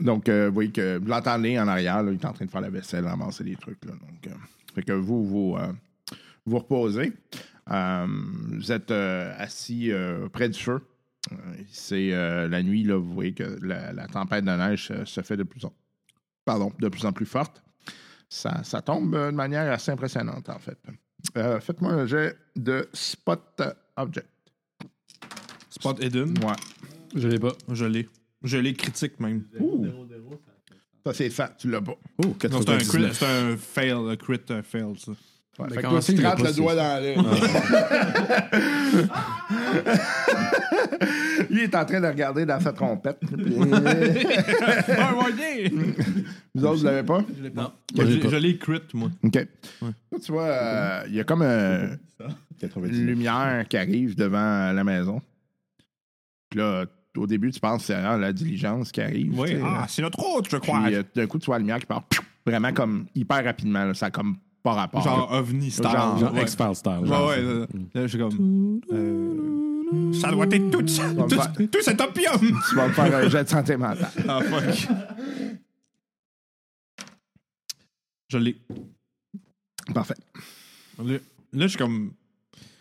Speaker 2: Donc, euh, vous voyez que vous l'entendez en arrière. là, il est en train de faire la vaisselle, avancer des trucs. Là, donc, euh, fait que vous, vous, euh, vous reposez. Euh, vous êtes euh, assis euh, près du feu. Euh, C'est euh, la nuit, là, vous voyez que la, la tempête de neige euh, se fait de plus en, pardon, de plus, en plus forte. Ça, ça tombe euh, de manière assez impressionnante, en fait. Euh, Faites-moi un jet de spot object.
Speaker 3: Spot Eden.
Speaker 2: Ouais.
Speaker 5: Je l'ai pas.
Speaker 3: Je l'ai. Je l'ai critique même.
Speaker 2: Ça, c'est ça. Tu l'as pas.
Speaker 7: Oh,
Speaker 3: Non, c'est un,
Speaker 7: 99.
Speaker 3: crit- c'est un fail, un crit euh, fail, ça.
Speaker 2: Ouais,
Speaker 5: Mais
Speaker 2: fait que
Speaker 5: quand
Speaker 2: toi,
Speaker 5: c'est,
Speaker 2: tu te
Speaker 5: il a
Speaker 2: rentres
Speaker 5: pas
Speaker 2: le
Speaker 5: ce-
Speaker 2: doigt dans l'œil.
Speaker 3: Ah.
Speaker 2: Lui il est en train de regarder dans sa trompette. Puis, Vous autres, vous l'avez pas?
Speaker 5: Non.
Speaker 3: Je l'ai- je l'ai crit, moi.
Speaker 2: OK. Là, tu vois, euh, il y a comme un,
Speaker 7: 90.
Speaker 2: lumière qui arrive devant la maison. Puis là, au début, tu penses c'est ah, la diligence qui arrive. tu
Speaker 3: Oui,
Speaker 2: sais,
Speaker 3: ah,
Speaker 2: là.
Speaker 3: c'est notre route, je crois.
Speaker 2: Puis euh, d'un coup, tu vois la lumière qui part pfiou, vraiment comme hyper rapidement. là. ça a comme pas rapport.
Speaker 3: genre OVNI Star.
Speaker 2: Genre-
Speaker 5: Genre
Speaker 3: ouais.
Speaker 5: X-Files style.
Speaker 3: Ouais,
Speaker 5: genre. Mm.
Speaker 3: ouais, là, là, je suis comme. euh, ça doit être tout, ça,
Speaker 2: va me
Speaker 3: tout,
Speaker 2: faire-
Speaker 3: tout cet opium!
Speaker 2: Tu vas me faire un jet de santé mentale.
Speaker 3: Ah, fuck. Je l'ai.
Speaker 2: Parfait.
Speaker 3: Là, là, je suis comme.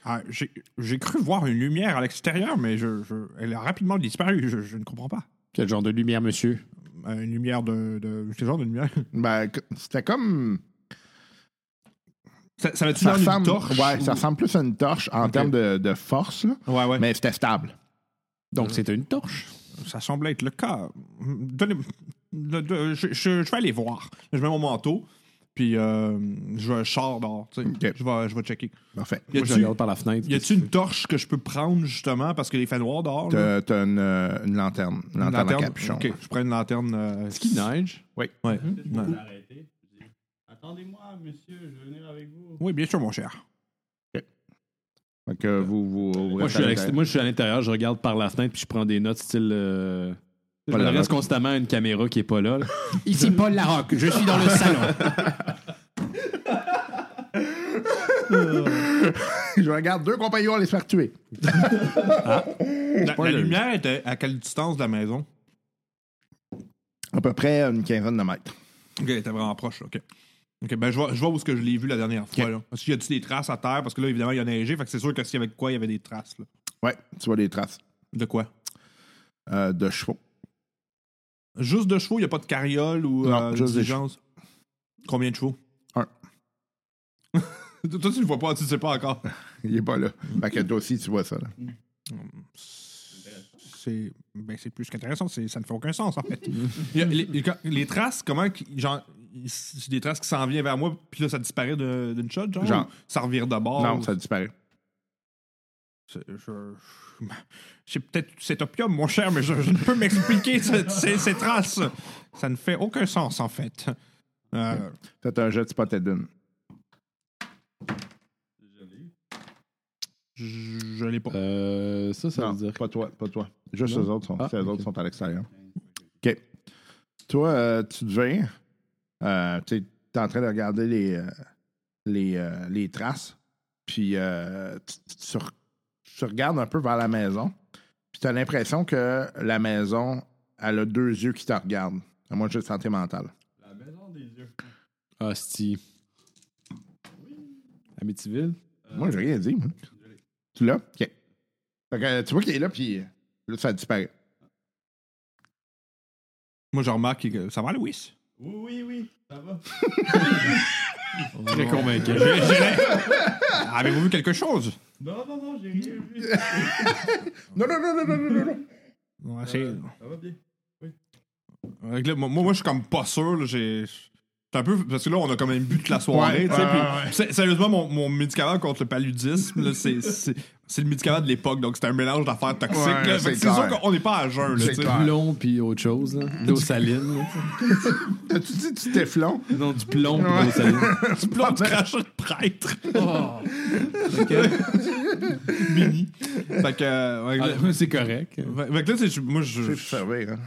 Speaker 3: ah, j'ai- J'ai cru voir une lumière à l'extérieur, mais je, je- elle a rapidement disparu. Je, je ne comprends pas.
Speaker 5: Quel genre de lumière, monsieur?
Speaker 3: Euh, Une lumière de. de quel genre de lumière
Speaker 2: Ben, c- c'était comme.
Speaker 3: Ça, va être
Speaker 2: Ça
Speaker 3: une
Speaker 2: ressemble,
Speaker 3: torche
Speaker 2: ouais, ça ressemble plus à une torche en termes de, de force, là,
Speaker 3: Ouais, ouais.
Speaker 2: mais c'était stable.
Speaker 5: Donc, c'était une torche.
Speaker 3: Ça semble être le cas. Donnez- le- de- je, je- je vais aller voir. Je mets mon manteau, puis euh, je sors dehors. tu sais.
Speaker 2: Ok.
Speaker 3: Je, vais, je vais checker.
Speaker 2: Parfait.
Speaker 3: Y
Speaker 5: Moi, je
Speaker 3: a-tu-
Speaker 5: regarde par la fenêtre.
Speaker 3: y a-tu une torche que je peux prendre justement parce que les fait noir dehors? là?
Speaker 2: T'as t'as une, euh, une lanterne. Une lanterne, à capuchon.
Speaker 3: Ok, je prends une lanterne. euh,
Speaker 5: Est-ce qu'il neige?
Speaker 3: ouais.
Speaker 9: Je peux
Speaker 3: Ouais.
Speaker 9: vous arrêter. Je dis, Attendez-moi, monsieur, je vais venir avec vous.
Speaker 3: Oui, bien sûr, mon cher.
Speaker 2: Fait que vous, vous, vous
Speaker 5: Moi, je suis à
Speaker 2: restez
Speaker 5: l'ext- moi, je suis à l'intérieur, je regarde par la fenêtre, puis je prends des notes style. euh, Je
Speaker 2: Pas la
Speaker 5: m'adresse
Speaker 2: note.
Speaker 5: constamment à une caméra qui est pas là. là.
Speaker 10: Ici Paul Larocque, je suis dans
Speaker 5: Ah,
Speaker 10: le salon.
Speaker 2: Je regarde deux compagnons les faire tuer.
Speaker 3: La, la lumière était à quelle distance de la maison?
Speaker 2: À peu près une quinzaine de mètres.
Speaker 3: Ok, elle était vraiment proche, ok. Ok, ben je vois, je vois où ce que je l'ai vu la dernière fois. là. Parce qu'il y a-tu des traces à terre? Parce que là, évidemment, il y a neigé, fait que c'est sûr que s'il y avait de quoi, il y avait des traces. là.
Speaker 2: Ouais, tu vois des traces
Speaker 3: De quoi?
Speaker 2: euh, de chevaux.
Speaker 3: Juste de chevaux, il n'y a pas de carriole ou
Speaker 2: Non,
Speaker 3: euh,
Speaker 2: juste des
Speaker 3: diligence? Combien de chevaux?
Speaker 2: Un.
Speaker 3: Toi, tu ne vois pas, tu ne sais pas encore.
Speaker 2: Il est pas là. Fait que toi aussi, tu vois ça. là.
Speaker 3: C'est ben, c'est plus qu'intéressant, c'est- ça ne fait aucun sens en fait. Il y a- les, les- les traces, comment. qu'ils- Genre, c'est des traces qui s'en viennent vers moi, puis là, ça disparaît de- d'une shot, genre?
Speaker 2: Genre.
Speaker 3: ou Ça revire de bord.
Speaker 2: Non,
Speaker 3: ou-
Speaker 2: ça disparaît.
Speaker 3: C'est- je- je- C'est peut-être cet opium, mon cher, mais je, je ne peux m'expliquer ce- ces, ces traces. Ça ne fait aucun sens, en fait. Euh,
Speaker 2: Faites un jet de spotted in.
Speaker 3: je je l'ai pas.
Speaker 5: Euh, ça, ça
Speaker 2: Non,
Speaker 5: veut dire.
Speaker 2: pas toi, pas toi. Juste
Speaker 5: Non?
Speaker 2: eux autres sont,
Speaker 5: Ah,
Speaker 2: ces
Speaker 5: ok.
Speaker 2: autres sont à l'extérieur. OK. Toi, euh, tu deviens, euh, tu es en train de regarder les, euh, les, euh, les traces, puis euh, tu, tu- tu re- tu regardes un peu vers la maison, puis tu as l'impression que la maison, elle a deux yeux qui te regardent. À moins de juste santé mentale.
Speaker 9: La maison des yeux.
Speaker 5: Hostie. Amityville?
Speaker 2: Moi, j'ai rien dit. moi. Tu l'as? OK. Fait que, euh, tu vois qu'il est là, puis là, ça disparaît.
Speaker 3: Moi, je remarque que ça va, Louis.
Speaker 9: Oui, oui, oui, ça va.
Speaker 5: Très convaincant.
Speaker 3: J'ai- j'ai l'air- Avez-vous vu quelque chose?
Speaker 9: Non, non, non, j'ai rien vu.
Speaker 2: Non, non, non, non, non, non, non, non.
Speaker 3: Ouais, c'est-
Speaker 9: Ça va bien.
Speaker 3: Fait que là, moi, moi, je suis comme pas sûr. là, j'ai- C'est un peu. Parce que là, on a quand même bu toute la soirée.
Speaker 2: Ouais,
Speaker 3: tu sais,
Speaker 2: ouais,
Speaker 3: puis-
Speaker 2: ouais, ouais.
Speaker 3: sé- Sérieusement, mon, mon médicament contre le paludisme, là, c'est- c'est c'est le médicament de l'époque, donc c'est un mélange d'affaires toxiques.
Speaker 2: Ouais,
Speaker 3: là. Fait que
Speaker 2: c'est
Speaker 3: c'est sûr
Speaker 2: clair.
Speaker 3: qu'on n'est pas à jeun. Là,
Speaker 2: C'est
Speaker 3: tu sais.
Speaker 2: clair. Mm.
Speaker 5: Plomb puis autre chose, là. D'eau saline. là.
Speaker 2: T'as-tu dit du téflon?
Speaker 5: Non, du plomb puis d'eau saline.
Speaker 3: Du plomb de crachat de prêtre. Mini. Fait que, euh, ouais, là-
Speaker 5: Ah, c'est correct.
Speaker 3: fait- fait que là, tu sais, je- moi, je,
Speaker 2: Je suis servi, hein.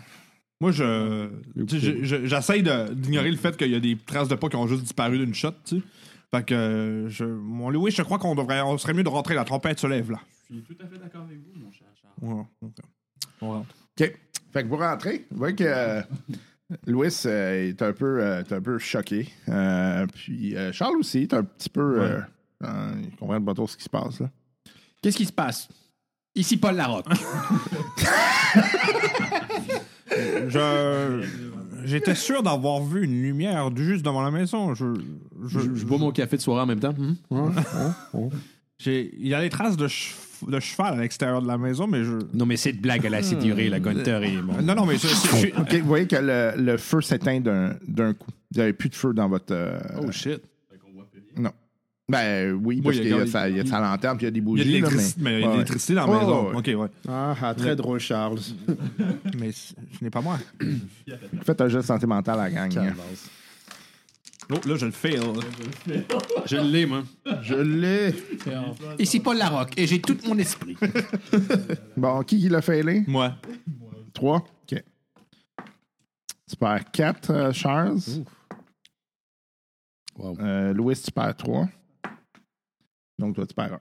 Speaker 3: moi, je, tu sais, je- je- j'essaye de- d'ignorer le fait qu'il y a des traces de pas qui ont juste disparu d'une shot, tu sais. Fait que, euh, je, mon Louis, je crois qu'on devrait, on serait mieux de rentrer. La trompette se lève, là.
Speaker 9: Je suis tout à fait d'accord avec vous, mon cher Charles.
Speaker 3: Ouais, ok. On rentre.
Speaker 2: OK. Fait que vous rentrez. Vous voyez que euh, Louis euh, est, un peu, euh, est un peu choqué. Euh, puis euh, Charles aussi est un petit peu. euh, euh, il comprend pas trop ce qui se passe. Là.
Speaker 10: Qu'est-ce qui se passe? Ici Paul Larocque.
Speaker 3: Je, j'étais sûr d'avoir vu une lumière du- juste devant la maison. Je, je,
Speaker 5: Je, je bois mon café de soirée en même temps. Hum, hum, hum, hum.
Speaker 3: j'ai- il y a des traces de, chef- de cheval à l'extérieur de la maison, mais je,
Speaker 10: Non, mais cette blague, elle a assez duré, la Gunther et mon.
Speaker 3: non, non, mais je- je- je-
Speaker 2: OK, vous voyez que le, le feu s'éteint d'un d'un coup. Vous n'avez plus de feu dans votre. euh,
Speaker 5: Oh shit.
Speaker 2: non. Ben oui, parce
Speaker 5: il y a
Speaker 2: qu'il y, a
Speaker 5: quand-
Speaker 2: sa- il y a sa lanterne puis il y a des
Speaker 3: Il y
Speaker 2: bougies.
Speaker 3: a de
Speaker 2: là,
Speaker 3: l'électricité, mais il y a de
Speaker 2: Ouais, ouais.
Speaker 3: l'électricité dans la
Speaker 2: Ouais,
Speaker 3: maison.
Speaker 2: ouais,
Speaker 3: Ok,
Speaker 7: Ah, ah, très drôle, Charles.
Speaker 3: ouais. Mais c- ce n'est pas moi.
Speaker 2: hein. Faites un jeu de santé mentale à la gang.
Speaker 3: Oh, là, je le fail.
Speaker 5: Je l'ai, moi.
Speaker 2: Je l'ai.
Speaker 10: Et c'est Paul Larocque. Et j'ai tout mon esprit.
Speaker 2: Bon, qui qui l'a failé?
Speaker 3: Moi.
Speaker 2: Trois. OK. Tu perds quatre, euh, Charles. Euh, Louis, tu perds trois. Donc, toi, tu perds un.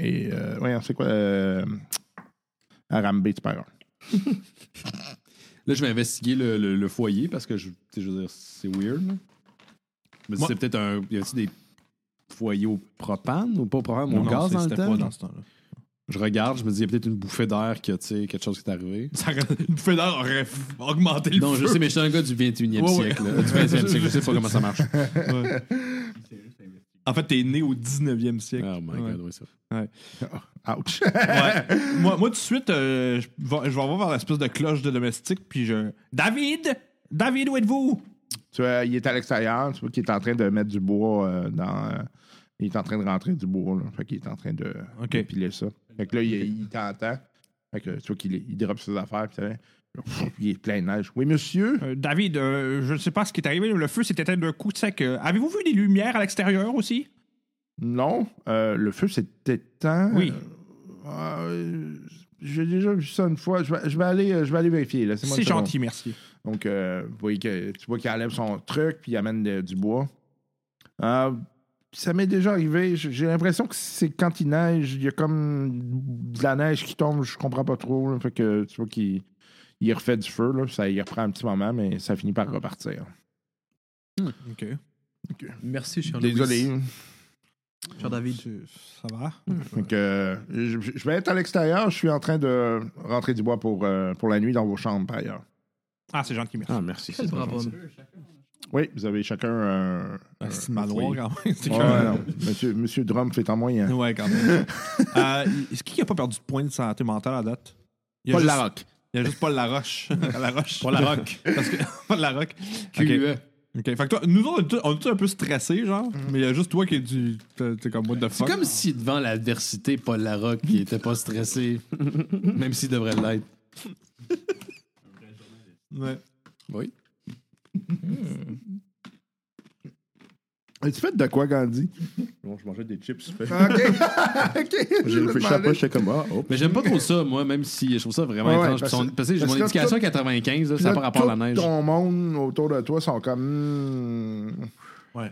Speaker 2: Et, euh, voyons, c'est quoi? Euh, Arambe, tu perds un.
Speaker 5: Là, je vais investiguer le, le- le foyer parce que je, tu sais, je veux dire, c'est weird. là. Mais
Speaker 3: Moi-
Speaker 5: c'est peut-être un. Y a-t-il des foyers au propane ou pas au propane, mais au
Speaker 3: Non,
Speaker 5: gaz
Speaker 3: c'est-
Speaker 5: dans le
Speaker 3: c'était
Speaker 5: temps?
Speaker 3: pas dans ce temps-là.
Speaker 5: Je regarde, je me dis, il y a peut-être une bouffée d'air, que, tu sais, quelque chose qui est arrivé.
Speaker 3: Ça aurait- Une bouffée d'air aurait f- augmenté le
Speaker 5: Non,
Speaker 3: feu.
Speaker 5: je sais, mais je suis un gars du 21e
Speaker 3: Ouais, ouais.
Speaker 5: siècle. là, Du 20e siècle, je sais pas comment ça marche.
Speaker 3: En fait, t'es né au 19e siècle.
Speaker 5: Oh my
Speaker 3: Ouais.
Speaker 5: god, oui, ça.
Speaker 2: Ouch.
Speaker 3: Ouais. moi, moi, tout de suite, euh, je vais je vais avoir vers l'espèce de cloche de domestique, puis je. David! David, où êtes-vous?
Speaker 2: Tu vois, il est à l'extérieur. Tu vois qu'il est en train de mettre du bois euh, dans. euh, il est en train de rentrer du bois, là. Fait qu'il est en train de,
Speaker 3: OK.
Speaker 2: de piler ça. Fait que là, il, il t'entend. Fait que tu vois qu'il il drop ses affaires, puis ça fait- Pff, il est plein de neige. Oui, monsieur?
Speaker 3: Euh, David, euh, je ne sais pas ce qui est arrivé, le feu s'est éteint d'un coup de sec. Euh, Avez-vous vu des lumières à l'extérieur aussi?
Speaker 2: Non. euh, le feu s'est éteint.
Speaker 3: Oui.
Speaker 2: Euh, J'ai déjà vu ça une fois. Je vais, je vais aller, euh, je vais aller vérifier. Laissez-moi
Speaker 3: C'est
Speaker 2: une seconde.
Speaker 3: gentil, merci.
Speaker 2: Donc, euh, vous voyez que, tu vois qu'il enlève son truc puis il amène de- du bois. Euh, ça m'est déjà arrivé. J- J'ai l'impression que c'est quand il neige, il y a comme de la neige qui tombe. Je comprends pas trop. là. Fait que tu vois qu'il il refait du feu. Là. Ça, il reprend un petit moment, mais ça finit par repartir.
Speaker 3: OK.
Speaker 4: Merci, cher
Speaker 2: Désolé.
Speaker 4: Ah, Louis. Cher David.
Speaker 3: Ça va?
Speaker 2: Fait que, euh, je, je vais être à l'extérieur. Je suis en train de rentrer du bois pour, euh, pour la nuit dans vos chambres, par ailleurs.
Speaker 3: Ah, c'est gentil, merci.
Speaker 6: Ah, merci.
Speaker 4: Quel brave homme.
Speaker 2: Oui, vous avez chacun un.
Speaker 3: Ah, c'est une maloire,
Speaker 2: oui.
Speaker 3: quand même. C'est
Speaker 2: Ouais,
Speaker 3: quand
Speaker 2: non. Monsieur, Monsieur Drum fait en moyen.
Speaker 3: même- Ouais, quand même. Euh, Est-ce qu'il n'a pas perdu de point de santé mentale à date? Il y a
Speaker 2: Paul
Speaker 3: juste-
Speaker 2: Larocque.
Speaker 3: Il y a juste Paul Laroche. Laroche. Paul Laroque. Parce que... Paul Laroque.
Speaker 2: E.
Speaker 3: OK.
Speaker 10: QE.
Speaker 3: OK. Fait que toi, nous autres, on est tous- on est tous un peu stressés, genre,
Speaker 2: Mm.
Speaker 3: mais il y a juste toi qui es du... T'es t'es comme, what the
Speaker 10: C'est
Speaker 3: fuck?
Speaker 10: comme si devant l'adversité, Paul Larocque, il était pas stressé, même s'il devrait l'être.
Speaker 3: Ouais.
Speaker 2: As-tu fait de quoi, Gandhi?
Speaker 7: Bon, je mangeais des chips.
Speaker 2: OK.
Speaker 7: J'ai réfléchi à pas, j'étais comme, ah, oh.
Speaker 5: Mais j'aime pas trop ça, moi, même si je trouve ça vraiment
Speaker 2: Ouais, ouais,
Speaker 5: étrange.
Speaker 2: parce-
Speaker 5: Son- Parce que j'ai
Speaker 2: parce
Speaker 5: mon
Speaker 2: que
Speaker 5: éducation
Speaker 2: tout-
Speaker 5: à 95, là,
Speaker 2: Puis
Speaker 5: ça
Speaker 2: là,
Speaker 5: n'a pas rapport à la
Speaker 2: tout
Speaker 5: neige.
Speaker 2: Ton monde autour de toi sont comme. hmm,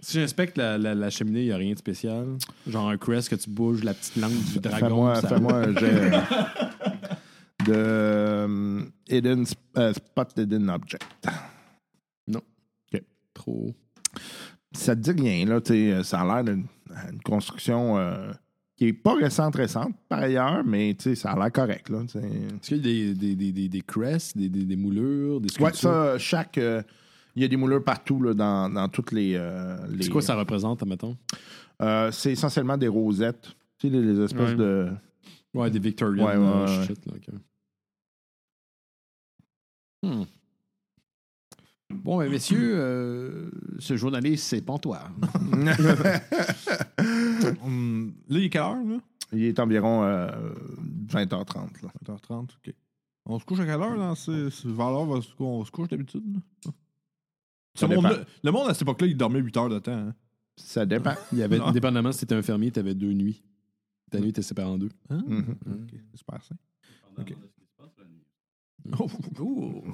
Speaker 5: Si j'inspecte la, la, la cheminée, il n'y a rien de spécial. Genre un crest que tu bouges, la petite langue du dragon.
Speaker 2: Fais-moi
Speaker 5: ça-
Speaker 2: fais-moi un jet de euh, hidden, sp- euh, Spot Hidden Object.
Speaker 5: Trop.
Speaker 2: Ça te dit rien, là. t'sais, euh, ça a l'air d'une une construction euh, qui est pas récente, récente par ailleurs, mais t'sais, ça a l'air correct, là. t'sais.
Speaker 5: Est-ce qu'il y a des, des, des, des, des crests, des, des, des moulures, des
Speaker 2: Ouais,
Speaker 5: sculptures?
Speaker 2: ça, chaque. euh, Il y a des moulures partout là, dans, dans toutes les. euh, les-
Speaker 5: C'est quoi ça représente, admettons?
Speaker 2: Euh, c'est essentiellement des rosettes. Tu sais, les, les espèces
Speaker 5: Ouais.
Speaker 2: de.
Speaker 5: Ouais, des Victorian
Speaker 2: Ouais, ouais,
Speaker 5: euh,
Speaker 2: ouais.
Speaker 5: shit. Là, ok.
Speaker 10: Bon, ben, messieurs, euh, ce journaliste, c'est Pantois.
Speaker 3: Hum, Mm. Là, il est quelle heure, là?
Speaker 2: Il est environ euh, 20h30. là.
Speaker 3: 20h30, OK. On se couche à quelle heure dans ces, ces valeurs va se- on se couche d'habitude? là? Ce
Speaker 2: Ça dépend.
Speaker 3: monde-là- le monde à cette époque-là, il dormait 8 heures de temps. hein.
Speaker 2: Ça dépend.
Speaker 5: Il y avait,
Speaker 3: Non.
Speaker 5: dépendamment si t'étais un fermier, t'avais deux nuits. Ta nuit était séparée en deux.
Speaker 2: Mhm.
Speaker 3: Hein? OK, super ça. OK.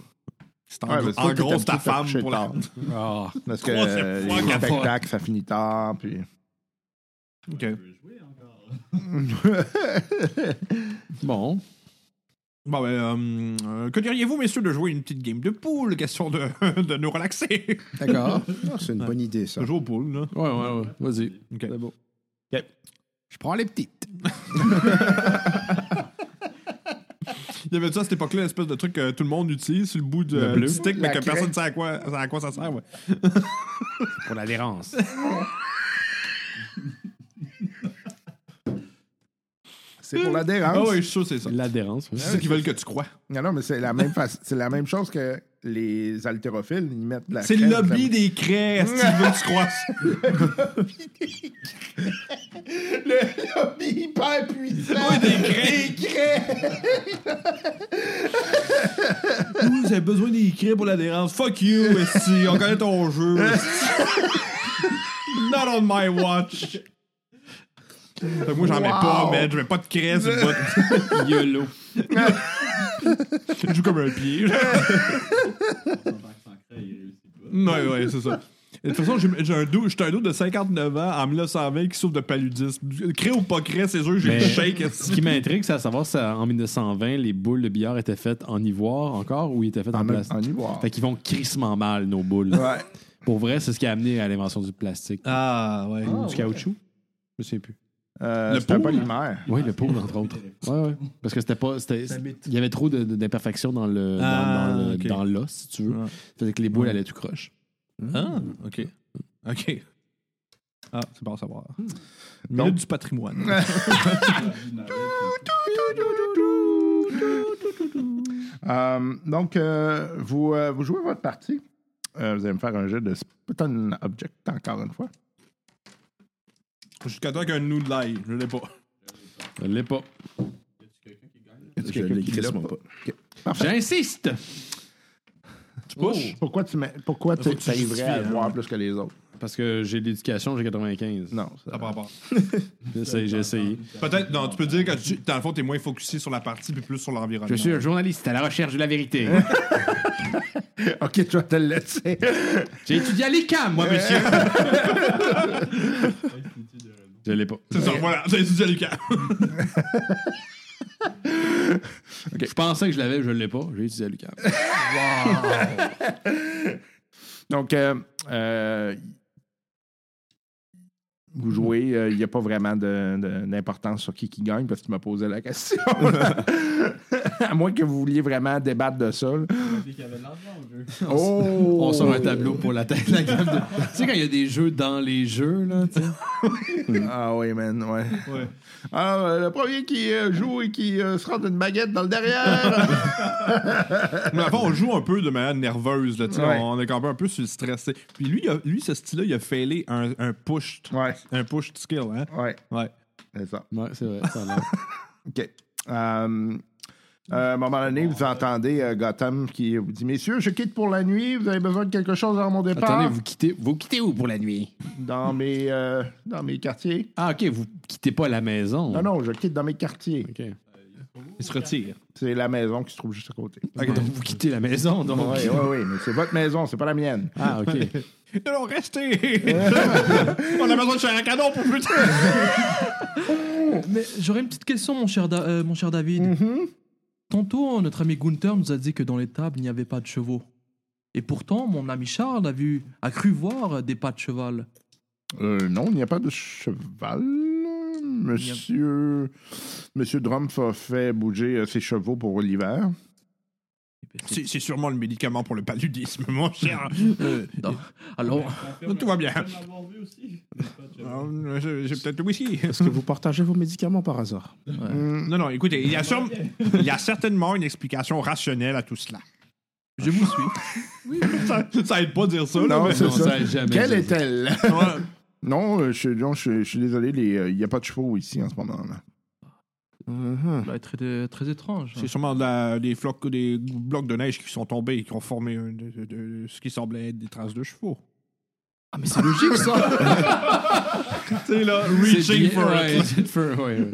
Speaker 3: C'est en,
Speaker 2: Ouais,
Speaker 3: gros-
Speaker 2: mais c'est
Speaker 3: en
Speaker 2: sûr que
Speaker 3: gros,
Speaker 2: t'as
Speaker 3: c'est ta
Speaker 2: tout à
Speaker 3: femme
Speaker 2: coucher
Speaker 3: pour la... Ah,
Speaker 2: tard. Parce que
Speaker 3: Troisième
Speaker 2: euh,
Speaker 3: fois
Speaker 2: les
Speaker 3: qu'elle
Speaker 2: spectacles, ça finit tard. Puis...
Speaker 3: OK.
Speaker 5: Bon.
Speaker 3: Bon, ben, euh, euh, que diriez-vous, messieurs, de jouer une petite game de poule, question de, de nous relaxer?
Speaker 7: D'accord. ah, c'est une bonne idée, ça.
Speaker 3: Toujours poule, là.
Speaker 5: Ouais, ouais, ouais. Vas-y.
Speaker 3: OK.
Speaker 5: C'est beau.
Speaker 10: Je prends les petites.
Speaker 3: Il y avait ça à cette époque-là, une espèce de truc que tout le monde utilise sur le bout de- du stick, mais que personne ne sait à quoi, à quoi ça sert. Ouais.
Speaker 10: Pour l'adhérence.
Speaker 2: C'est pour la
Speaker 3: Ah
Speaker 2: dérange.
Speaker 3: ouais, je suis sûr que c'est ça.
Speaker 5: L'adhérence. ouais.
Speaker 3: C'est ça qu'ils veulent que tu crois.
Speaker 2: Oh! Non, non, mais c'est la, même fa- c'est la même chose que les haltérophiles. Ils mettent de la
Speaker 3: C'est le
Speaker 2: crème,
Speaker 3: lobby des craies, est-ce qu'ils veulent que tu crois?
Speaker 2: Le lobby hyper puissant.
Speaker 3: des craies!
Speaker 2: Des craies.
Speaker 3: Ouh, vous avez besoin d'écrire pour l'adhérence. Fuck you, esti, on connaît ton jeu. esti. Not on my watch. Fait que moi, j'en mets pas, man. Je mets pas de craie sur le bot. YOLO. Je joue comme un pied. Ouais, ouais, c'est ça. Et De toute façon, j'ai j'ai un dos, j'étais un dos de 59 ans en 1920 qui souffre de paludisme. Crée ou pas crée, c'est sûr que j'ai
Speaker 5: Mais-
Speaker 3: le shake.
Speaker 5: Ce qui m'intrigue, c'est à savoir si en 1920, les boules de billard étaient faites en ivoire encore ou ils étaient faites en,
Speaker 2: En,
Speaker 5: plastique.
Speaker 2: en ivoire.
Speaker 5: Fait qu'ils vont crissement mal, nos boules.
Speaker 2: Ouais.
Speaker 5: Pour vrai, c'est ce qui a amené à l'invention du plastique.
Speaker 3: Ah, ouais.
Speaker 5: Ou du caoutchouc. Je me souviens plus.
Speaker 2: Euh,
Speaker 3: Le
Speaker 2: c'était
Speaker 3: pot,
Speaker 2: pas
Speaker 3: là.
Speaker 2: l'hiver.
Speaker 5: Oui, le pauvre, entre autres. Ouais, ouais. Parce que c'était pas. c'était-
Speaker 4: Ça m'étonne.
Speaker 5: Il y avait trop de- de- d'imperfections dans le dans-
Speaker 3: Ah,
Speaker 5: dans, le-
Speaker 3: ok.
Speaker 5: dans l'os, si tu veux.
Speaker 3: Ouais.
Speaker 5: Ça faisait que les boules allaient tout croche.
Speaker 3: Ah, ok. Ok. Ah, c'est bon à savoir.
Speaker 2: Donc-
Speaker 3: Minute du patrimoine.
Speaker 2: Euh, donc, euh, vous, euh, vous jouez votre partie. Euh, vous allez me faire un jeu de Sputon Object encore une fois.
Speaker 3: Jusqu'à temps qu'un nous l'aille, je l'ai pas.
Speaker 5: Je l'ai pas.
Speaker 7: Je l'ai crissement pas.
Speaker 5: J'insiste!
Speaker 3: Tu pushes?
Speaker 2: Oh! Pourquoi tu, mets- pourquoi
Speaker 3: Faut
Speaker 2: tu, euh,
Speaker 3: que tu
Speaker 2: arriverais à
Speaker 3: justifies, hein,
Speaker 2: voir plus que les autres?
Speaker 5: Parce que j'ai de l'éducation, j'ai 95.
Speaker 2: Non. ça-
Speaker 3: Oh. Ça par rapport.
Speaker 5: J'essaie, j'ai essayé.
Speaker 3: Peut-être, non, tu peux dire que tu, dans le fond, t'es moins focusé sur la partie puis plus sur l'environnement.
Speaker 11: Je suis un journaliste à la recherche de la vérité.
Speaker 2: ok, je vais te le laisser.
Speaker 11: J'ai étudié à l'ICAM, moi, monsieur.
Speaker 5: Je l'ai pas.
Speaker 3: C'est ça, voilà, c'est du Lucas.
Speaker 5: Je pensais que je l'avais, je l'ai pas. J'ai utilisé Lucas.
Speaker 2: Donc, euh, euh, vous jouez, euh, il n'y a pas vraiment de- de- d'importance sur qui qui gagne parce qu'il m'a posé la question. à moins que vous vouliez vraiment débattre de ça. là. Oh!
Speaker 5: On sort un tableau pour la tête de la gamme. de- Tu sais, quand il y a des jeux dans les jeux, là, tu sais.
Speaker 2: Ah oui, man, ouais.
Speaker 3: Ouais.
Speaker 2: Ah, euh, le premier qui euh, joue et qui euh, se rentre une baguette dans le derrière.
Speaker 3: Mais avant, on joue un peu de manière nerveuse, là, tu sais,
Speaker 2: Ouais.
Speaker 3: on, on est quand même un peu sur le stressé. Puis lui, il a- lui ce style-là, il a failé un, un push,
Speaker 2: ouais,
Speaker 3: un push skill, hein.
Speaker 2: ouais,
Speaker 3: Ouais.
Speaker 2: c'est ça.
Speaker 5: Ouais, c'est vrai. Ça a l'air.
Speaker 2: OK. Euh, euh, à un moment donné, vous entendez euh, Gotham qui vous dit Messieurs, je quitte pour la nuit. Vous avez besoin de quelque chose avant mon départ
Speaker 11: Attendez, vous quittez, vous quittez où pour la nuit?
Speaker 2: dans, mes, euh, dans mes quartiers.
Speaker 5: Ah, OK, vous quittez pas la maison.
Speaker 2: Non, non, je quitte dans mes quartiers.
Speaker 5: OK.
Speaker 3: Il se retire.
Speaker 2: C'est la maison qui se trouve juste à côté.
Speaker 5: OK, donc vous quittez la maison, donc.
Speaker 2: Oui, oui, oui, mais c'est votre maison, c'est pas la mienne.
Speaker 5: Ah, OK.
Speaker 3: Non, non, restez! on a besoin de faire un canon pour plus tard!
Speaker 4: Mais j'aurais une petite question, mon cher, Da- euh, mon cher David. Tantôt, notre ami Gunther nous a dit que dans les tables, il n'y avait pas de chevaux. Et pourtant, mon ami Charles a, vu, a cru voir euh, des pas de cheval.
Speaker 2: Euh, non, il n'y a pas de cheval. Monsieur, Monsieur Drumpf a fait bouger euh, ses chevaux pour l'hiver.
Speaker 4: Eh ben,
Speaker 3: C'est c'est sûrement le médicament pour le paludisme, mon cher.
Speaker 4: Non. Ah, Alors,
Speaker 3: Tout va bien. Euh, J'ai j'ai peut-être le whisky.
Speaker 7: Est-ce que vous partagez vos médicaments par hasard
Speaker 3: Non, non, écoutez, il y, a sûrement- il y a certainement une explication rationnelle à tout cela.
Speaker 4: je vous suis.
Speaker 3: Ça, ça aide pas de dire ça, là, mais-
Speaker 5: Non, ça a jamais
Speaker 2: Quelle
Speaker 5: dit.
Speaker 2: est-elle
Speaker 3: Ouais.
Speaker 2: Non, euh, je, non, je- je suis désolé, les, euh, il n'y a pas de chevaux ici en ce moment. là.
Speaker 4: Ça va être euh, très étrange.
Speaker 3: C'est sûrement de la- des, flocs, des blocs de neige qui sont tombés et qui ont formé un- de- de- de- ce qui semblait être des traces de chevaux.
Speaker 4: Ah, mais c'est logique, ça!
Speaker 3: C'est là,
Speaker 5: C'est
Speaker 3: reaching
Speaker 5: bien-
Speaker 3: for
Speaker 5: ouais,
Speaker 3: it.
Speaker 5: reaching for- ouais,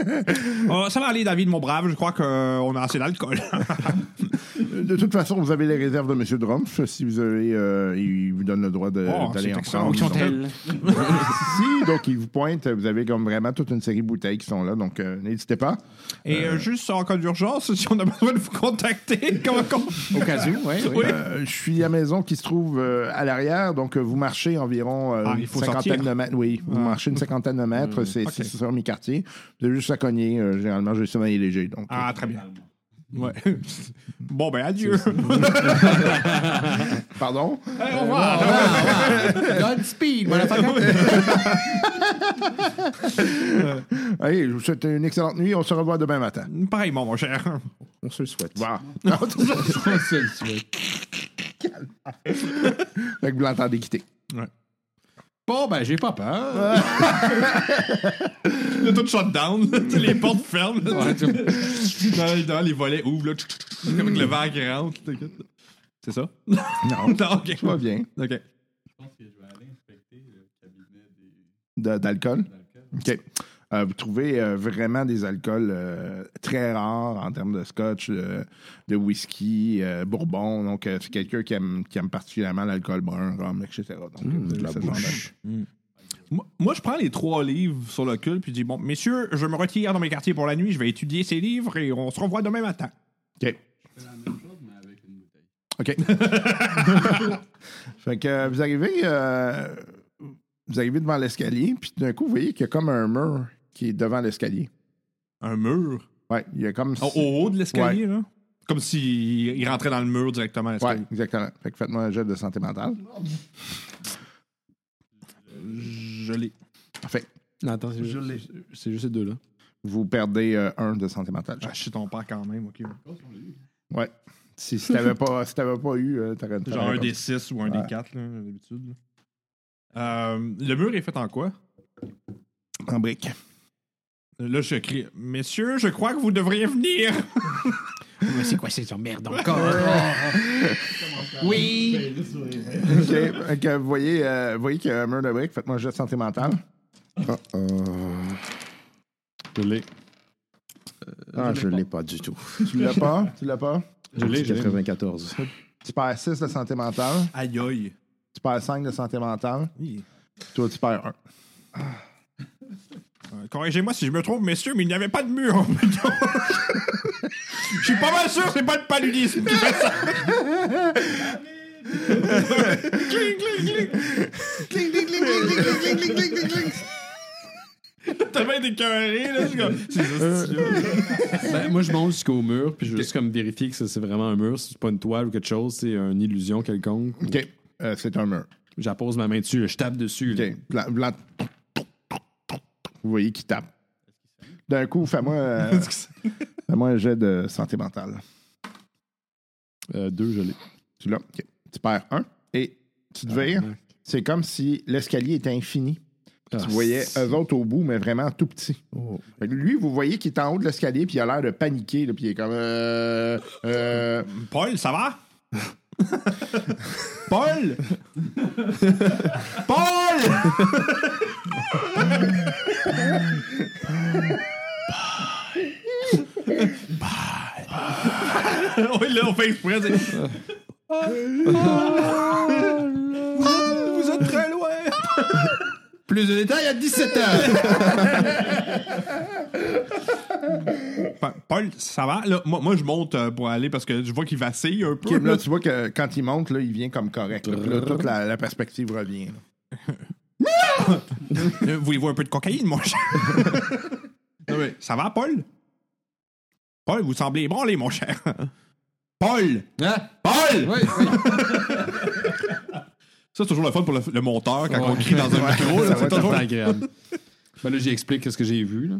Speaker 5: ouais.
Speaker 3: Oh, ça va aller, David, mon brave. Je crois qu'on a assez d'alcool.
Speaker 2: Euh, De toute façon, vous avez les réserves de Monsieur Drumpf. Si vous avez, euh, il vous donne le droit de-
Speaker 3: Oh,
Speaker 2: d'aller
Speaker 3: c'est
Speaker 2: en
Speaker 3: excellent.
Speaker 2: prendre.
Speaker 3: Qui sont-elles?
Speaker 2: Si, donc il vous pointe. Vous avez comme vraiment toute une série de bouteilles qui sont là, donc euh, n'hésitez pas.
Speaker 3: Et euh, juste en cas d'urgence, si on a besoin de vous contacter, comment qu'on-
Speaker 11: Au cas où, ouais,
Speaker 3: Oui.
Speaker 11: oui.
Speaker 2: Euh, je suis à maison qui se trouve euh, à l'arrière, donc euh, vous marchez environ euh,
Speaker 3: Ah, il
Speaker 2: une
Speaker 3: faut
Speaker 2: cinquantaine
Speaker 3: sortir. Ah. Mmh,
Speaker 2: de mètres. Oui, vous marchez une cinquantaine de mètres, c'est
Speaker 3: Ok.
Speaker 2: c'est sur mes quartiers. Vous avez juste à cogner. euh, généralement, j'ai le sommeil léger. Donc,
Speaker 3: Ah, très bien. Ouais. Bon, ben, adieu.
Speaker 2: euh, pardon.
Speaker 5: Oh,
Speaker 3: au revoir.
Speaker 11: Godspeed, voilà.
Speaker 2: Allez, je vous souhaite une excellente nuit. On se revoit demain matin.
Speaker 3: Pareillement, mon cher.
Speaker 7: On se le souhaite.
Speaker 2: Voilà.
Speaker 5: On se le souhaite.
Speaker 2: Fait que vous l'entendez quitter.
Speaker 6: Bon, ben, j'ai pas
Speaker 2: Ah,
Speaker 6: peur.
Speaker 3: Il y a tout shut down. là. Tu sais, les portes ferment. là.
Speaker 6: Ouais, tu-
Speaker 3: Dans les- dans les volets ouvrent. là. C'est comme que le vent qui rentre. t'inquiète. C'est ça?
Speaker 2: Non,
Speaker 3: Non, ok.
Speaker 2: tout va bien.
Speaker 3: Ok.
Speaker 2: De- D'alcool? OK. Euh, vous trouvez euh, vraiment des alcools euh, très rares en termes de scotch, euh, de whisky, euh, bourbon. Donc, euh, c'est quelqu'un qui aime, qui aime particulièrement l'alcool brun, rhum, etc. Donc, vous avez ce genre de-
Speaker 3: Moi, moi, je prends les trois livres sur le cul puis je dis Bon, messieurs, je me retire dans mes quartiers pour la nuit, je vais étudier ces livres et on se revoit demain matin.
Speaker 2: OK. fait que euh, vous arrivez, euh, vous arrivez devant l'escalier, puis d'un coup, vous voyez qu'il y a comme un mur qui est devant l'escalier.
Speaker 3: Un mur
Speaker 2: Ouais, il y a comme... si-
Speaker 3: Au, au haut de l'escalier, là Comme s'il il rentrait dans le mur directement à
Speaker 2: Ouais,
Speaker 3: l'escalier.
Speaker 2: exactement. Fait que faites-moi un jet de santé mentale.
Speaker 3: Je l'ai.
Speaker 2: Parfait.
Speaker 6: Non, attends, c'est
Speaker 4: Je
Speaker 6: juste,
Speaker 4: l'ai.
Speaker 6: c'est juste ces deux-là.
Speaker 2: Vous perdez euh, un de santé mentale.
Speaker 3: Ah, je suis ton père quand même, ok.
Speaker 2: Ouais. Si, si t'avais pas, si t'avais pas eu, euh, t'aurais
Speaker 3: Genre
Speaker 2: t'aurais
Speaker 3: un
Speaker 2: pas-
Speaker 3: des six ou un
Speaker 2: Ouais.
Speaker 3: des quatre, là, d'habitude. là. Euh, le mur est fait en quoi
Speaker 2: en brique.
Speaker 3: Là, je crie Messieurs, je crois que vous devriez venir
Speaker 10: Mais c'est quoi ces emmerdes encore? oui!
Speaker 2: Ok. Fait que vous voyez, euh, vous voyez qu'il y a un mur de brique. Faites-moi un jet de santé mentale.
Speaker 6: Je l'ai.
Speaker 2: Euh,
Speaker 7: Ah, je l'ai pas du tout.
Speaker 2: Tu l'as pas? Tu l'as pas?
Speaker 6: Je l'ai, je l'ai.
Speaker 7: 94.
Speaker 2: Tu perds 6 de santé mentale.
Speaker 3: Aïe aïe
Speaker 2: Tu perds 5 de santé mentale.
Speaker 3: Oui.
Speaker 2: Toi, tu perds 1.
Speaker 3: Euh, Corrigez-moi si je me trompe, messieurs, mais il n'y avait pas de mur en fait. Je suis pas mal sûr, que c'est pas le paludisme qui fait ça. Cling, cling, cling. Tellement écœuré, là. je suis comme, C'est juste.
Speaker 6: Ben, moi, je monte jusqu'au mur, puis je veux juste comme vérifier que ça, c'est vraiment un mur, si c'est pas une toile ou quelque chose, c'est une illusion quelconque.
Speaker 2: Ok. Euh, c'est un mur.
Speaker 6: J'appose ma main dessus, je tape dessus. là.
Speaker 2: Ok. Blan- blan- Vous voyez qu'il tape. D'un coup, fais-moi euh, fais-moi un jet de santé mentale.
Speaker 6: Euh, deux, je l'ai.
Speaker 2: Tu l'as. OK. Tu perds un et tu
Speaker 7: Ah,
Speaker 2: te vires. C'est comme si l'escalier était infini.
Speaker 6: Ah, Oh.
Speaker 2: Tu voyais eux autres au bout, mais vraiment tout petit. Fait que Lui, vous voyez qu'il est en haut de l'escalier, puis il a l'air de paniquer, là, puis il est comme. euh, euh,
Speaker 3: Paul, ça va? Paul! Paul! oui, là, on fait exprès. c'est- Vous êtes très loin!
Speaker 10: Plus de détails à 17 h
Speaker 3: Pa- Paul, ça va? Là, moi, moi, je monte euh, pour aller parce que je vois qu'il vacille un peu.
Speaker 2: Kim, là, tu vois que quand il monte, là, il vient comme correct. là, puis là, toute la, la perspective revient. là.
Speaker 3: Euh, Voulez-vous un peu de cocaïne, mon cher? Non, mais ça va, Paul? Paul, vous semblez ébranlé, mon cher. Paul!
Speaker 5: Hein?
Speaker 3: Paul! Ça, c'est toujours le fun pour le, le monteur quand on crie dans un micro. là,
Speaker 2: ça
Speaker 3: c'est
Speaker 2: va être
Speaker 3: toujours-
Speaker 6: C'est agréable. ben là, j'explique ce que j'ai vu. Là.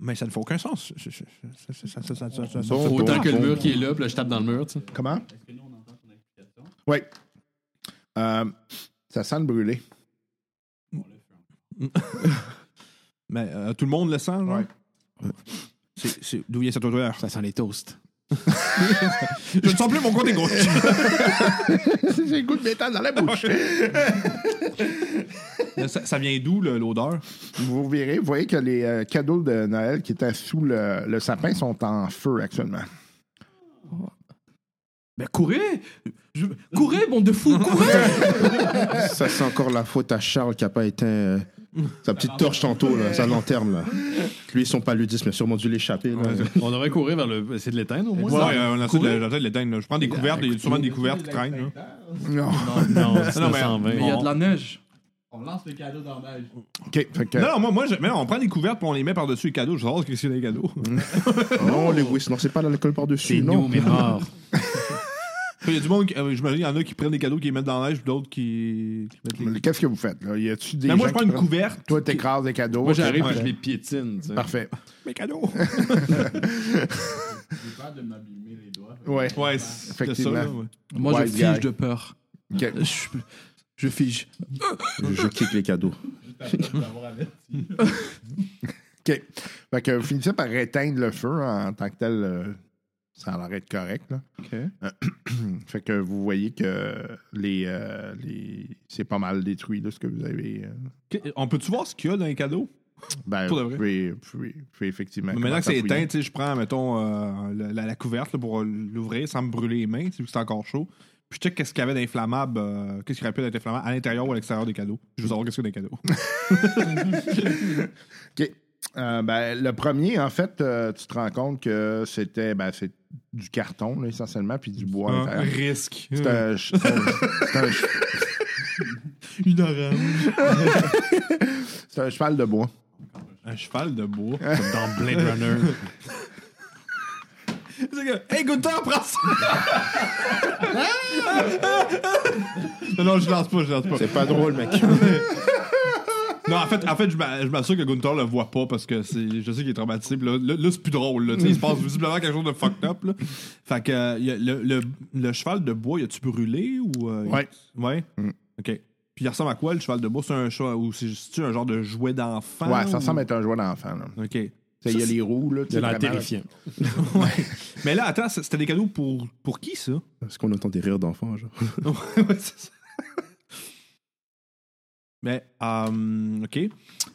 Speaker 3: Mais ça ne fait aucun sens. Ça- ça- ça- ça- ça- ça- ça- ça- ça-
Speaker 2: Bon,
Speaker 6: Autant
Speaker 2: bon,
Speaker 6: que le
Speaker 2: bon.
Speaker 6: mur qui est là, puis là, je tape dans le mur. tu sais.
Speaker 2: Comment? Oui. Euh, ça sent le brûler.
Speaker 3: Mais euh, tout le monde le sent, genre? Euh,
Speaker 2: Ouais.
Speaker 3: C'est- c'est- D'où vient cette odeur?
Speaker 10: Ça sent les toasts.
Speaker 3: Je ne sens plus mon côté gauche.
Speaker 2: J'ai le goût de métal dans la bouche.
Speaker 3: ça, ça vient d'où, le- l'odeur?
Speaker 2: vous verrez, vous voyez que les euh, cadeaux de Noël qui étaient sous le, le sapin sont en feu actuellement.
Speaker 4: Mais courez Je- Courez, bande de fous, courez
Speaker 7: Ça, c'est encore la faute à Charles qui a pas éteint euh, sa petite torche tantôt, là, sa lanterne. Là. Lui, son paludisme a sûrement dû l'échapper. là.
Speaker 6: On aurait couru vers le. Essayer de l'éteindre au moins.
Speaker 3: Ouais, ouais, on a ça de la- de la dinde, là. Je prends des couvertes, il y a souvent des couvertes qui traînent. là.
Speaker 6: Non, c'est
Speaker 3: Non, mais-
Speaker 6: 920.
Speaker 4: Mais il y a de la neige.
Speaker 9: On lance le cadeau dans la neige.
Speaker 2: OK. Fait que,
Speaker 3: Non, non, moi, moi je- mais non, on prend des couvertes puis on les met par-dessus les cadeaux. Je sais que c'est des cadeaux.
Speaker 7: Non, Lewis, non, c'est pas l'alcool par-dessus, non.
Speaker 3: Il y a du monde, qui- euh, j'imagine, il y en a qui prennent des cadeaux, qui les mettent dans la neige, puis d'autres qui, qui mettent les.
Speaker 2: Mais Qu'est-ce que vous faites? Là? Y a-tu des
Speaker 3: Mais moi,
Speaker 2: gens
Speaker 3: je prends
Speaker 2: qui
Speaker 3: une
Speaker 2: prennent-
Speaker 3: couverte.
Speaker 2: Toi, t'écrases des cadeaux.
Speaker 6: Moi, j'arrive
Speaker 2: Ok,
Speaker 6: et je les piétine. tu sais.
Speaker 2: Parfait.
Speaker 3: Mes cadeaux.
Speaker 9: J'ai peur de m'abîmer les doigts.
Speaker 2: Ouais.
Speaker 3: Ouais, c'est c'est ça,
Speaker 2: Effectivement.
Speaker 3: là, ouais.
Speaker 4: Moi,
Speaker 2: Wise
Speaker 4: je fiche
Speaker 2: guy.
Speaker 4: de peur.
Speaker 2: Ok.
Speaker 4: Je, suis- je
Speaker 7: Je fige. je, je kick les cadeaux.
Speaker 2: OK. Fait que vous finissez par éteindre le feu en tant que tel. euh, ça a l'air d'être correct. Là. Euh, fait que vous voyez que les, euh, les- c'est pas mal détruit là, ce que vous avez. euh,
Speaker 3: Ok, On peut-tu voir ce qu'il y a dans les cadeaux?
Speaker 2: ben,
Speaker 3: Pour de
Speaker 2: vous
Speaker 3: vrai.
Speaker 2: pouvez, vous pouvez- vous pouvez effectivement.
Speaker 3: Mais maintenant que c'est
Speaker 2: commencer à
Speaker 3: éteint, tu sais, je prends, mettons, euh, la, la- la couverte là, pour euh, l'ouvrir sans me brûler les mains, tu sais, vu que c'est encore chaud. Puis je check qu'est-ce qu'il y avait d'inflammable, euh, qu'est-ce qui aurait pu être inflammable à l'intérieur ou à l'extérieur des cadeaux. Je veux savoir qu'est-ce qu'il y a dans les cadeaux.
Speaker 2: OK. Euh, ben, le premier, en fait, euh, tu te rends compte que c'était ben, c'est du carton, là, essentiellement, puis du bois.
Speaker 3: Un
Speaker 2: intérieur.
Speaker 3: risque.
Speaker 2: C'est un, ch- c'est un- c'est un ch-
Speaker 3: Une orange.
Speaker 2: c'est un cheval de bois.
Speaker 3: Un cheval de bois, comme dans Blade Runner. C'est que, hey Gunther, prends ça! non, non, je lance pas, je lance pas.
Speaker 2: C'est pas drôle, mec.
Speaker 3: Non, en fait, en fait je m'a- je m'assure que Gunther le voit pas parce que c'est, je sais qu'il est traumatisé. puis Là, là, là, c'est plus drôle. Là, tu sais, il se passe visiblement quelque chose de fucked up. Là. Fait que euh, y a le, le- le cheval de bois, y a-tu brûlé ou. euh,
Speaker 2: Ouais.
Speaker 3: Ouais.
Speaker 2: Mm.
Speaker 3: OK. Puis il ressemble à quoi le cheval de bois C'est un cheval ou c'est c'est-tu un genre de jouet d'enfant
Speaker 2: Ouais,
Speaker 3: ou-
Speaker 2: ça semble être un jouet d'enfant. là.
Speaker 3: OK.
Speaker 2: Tu sais, Il y a
Speaker 3: Ça,
Speaker 2: les roues. Là, tu
Speaker 6: C'est
Speaker 2: sais,
Speaker 6: l'air
Speaker 2: vraiment, là.
Speaker 6: terrifiant.
Speaker 3: Mais là, attends, c'était des cadeaux pour, pour qui ça
Speaker 7: Est-ce qu'on entend des rires d'enfants, genre?
Speaker 3: Ouais, c'est ça. Mais, euh, OK.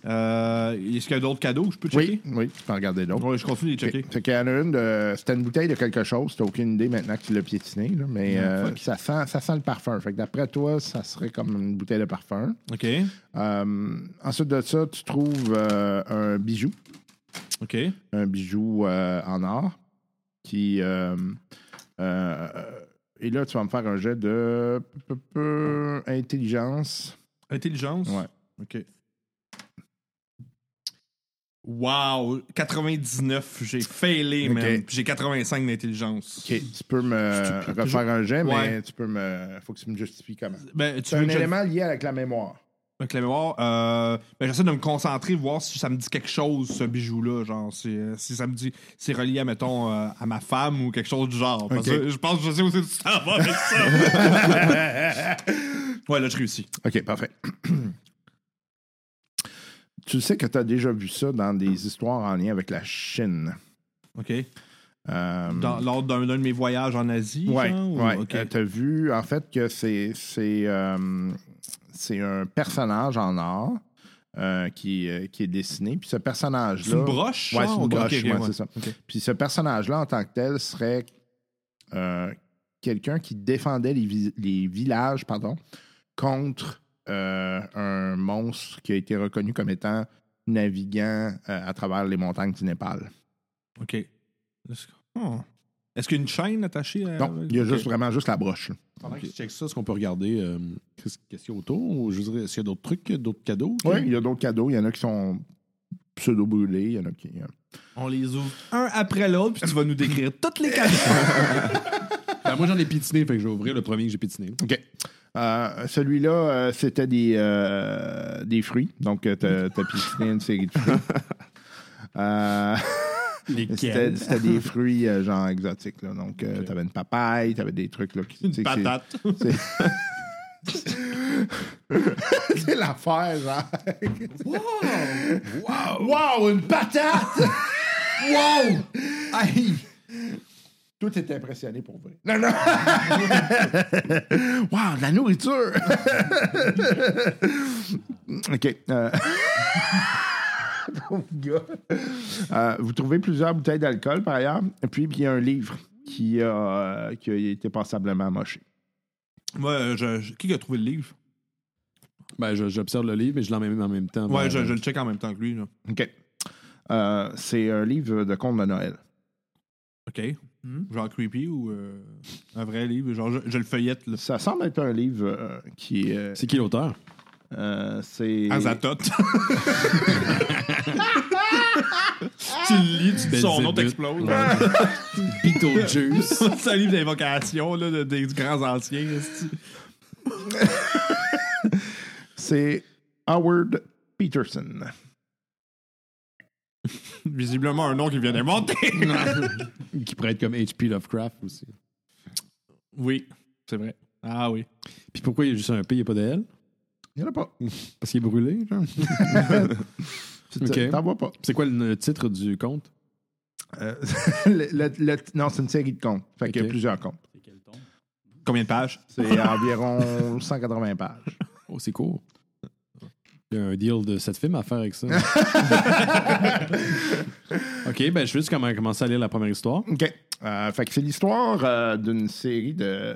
Speaker 3: Euh, est-ce qu'il y a d'autres cadeaux que je peux checker?
Speaker 2: Oui, oui, tu peux en regarder d'autres.
Speaker 3: Ouais, je continue de les checker.
Speaker 2: Ok. Fait qu'il y en a une de- C'était une bouteille de quelque chose, t'as aucune idée maintenant que tu l'as piétiné, là, mais
Speaker 3: Ah,
Speaker 2: euh, ça, sent, ça sent le parfum. Fait que d'après toi, ça serait comme une bouteille de parfum.
Speaker 3: OK.
Speaker 2: Euh, ensuite de ça, tu trouves euh, un bijou,
Speaker 3: OK.
Speaker 2: un bijou euh, en or, qui. euh, euh, et là, tu vas me faire un jet de peu, peu, peu, intelligence.
Speaker 3: Intelligence?
Speaker 2: Ouais.
Speaker 3: OK. Wow! 99. J'ai failé,
Speaker 2: OK.
Speaker 3: man. Puis J'ai 85 d'intelligence.
Speaker 2: Ok, tu peux me refaire un jet, mais
Speaker 3: Ouais.
Speaker 2: tu peux me. Faut que tu me justifies comment.
Speaker 3: Ben, tu
Speaker 2: C'est
Speaker 3: veux
Speaker 2: un
Speaker 3: que je-
Speaker 2: élément lié avec la mémoire.
Speaker 3: Avec la mémoire, euh, ben, j'essaie de me concentrer, voir si ça me dit quelque chose, ce bijou-là. Genre, si, euh, si ça me dit, c'est relié, mettons, euh, à ma femme ou quelque chose du genre. Parce
Speaker 2: Ok.
Speaker 3: que je pense que je sais où c'est que tu t'en vas avec ça. ouais, là, je réussis.
Speaker 2: OK, parfait. tu sais que tu as déjà vu ça dans des histoires en lien avec la Chine.
Speaker 3: OK.
Speaker 2: Euh,
Speaker 3: Dans, lors d'un d'un de mes voyages en Asie.
Speaker 2: ouais,
Speaker 3: genre, ou-
Speaker 2: ouais. Euh,
Speaker 3: OK.
Speaker 2: tu as vu, en fait, que c'est c'est, euh, c'est un personnage en or euh, qui, euh, qui est dessiné. Puis ce personnage-là.
Speaker 3: C'est une broche?
Speaker 2: Ouais, c'est
Speaker 3: genre?
Speaker 2: une
Speaker 3: OK,
Speaker 2: broche,
Speaker 3: OK,
Speaker 2: ouais,
Speaker 3: ouais.
Speaker 2: c'est ça.
Speaker 3: OK.
Speaker 2: Puis ce personnage-là, en tant que tel, serait euh, quelqu'un qui défendait les, vi- les villages pardon, contre euh, un monstre qui a été reconnu comme étant naviguant euh, à travers les montagnes du Népal.
Speaker 3: OK. Est-ce que- oh. Est-ce qu'il y a une chaîne attachée à.
Speaker 2: Non, il y a
Speaker 3: OK.
Speaker 2: juste vraiment juste la broche. là.
Speaker 6: Pendant que tu checkes ça, est-ce qu'on peut regarder euh, qu'est-ce qu'est-ce qu'il y a autour? Ou je dirais, est-ce qu'il y a d'autres trucs, d'autres cadeaux?
Speaker 2: Oui, il y a d'autres cadeaux. Il y en a qui sont pseudo-brûlés. Il y en a qui... euh,
Speaker 3: On les ouvre un après l'autre, puis tu vas nous décrire toutes les cadeaux.
Speaker 6: Ben, moi, j'en ai pitiné, fait que je vais ouvrir le premier que j'ai pitiné.
Speaker 2: OK. Euh, Celui-là, euh, c'était des, euh, des fruits. Donc, euh, t'as t'as piétiné une série de fruits. Euh, C'était c'était des fruits euh, genre exotiques. Là. Donc, euh, t'avais une papaye, t'avais des trucs. Là, qui, tu sais que c'est-
Speaker 3: Patate.
Speaker 2: C'est l'affaire, genre. Wow! wow! une patate! wow! Aïe! Tout est impressionné pour vrai. Non, non! wow, de la nourriture! OK. euh, Pauvre gars. Euh, vous trouvez plusieurs bouteilles d'alcool, par ailleurs. Et puis, il y a un livre qui a, euh, qui a été passablement moché.
Speaker 3: Moi, euh, je- je- qui a trouvé le livre?
Speaker 6: Ben, je- j'observe le livre, mais je l'emmène en même temps.
Speaker 3: Ouais,
Speaker 6: Ben,
Speaker 3: je, je le check en même temps que lui. Là.
Speaker 2: OK. Euh, c'est un livre de contes de Noël.
Speaker 3: OK. Genre creepy ou euh, un vrai livre? Genre, je, je le feuillette, là.
Speaker 2: Ça semble être un livre euh, qui euh,
Speaker 6: C'est qui l'auteur?
Speaker 2: euh, c'est
Speaker 3: Azatot. tu le lis, tu dis son nom t'explose.
Speaker 6: Beetlejuice.
Speaker 3: C'est un livre d'invocation, là, de- des grands anciens. esti.
Speaker 2: c'est Howard Peterson.
Speaker 3: Visiblement, un nom qui vient d'inventer.
Speaker 6: qui pourrait être comme H.P. Lovecraft aussi.
Speaker 3: oui, c'est vrai. Ah oui.
Speaker 6: Puis pourquoi il y a juste un P, il n'y a pas de L?
Speaker 2: Il n'y en a pas.
Speaker 5: Parce qu'il est brûlé, genre.
Speaker 2: T'en vois pas.
Speaker 5: C'est quoi le le titre du conte?
Speaker 2: Euh, le- le- le- non, c'est une série de comptes. Fait qu'il y a
Speaker 5: Ok.
Speaker 2: plusieurs comptes.
Speaker 9: C'est quel ton?
Speaker 3: Combien de pages?
Speaker 2: C'est environ 180 pages.
Speaker 5: Oh, c'est court. Il y a un deal de cette film à faire avec ça. OK, ben je vais juste comment- commencer à lire la première histoire.
Speaker 2: OK. Euh, fait que c'est l'histoire euh, d'une série de,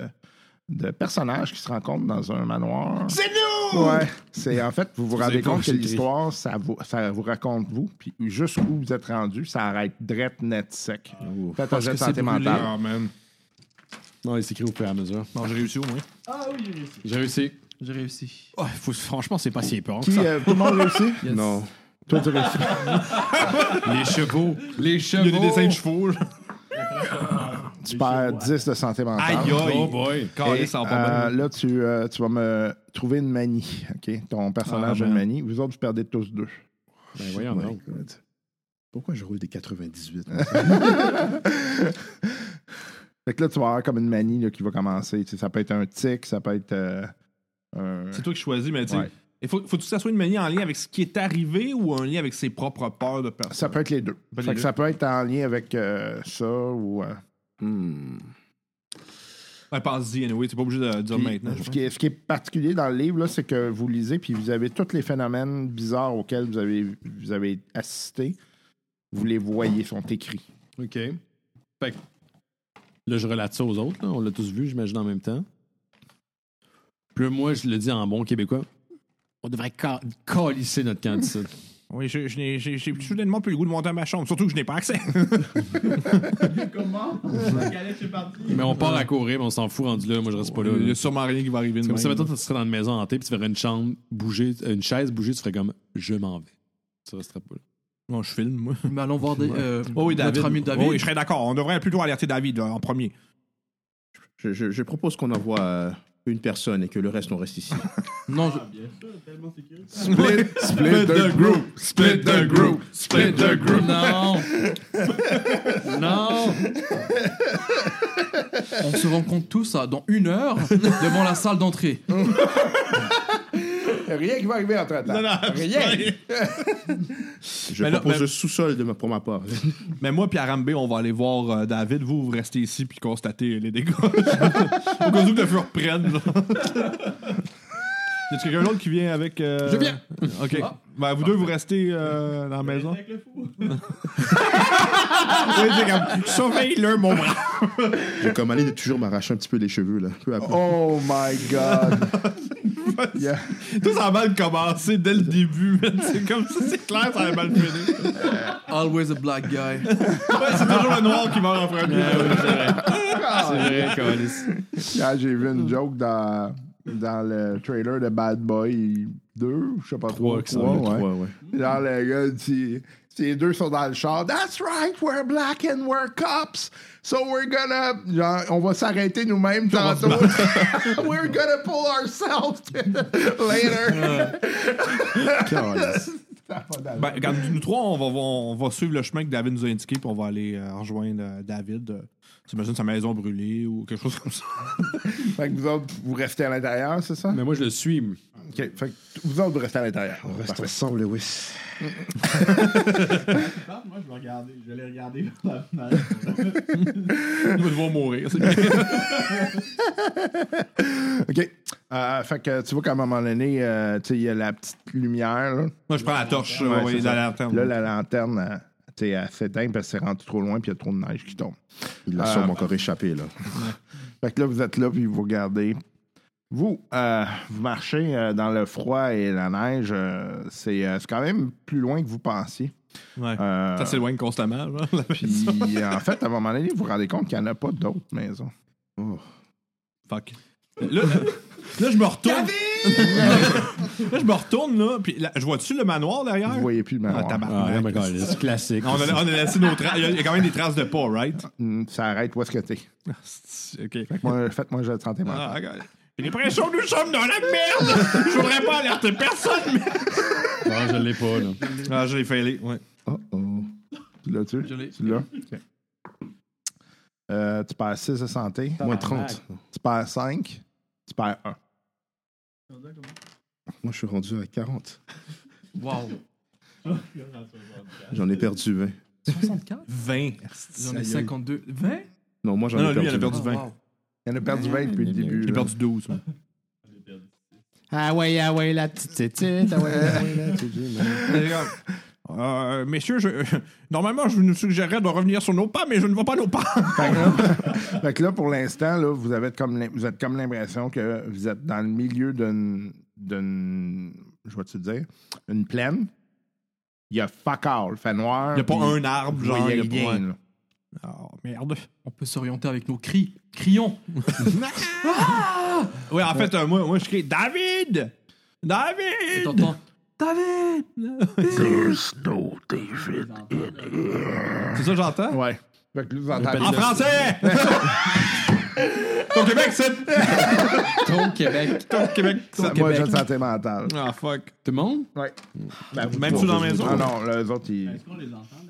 Speaker 2: de personnages qui se rencontrent dans un manoir. C'est nous! Ouais. C'est, en fait, vous vous rendez compte que l'histoire, ça vous, ça vous raconte vous, puis jusqu'où vous êtes rendu, ça arrête drette, net, sec. Faites un jet de santé mentale.
Speaker 12: man.
Speaker 5: Non, il s'écrit au fur et à mesure.
Speaker 3: Non, j'ai réussi au moins.
Speaker 5: Ah J'ai réussi.
Speaker 4: J'ai réussi.
Speaker 5: Ouais, faut- franchement, c'est pas si épeurant que
Speaker 2: Qui,
Speaker 5: ça.
Speaker 2: euh, tout le monde réussit?
Speaker 4: Yes.
Speaker 2: Non. Toi, tu réussis.
Speaker 5: Les chevaux. Les chevaux.
Speaker 3: Il y a des dessins de chevaux. là.
Speaker 2: Tu perds 10 de santé
Speaker 6: Ah,
Speaker 2: mentale.
Speaker 3: Aïe, aïe.
Speaker 5: Oh boy.
Speaker 3: Calais,
Speaker 2: Et,
Speaker 3: ça en
Speaker 2: euh,
Speaker 3: Ah, pas mal.
Speaker 2: là, tu, euh, tu vas me trouver une manie. OK? Ton personnage
Speaker 5: Ah,
Speaker 2: a une
Speaker 3: ben.
Speaker 5: man.
Speaker 2: manie. Vous autres, vous perdez tous deux.
Speaker 5: Ben voyons
Speaker 7: My
Speaker 5: donc.
Speaker 7: God. Pourquoi je roule des 98?
Speaker 2: Fait que là, tu vas avoir comme une manie là, qui va commencer. Tu sais, ça peut être un tic, ça peut être euh, un.
Speaker 3: C'est toi qui choisis, mais tu
Speaker 2: Ouais.
Speaker 3: sais. Il faut, faut que ça soit une manière en lien avec ce qui est arrivé ou en lien avec ses propres peurs de personne.
Speaker 2: Ça peut être les deux.
Speaker 3: Pas les
Speaker 2: Fait que
Speaker 3: deux.
Speaker 2: ça peut être en lien avec euh, ça ou. euh,
Speaker 7: Hmm.
Speaker 3: Ouais, Pense-y, ben, anyway, t'es pas obligé de le dire
Speaker 2: puis,
Speaker 3: maintenant. je
Speaker 2: ce, qui est, ce qui est particulier dans le livre, là, c'est que vous lisez puis vous avez tous les phénomènes bizarres auxquels vous avez, vous avez assisté. Vous les voyez, sont écrits.
Speaker 5: OK. Fait que là, je relate ça aux autres. là. On l'a tous vu, j'imagine, en même temps. Puis là, moi, je le dis en bon québécois. On devrait ca- calisser notre candidat.
Speaker 3: Oui, je- je n'ai- j'ai j'ai soudainement plus le goût de monter à ma chambre, surtout que je n'ai pas accès.
Speaker 9: Comment? La galette est partie.
Speaker 5: Mais on part à courir, mais on s'en fout rendu là. Moi, je reste pas là.
Speaker 3: Il y
Speaker 5: là.
Speaker 3: a sûrement rien qui va arriver de
Speaker 5: C'est Comme
Speaker 3: même.
Speaker 5: ça, maintenant, tu serais dans une maison hantée, puis tu verrais une chambre bouger, euh, une chaise bouger, tu ferais comme je m'en vais. Tu resterais pas là.
Speaker 3: Non, je filme, moi.
Speaker 4: Mais allons voir des, euh,
Speaker 3: Oh oui, David.
Speaker 4: notre ami David.
Speaker 3: Oh oui, je serais d'accord. On devrait plutôt alerter David là, en premier.
Speaker 7: Je, je- je propose qu'on envoie euh, une personne et que le reste, on reste ici.
Speaker 4: Non, je-
Speaker 9: Bien sûr, tellement sécuritaire.
Speaker 2: Split, split the group, split the group, split the group.
Speaker 4: Non! non! On se rencontre tous à- dans une heure devant la salle d'entrée.
Speaker 2: Rien qui va arriver entre temps. Rien.
Speaker 7: Je
Speaker 3: Mais là,
Speaker 7: propose
Speaker 3: mais-
Speaker 7: le sous-sol de ma, pour ma part.
Speaker 3: Mais moi, puis Arambe, on va aller voir euh, David. Vous, vous restez ici puis constatez les dégâts. Au cas où que le feu reprenne. genre. Y a-t-il quelqu'un d'autre qui vient avec. euh,
Speaker 4: Je viens.
Speaker 3: Ok. Ben, vous deux, vous restez euh, dans la maison.
Speaker 9: Avec le fou.
Speaker 3: Surveille-le, mon bras.
Speaker 7: J'ai comme aller de toujours m'arracher un petit peu les cheveux, là. Peu à peu.
Speaker 2: Oh my god. Yeah.
Speaker 3: Tout ça a mal commencé dès le début. man. C'est comme ça, c'est clair, ça a mal fini.
Speaker 4: Always a black guy.
Speaker 3: Ouais, c'est toujours le noir qui meurt en premier.
Speaker 2: Quand j'ai vu une joke dans, dans le trailer de Bad Boy 2, je sais pas trop.
Speaker 5: qui s'en
Speaker 2: Oh, ouais. Genre le gars, tu- ces deux sont dans le char. That's right, we're black and we're cops. So we're gonna. Genre, on va s'arrêter nous-mêmes tantôt. we're gonna pull ourselves later. Ça va dans le-
Speaker 3: Ben, regarde, nous trois, on va, on va suivre le chemin que David nous a indiqué, puis on va aller euh, rejoindre euh, David. Euh, T'imagines sa maison brûlée ou quelque chose comme ça.
Speaker 2: Fait que vous autres, vous restez à l'intérieur, c'est ça?
Speaker 5: Mais moi, je le suis.
Speaker 2: OK. Fait que vous autres, vous restez à l'intérieur.
Speaker 7: On reste ensemble, Lewis.
Speaker 9: Ah, Moi, je vais regarder. Je vais les regarder par la fenêtre.
Speaker 3: Ils vont devoir mourir. c'est-
Speaker 2: OK. Euh, fait que tu vois qu'à un moment donné, euh, tu sais, il y a la petite lumière. Là,
Speaker 3: Moi, je prends la torche
Speaker 2: Ouais,
Speaker 3: euh, ouais,
Speaker 2: c'est
Speaker 3: dans
Speaker 2: ça.
Speaker 3: la lanterne.
Speaker 2: Là, la lanterne, euh, tu sais, elle s'éteint parce que c'est rendu trop loin puis il y a trop de neige qui tombe.
Speaker 7: Il l'a
Speaker 2: Ah.
Speaker 7: sûrement encore échappé, là.
Speaker 2: Fait que là, vous êtes là puis vous regardez. Vous, euh, vous marchez euh, dans le froid et la neige. euh, c'est euh, c'est quand même plus loin que vous pensiez.
Speaker 3: Ouais.
Speaker 2: Euh,
Speaker 3: Ça s'éloigne constamment. genre, la maison.
Speaker 2: puis, en fait, à un moment donné, vous vous rendez compte qu'il n'y en a pas d'autres maisons.
Speaker 3: Fuck. Là, là, là, je me retourne. là, je me retourne, là, puis là, je vois-tu le manoir derrière?
Speaker 2: Vous voyez plus le
Speaker 3: Ah,
Speaker 2: manoir.
Speaker 3: tabarnak.
Speaker 5: Ah, my God, c'est classique.
Speaker 3: on, a, on a laissé nos traces. Il y a- il y a quand même des traces de pas, right?
Speaker 2: Hum, Ça arrête où est-ce que t'es.
Speaker 3: Ok.
Speaker 2: Moi, Faites-moi, je le sentais mal.
Speaker 3: Ah, regarde. J'ai l'impression que nous sommes dans la merde! Je voudrais pas alerter personne, mais.
Speaker 5: Ah, je l'ai pas, là.
Speaker 3: Ah, je l'ai failé, ouais.
Speaker 2: Oh oh. Tu l'as-tu?
Speaker 4: Je l'ai.
Speaker 2: Tu l'as? Euh, tu perds 6 de santé.
Speaker 7: Moins 30.
Speaker 2: Tu perds 5. Tu perds 1.
Speaker 7: Moi, je suis rendu à 40.
Speaker 4: Wow.
Speaker 7: J'en ai perdu 20.
Speaker 4: 64?
Speaker 3: 20.
Speaker 4: J'en ai 52. 20?
Speaker 7: Non, moi, j'en
Speaker 3: Non,
Speaker 7: ai
Speaker 3: lui, il en a perdu
Speaker 7: perdu 20.
Speaker 4: Oh,
Speaker 3: 20.
Speaker 4: wow.
Speaker 2: Il en a perdu 20 depuis le début.
Speaker 3: J'ai
Speaker 2: là.
Speaker 3: perdu 12. moi.
Speaker 10: Ah ouais, ah ouais, la petite tête, ah ouais, ah ouais, la
Speaker 3: Euh, messieurs, je- normalement, je nous suggérerais de revenir sur nos pas, mais je ne vois pas nos pas.
Speaker 2: Fait que là- fait que là, pour l'instant, là, vous, avez comme l'im- vous êtes comme l'impression que vous êtes dans le milieu d'une. d'une- Je vais te dire. Une plaine. Il y a fuck all. Fait noir.
Speaker 3: Il n'y a pas
Speaker 2: puis
Speaker 3: un arbre,
Speaker 2: vous
Speaker 3: genre,
Speaker 2: voyez
Speaker 3: il n'y a pas
Speaker 2: rien,
Speaker 3: un-
Speaker 2: là.
Speaker 3: Oh, merde.
Speaker 4: On peut s'orienter avec nos cris. Crions.
Speaker 3: Oui, en fait, euh, moi, moi, je crie David!
Speaker 4: Et
Speaker 3: David!
Speaker 4: T'entends?
Speaker 3: C'est ça que j'entends?
Speaker 2: Ouais. Fait que là, vous entendez.
Speaker 3: En français! Ton Québec, c'est.
Speaker 10: Ton Québec.
Speaker 3: Ton Québec, c'est.
Speaker 2: Ça, Moi, j'ai une santé mentale.
Speaker 3: Ah, fuck.
Speaker 6: Tout le monde?
Speaker 2: Ouais. Ben, vous
Speaker 3: Même
Speaker 2: trois,
Speaker 3: sous dans la
Speaker 2: vous
Speaker 3: maison?
Speaker 2: trois. Ah non, les autres, ils.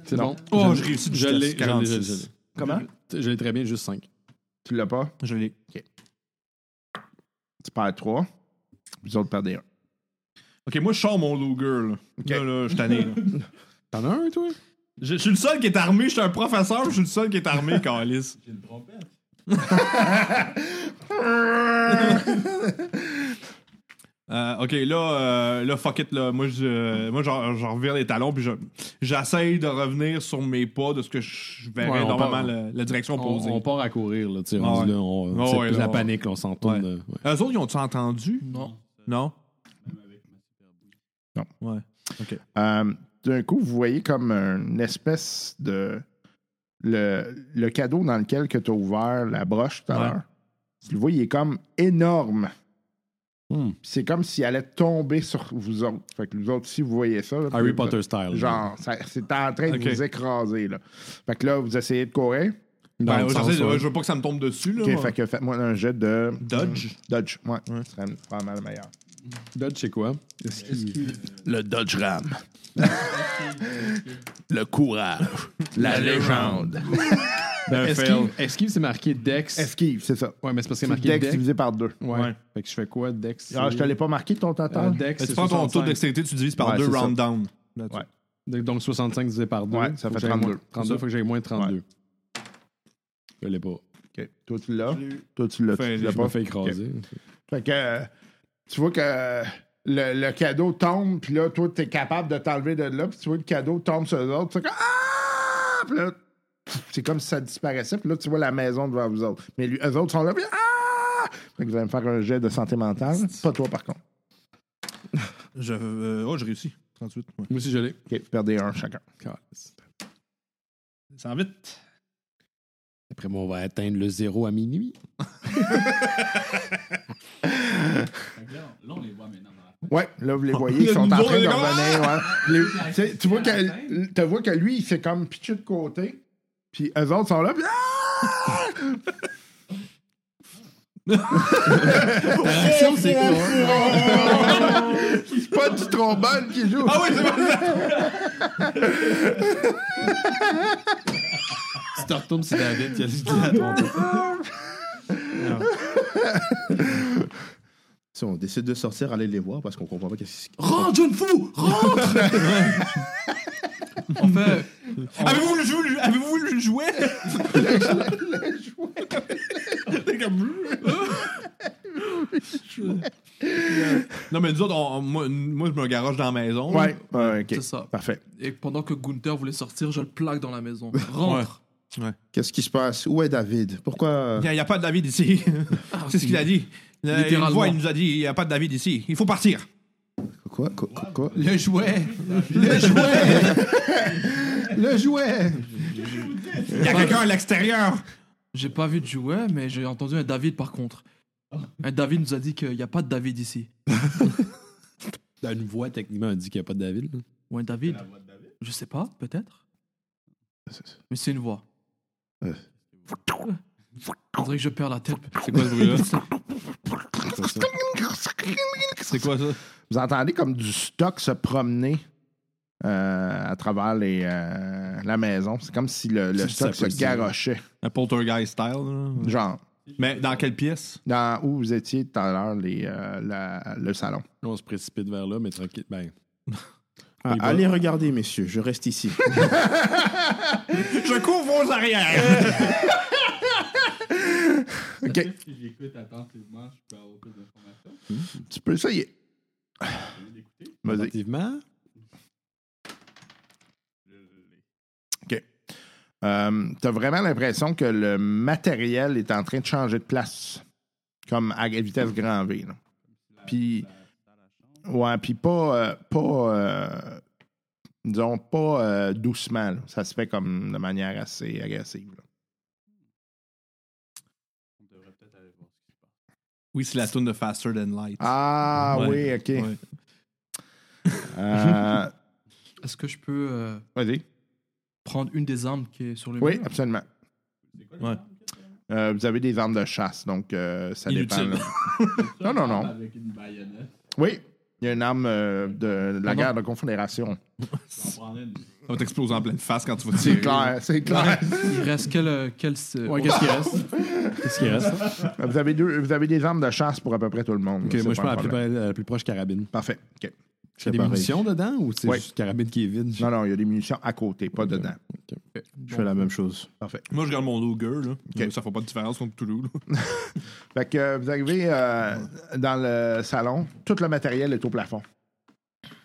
Speaker 6: C'est
Speaker 2: Non.
Speaker 6: bon.
Speaker 3: Oh, je réussis de
Speaker 6: Je l'ai,
Speaker 3: justesse.
Speaker 6: je l'ai, je l'ai,
Speaker 3: 46.
Speaker 6: je l'ai.
Speaker 2: Comment
Speaker 6: Je l'ai très bien, juste 5.
Speaker 2: Tu l'as pas
Speaker 3: Je l'ai.
Speaker 2: Tu perds 3. Vous autres perdez un.
Speaker 3: Ok, moi, je sors mon Luger, là. Là, là, je suis tanné, là.
Speaker 6: T'en as un, toi?
Speaker 3: Je, je suis le seul qui est armé, je suis un professeur, je suis le seul qui est armé, Carlis. Euh, ok, là, euh, là, fuck it, là. Moi, je, euh, moi, j'en j'en revire les talons, puis je- j'essaye de revenir sur mes pas de ce que je verrais
Speaker 6: Ouais, on
Speaker 3: normalement
Speaker 6: part.
Speaker 3: la, la direction
Speaker 6: On,
Speaker 3: opposée.
Speaker 6: on part à courir, là. tu sais,
Speaker 3: Ah
Speaker 6: rendu
Speaker 3: ouais.
Speaker 6: là, on-
Speaker 3: Ah
Speaker 6: c'est
Speaker 3: ouais,
Speaker 6: plus
Speaker 3: là,
Speaker 6: la
Speaker 3: on-
Speaker 6: panique, on s'en tourne.
Speaker 3: Ouais.
Speaker 6: euh, ouais.
Speaker 3: Eux autres, ils ont-tu entendu?
Speaker 4: Non.
Speaker 3: Non?
Speaker 2: Euh, D'un coup, vous voyez comme une espèce de. Le, le cadeau dans lequel que tu as ouvert la broche tout à
Speaker 3: Ouais.
Speaker 2: l'heure, tu le vois, il est comme énorme.
Speaker 6: Hmm.
Speaker 2: Puis C'est comme s'il allait tomber sur vous autres. Fait que vous autres, si vous voyez ça. là,
Speaker 6: Harry
Speaker 2: vous-
Speaker 6: Potter style. là.
Speaker 2: Genre, ça- c'est en train de
Speaker 3: Ah Ok.
Speaker 2: vous écraser. Là. Fait que là, vous essayez de courir.
Speaker 6: Dans
Speaker 3: Ben,
Speaker 6: le
Speaker 3: j'essaie
Speaker 6: sens,
Speaker 3: de-
Speaker 6: ouais.
Speaker 3: Je veux pas que ça me tombe dessus, là.
Speaker 2: Ok,
Speaker 3: moi.
Speaker 2: fait que faites-moi un jet de.
Speaker 3: Oh. Dodge?
Speaker 2: Dodge, ouais. Ce serait pas mal meilleur.
Speaker 6: Dodge, c'est quoi?
Speaker 8: Le Dodge Ram. le courage. La légende.
Speaker 6: Esquive, esquive, c'est marqué Dex.
Speaker 2: Esquive, c'est ça.
Speaker 6: Ouais, mais c'est parce que c'est
Speaker 2: C'est
Speaker 6: marqué
Speaker 2: dex
Speaker 6: Dex.
Speaker 2: divisé par deux.
Speaker 6: Ouais.
Speaker 3: Ouais.
Speaker 6: Fait que je fais quoi, Dex?
Speaker 2: Ah, je te
Speaker 6: c'est-
Speaker 2: l'ai pas marqué ton
Speaker 6: Euh,
Speaker 2: total?
Speaker 5: Ben,
Speaker 6: Dex,
Speaker 3: Tu
Speaker 6: c'est
Speaker 3: prends ton taux
Speaker 6: 65.
Speaker 3: d'extérité, tu divises par
Speaker 2: Ouais,
Speaker 3: deux,
Speaker 2: c'est ça.
Speaker 3: round down.
Speaker 2: Ouais.
Speaker 6: Donc 65 divisé par 2.
Speaker 2: Ouais, ça fait 32.
Speaker 6: 32, faut que j'aille moins de 32. Je l'ai pas.
Speaker 2: Ok. Toi, tu l'as. Toi, tu l'as.
Speaker 3: Fait,
Speaker 2: tu
Speaker 3: je
Speaker 2: l'as
Speaker 6: Je m'ai
Speaker 2: pas.
Speaker 6: fait écraser.
Speaker 2: Fait que euh, tu vois que euh, le, le cadeau tombe, puis là, toi, t'es capable de t'enlever de là, puis tu vois le cadeau tombe sur les autres. C'est comme Ah! Puis là, c'est comme si ça disparaissait, puis là, tu vois la maison devant vous autres. Mais les eux autres sont là, puis Ah! Fait que vous allez me faire un jet de santé mentale. Pas toi, par contre.
Speaker 3: Je, euh, oh, je réussis. 38. Ouais.
Speaker 6: Moi aussi, je l'ai.
Speaker 2: Ok, vous perdez un chacun.
Speaker 3: Ça va vite.
Speaker 6: Après moi, on va atteindre le zéro à minuit.
Speaker 9: Là, on les voit maintenant. dans la-
Speaker 2: Ouais, là, vous les voyez, ils sont en train de revenir. ouais. Les- tu sais, tu vois que, tu vois que lui, il s'est comme pitché de côté, puis eux autres sont là, puis Ah!
Speaker 6: c'est quoi?
Speaker 2: C'est pas du trombone qui joue.
Speaker 3: Ah oui, c'est bon.
Speaker 6: Tu te retournes sur David, il y a juste de la tombe.
Speaker 7: Si on décide de sortir, allez les voir parce qu'on comprend pas qu'est-ce qui
Speaker 4: Rentre, jeune fou! Rentre! on fait.
Speaker 3: Avez-vous voulu jouer? le- Avez-vous voulu le jouer? Non, mais nous autres, on- on- moi, moi, je me garoche dans la maison.
Speaker 2: Ouais, ouais, ok.
Speaker 4: C'est ça.
Speaker 2: Parfait.
Speaker 4: Et pendant que Gunther voulait sortir, je le plaque dans la maison. Rentre!
Speaker 7: Qu'est-ce qui se passe Où est David Pourquoi
Speaker 3: Il n'y a, pas de David ici. C'est ce qu'il a dit. Euh, Une
Speaker 4: Littéralement.
Speaker 3: fois, il nous a dit il n'y a pas de David ici. Il faut partir.
Speaker 7: Quoi Quoi, quoi, quoi?
Speaker 10: Le jouet.
Speaker 7: Le jouet
Speaker 3: Il y a quelqu'un à l'extérieur.
Speaker 4: J'ai pas vu de jouet, mais j'ai entendu un David par contre. Un David nous a dit qu'il n'y a pas de David ici.
Speaker 6: Une voix, techniquement, on dit qu'il n'y a pas de David. là.
Speaker 4: Ou un David Je sais pas, peut-être. Mais c'est une voix.
Speaker 7: Ouais.
Speaker 4: On dirait que je perds la tête.
Speaker 6: C'est quoi ce bruit-là? C'est quoi ça?
Speaker 2: Vous entendez comme du stock se promener euh, à travers les, euh, la maison. C'est comme si le, le
Speaker 6: C'est
Speaker 2: stock se
Speaker 6: possible.
Speaker 2: garochait.
Speaker 3: Un poltergeist style. là.
Speaker 2: Genre.
Speaker 3: Mais dans quelle pièce?
Speaker 2: Dans où vous étiez tout à l'heure, les, euh, la- le salon.
Speaker 5: Là, on se précipite vers là, mais tranquille. Ben,
Speaker 7: Ah, allez regarder, messieurs, je reste ici.
Speaker 3: Je couvre vos arrières!
Speaker 2: OK,
Speaker 9: Si j'écoute attentivement, je peux avoir plus d'informations.
Speaker 2: tu peux essayer.
Speaker 9: Je vais l'écouter.
Speaker 2: Vas-y.
Speaker 5: effectivement.
Speaker 9: Je l'ai.
Speaker 2: Euh, T'as vraiment l'impression que le matériel est en train de changer de place, comme à vitesse grand V. là.
Speaker 9: La-
Speaker 2: Puis-
Speaker 9: la- dans la chambre.
Speaker 2: Ouais, puis pas, euh, pas euh, disons, pas euh, doucement. là. Ça se fait comme de manière assez agressive. là.
Speaker 9: On devrait peut-être aller voir ce qui se passe.
Speaker 3: Oui, c'est la tune de Faster Than Light.
Speaker 2: Ah
Speaker 3: Ouais.
Speaker 2: oui, ok.
Speaker 3: Ouais.
Speaker 2: Euh,
Speaker 4: Est-ce que je peux euh,
Speaker 2: Vas-y.
Speaker 4: prendre une des armes qui est sur le
Speaker 2: Oui,
Speaker 4: mur?
Speaker 2: absolument.
Speaker 9: C'est quoi
Speaker 3: Ouais.
Speaker 9: le nom?
Speaker 2: Euh, vous avez des armes de chasse, donc euh, ça
Speaker 3: Inutile.
Speaker 2: dépend. là. Non, non, non.
Speaker 9: Avec une baïonnette.
Speaker 2: Oui, il y a une arme euh, de,
Speaker 5: Ah
Speaker 2: de la guerre de Confédération.
Speaker 9: Je vais en prendre une.
Speaker 3: On t'explose en pleine face quand tu vas
Speaker 2: C'est
Speaker 3: tirer.
Speaker 2: clair, c'est clair.
Speaker 4: Il reste quel... euh, quel oh.
Speaker 5: Ouais, qu'est-ce qui reste? qu'est-ce qui reste? Ok,
Speaker 2: vous, avez deux, vous avez des armes de chasse pour à peu près tout le monde. là, c'est
Speaker 5: moi, je
Speaker 2: pas
Speaker 5: prends
Speaker 2: un
Speaker 5: la plus,
Speaker 2: problème.
Speaker 5: belle- la plus proche carabine.
Speaker 2: Parfait. OK.
Speaker 5: Il y a des
Speaker 7: pareil.
Speaker 5: munitions dedans ou c'est
Speaker 2: Ouais.
Speaker 5: juste carabine qui est vide?
Speaker 2: Non, non, il y a des munitions à côté, pas dedans.
Speaker 7: Je fais la même chose.
Speaker 3: Moi, je garde mon Luger, là. Ça fait pas de différence contre Toulouse.
Speaker 2: Fait que euh, vous arrivez euh, dans le salon, tout le matériel est au plafond.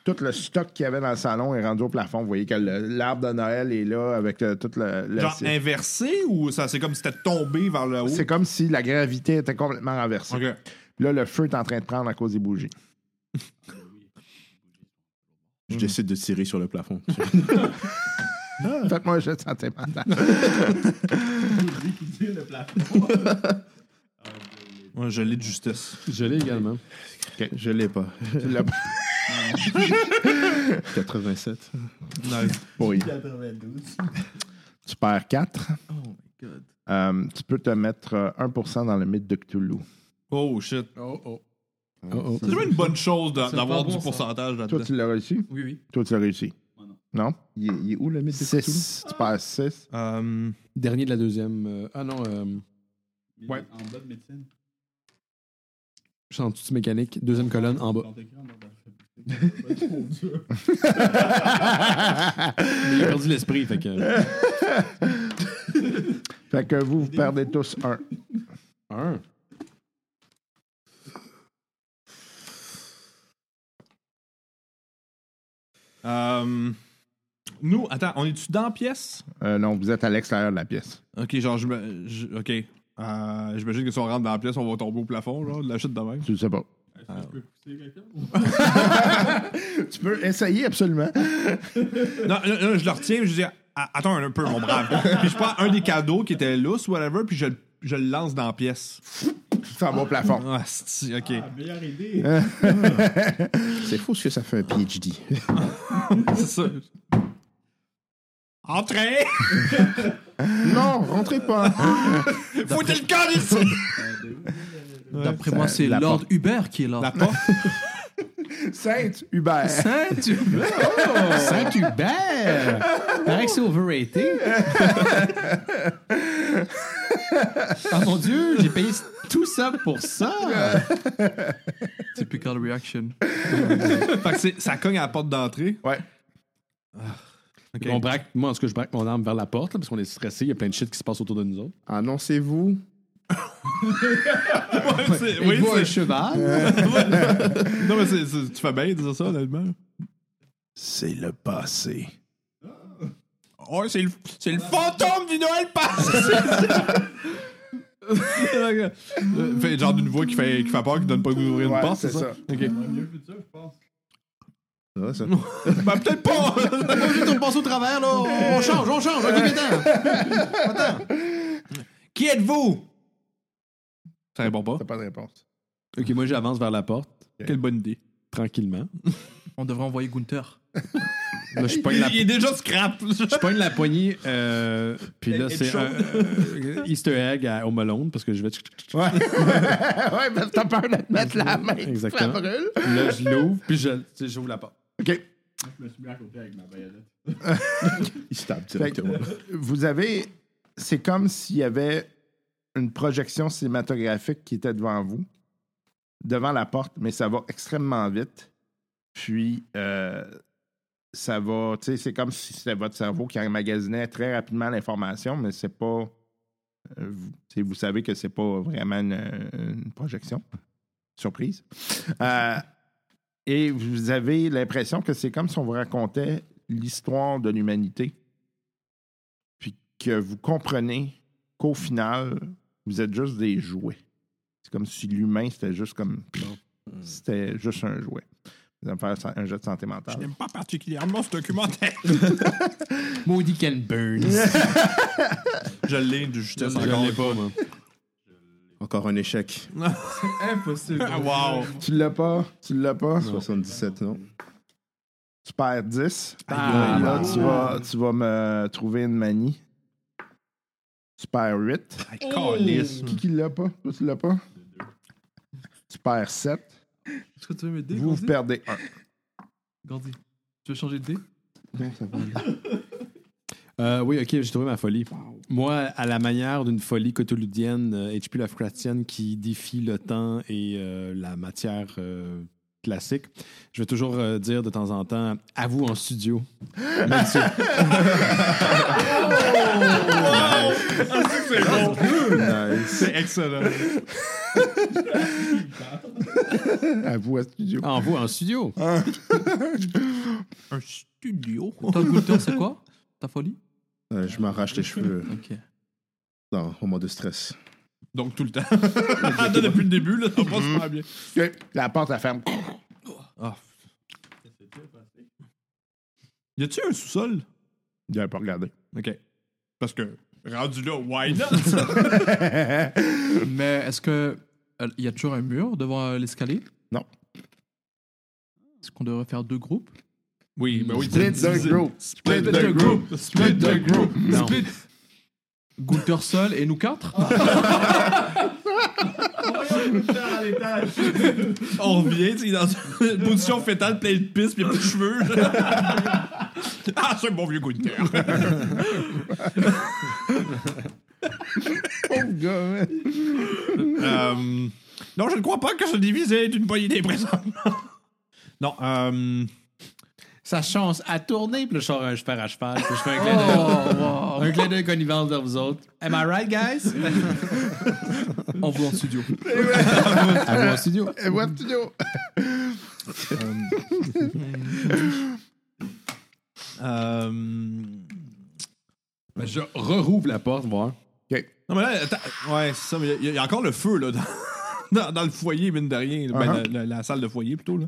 Speaker 2: Tout le stock qu'il y avait dans le salon est rendu au plafond. Vous voyez que le- l'arbre de Noël est là avec euh, tout le. le-
Speaker 3: Genre inversé ou ça, c'est comme si t'étais tombé vers le haut?
Speaker 2: c'est comme si la gravité était complètement renversée.
Speaker 3: Ok.
Speaker 2: Là, le feu est en train de prendre à cause des bougies.
Speaker 6: Hmm.
Speaker 7: Je décide de tirer sur le plafond.
Speaker 2: Faites-moi un jet de santé mentale.
Speaker 9: Liquider le plafond. Ah, je l'ai.
Speaker 3: Ouais, je l'ai de justesse.
Speaker 5: Je l'ai également.
Speaker 7: je l'ai pas.
Speaker 2: Tu l'as-
Speaker 7: 87.
Speaker 2: Oui.
Speaker 9: 92.
Speaker 2: Tu perds 4.
Speaker 4: Oh my god.
Speaker 2: tu peux te mettre euh, 1% dans le mythe de Cthulhu.
Speaker 3: Oh shit.
Speaker 4: Oh oh.
Speaker 7: Oh,
Speaker 3: C'est jamais une bonne chose d'a-
Speaker 4: C'est
Speaker 3: d'avoir
Speaker 4: pas
Speaker 3: du
Speaker 4: bon, ça.
Speaker 3: pourcentage
Speaker 2: Toi,
Speaker 3: là-dedans.
Speaker 2: tu l'as réussi?
Speaker 4: Oui, oui.
Speaker 2: Toi, tu l'as réussi.
Speaker 9: Moi, non.
Speaker 2: Non?
Speaker 7: Il, est, il est où le mythe de Cthulhu
Speaker 2: 6. Tu perds 6.
Speaker 3: Euh,
Speaker 5: Dernier de la deuxième. euh, ah non, euh,
Speaker 9: Mais
Speaker 2: Ouais.
Speaker 9: En bas de médecine.
Speaker 5: je suis en dessous de mécanique. Deuxième colonne en bas.
Speaker 9: Quand t'écris en bas d'alphabet, c'est trop dur.
Speaker 5: J'ai perdu l'esprit, fait que. euh,
Speaker 2: Fait que vous, vous perdez tous 1.
Speaker 5: Un.
Speaker 3: euh, nous, attends, on est-tu dans la pièce?
Speaker 2: Euh, non, vous êtes à l'extérieur de la pièce.
Speaker 3: Ok, genre, je me. je- Ok. Euh, J'imagine que si on rentre dans la pièce, on va tomber au plafond, genre, de la chute de même.
Speaker 2: Tu le sais pas.
Speaker 9: Est-ce que je peux pousser quelqu'un?
Speaker 2: Tu peux essayer absolument.
Speaker 3: Non, non, non, je le retiens, je dis, Ah, attends un peu, mon brave. puis je prends un des cadeaux qui était lousse, whatever, puis je, le- je le lance dans la pièce.
Speaker 2: Ça va au plafond.
Speaker 3: Ah, c'ti, ok.
Speaker 9: La meilleure idée.
Speaker 5: Euh,
Speaker 7: C'est fou ce que ça fait un PhD.
Speaker 3: C'est ça. Entrez!
Speaker 2: Non, rentrez pas.
Speaker 3: Foutez le camp d'ici!
Speaker 4: D'après moi, c'est
Speaker 2: la
Speaker 4: Lord Hubert qui est là.
Speaker 3: La porte.
Speaker 2: Saint-Hubert.
Speaker 4: Saint Hubert!
Speaker 10: Saint-Hubert! Paraît que c'est overrated.
Speaker 4: Ah mon dieu!
Speaker 10: J'ai payé tout ça pour ça.
Speaker 4: Typical reaction.
Speaker 3: fait que c'est- ça cogne à la porte d'entrée.
Speaker 2: Ouais.
Speaker 3: Ok.
Speaker 5: On braque, moi, en ce que je braque mon arme vers la porte, là, parce qu'on est stressé, il y a plein de shit qui se passe autour de nous autres.
Speaker 7: Annoncez-vous.
Speaker 3: Ouais, c'est-
Speaker 10: Il
Speaker 3: oui,
Speaker 10: voit un
Speaker 3: c'est-
Speaker 10: cheval.
Speaker 3: Non, mais c'est- c'est- tu fais bien de dire ça, honnêtement.
Speaker 2: C'est le passé.
Speaker 3: Oh, c'est le, c'est le fantôme du Noël passé! Euh, fait, genre d'une voix qui fait, qui fait peur, qui donne pas le goût d'ouvrir
Speaker 2: Ouais,
Speaker 3: une porte,
Speaker 2: c'est
Speaker 3: c'est
Speaker 2: ça.
Speaker 3: ça?
Speaker 9: Le mieux futur, je pense.
Speaker 3: Bah, peut-être pas!
Speaker 10: On passe au travers, là. On change, on change. Ok, attends.
Speaker 3: Qui êtes-vous? Ça répond pas.
Speaker 2: T'as pas de réponse.
Speaker 5: Ok, moi, j'avance vers la porte,
Speaker 3: Quelle bonne idée.
Speaker 5: tranquillement.
Speaker 4: On devrait envoyer Gunther.
Speaker 5: Là, je pogne la,
Speaker 3: Il est déjà scrap.
Speaker 5: je pogne la poignée, euh, puis là, c'est un euh, Easter egg à Home Alone, parce que je vais.
Speaker 2: Ouais. ouais, parce que t'as peur de te mettre la main.
Speaker 5: Exactement.
Speaker 2: Ça brûle.
Speaker 5: Là, je l'ouvre, puis je- tu sais, j'ouvre la porte.
Speaker 2: OK.
Speaker 9: Je me suis mis à côté avec ma baïonnette.
Speaker 7: Il se tape
Speaker 2: Fait que, vous avez. C'est comme s'il y avait une projection cinématographique qui était devant vous, devant la porte, mais ça va extrêmement vite. Puis, euh, ça va, tu sais, c'est comme si c'était votre cerveau qui emmagasinait très rapidement l'information, mais c'est pas. euh, vous, tu sais, vous savez que c'est pas vraiment une, une projection. Surprise. Euh, et vous avez l'impression que c'est comme si on vous racontait l'histoire de l'humanité. Puis que vous comprenez qu'au final, vous êtes juste des jouets. C'est comme si l'humain, c'était juste comme. C'était juste un jouet. Vous allez me faire un jeu de santé mentale.
Speaker 3: J'aime pas particulièrement ce documentaire.
Speaker 10: Maudit Ken Burns.
Speaker 3: Je l'ai, justement.
Speaker 6: Je l'ai pas, moi.
Speaker 7: Encore un échec.
Speaker 4: Impossible.
Speaker 3: Wow.
Speaker 2: Tu l'as pas? Ah, Tu l'as pas?
Speaker 7: 77, non.
Speaker 2: Tu perds 10.
Speaker 3: Ah,
Speaker 2: Et là, tu vas, tu vas me trouver une manie. Tu perds 8.
Speaker 3: Calice.
Speaker 2: Qui qui l'a pas? Toi, tu l'as pas? Tu perds 7.
Speaker 4: Est-ce que tu veux me dé,
Speaker 2: Vous, vous
Speaker 4: Gandhi?
Speaker 2: perdez 1.
Speaker 4: Gandhi, tu veux changer de dé?
Speaker 5: Euh, oui, ok, j'ai trouvé ma folie. Moi, à la manière d'une folie cthulhudienne, euh, H.P. Lovecraftienne qui défie le temps et euh, la matière euh, classique, je vais toujours euh, dire de temps en temps à vous en studio. Même si-
Speaker 3: C'est excellent.
Speaker 2: À vous, à studio.
Speaker 5: en vous en studio.
Speaker 3: Un studio.
Speaker 4: Toi, Goulter, c'est quoi? Ta folie?
Speaker 7: Euh, je m'arrache les cheveux
Speaker 4: Ok.
Speaker 7: dans un moment de stress.
Speaker 3: Donc tout le temps. Ah, non, depuis le début, là, ça passe pas bien.
Speaker 2: Ok, La porte, elle ferme.
Speaker 3: Y a-tu un sous-sol?
Speaker 2: Il a pas regardé.
Speaker 3: OK. Parce que, rendu là, why not?
Speaker 4: Mais est-ce que euh, y a toujours un mur devant euh, l'escalier?
Speaker 2: Non.
Speaker 4: Est-ce qu'on devrait faire deux groupes?
Speaker 3: oui, ben oui.
Speaker 2: Split the group. Split the group.
Speaker 3: Split the group.
Speaker 5: Non.
Speaker 4: Goulter seul et nous quatre?
Speaker 2: Ah,
Speaker 3: On revient, tu sais, dans une position fétale pleine de pisse pis y'a plus de cheveux. ah, c'est un bon vieux coup de cœur.
Speaker 2: Oh, gars, man.
Speaker 3: Euh, non, je ne crois pas que se diviser est une bonne idée présentement. non, euh,
Speaker 10: Sa chance à tourner, puis là, je sors un cheval à cheval, puis je fais un
Speaker 4: Oh,
Speaker 10: clin d'œil.
Speaker 4: wow.
Speaker 10: Un clin d'œil connivence vers vous autres. Am I right, guys?
Speaker 4: On vous en studio.
Speaker 5: À vous en studio.
Speaker 2: Et vous, à studio.
Speaker 3: euh,
Speaker 5: Ben, je rouvre la porte, voir.
Speaker 3: non, mais là, attends, ouais, c'est ça, mais il y, a encore le feu, là, dans, dans- dans le foyer, mine de rien. Ben,
Speaker 2: Uh-huh.
Speaker 3: la, la- la salle de foyer, plutôt, là.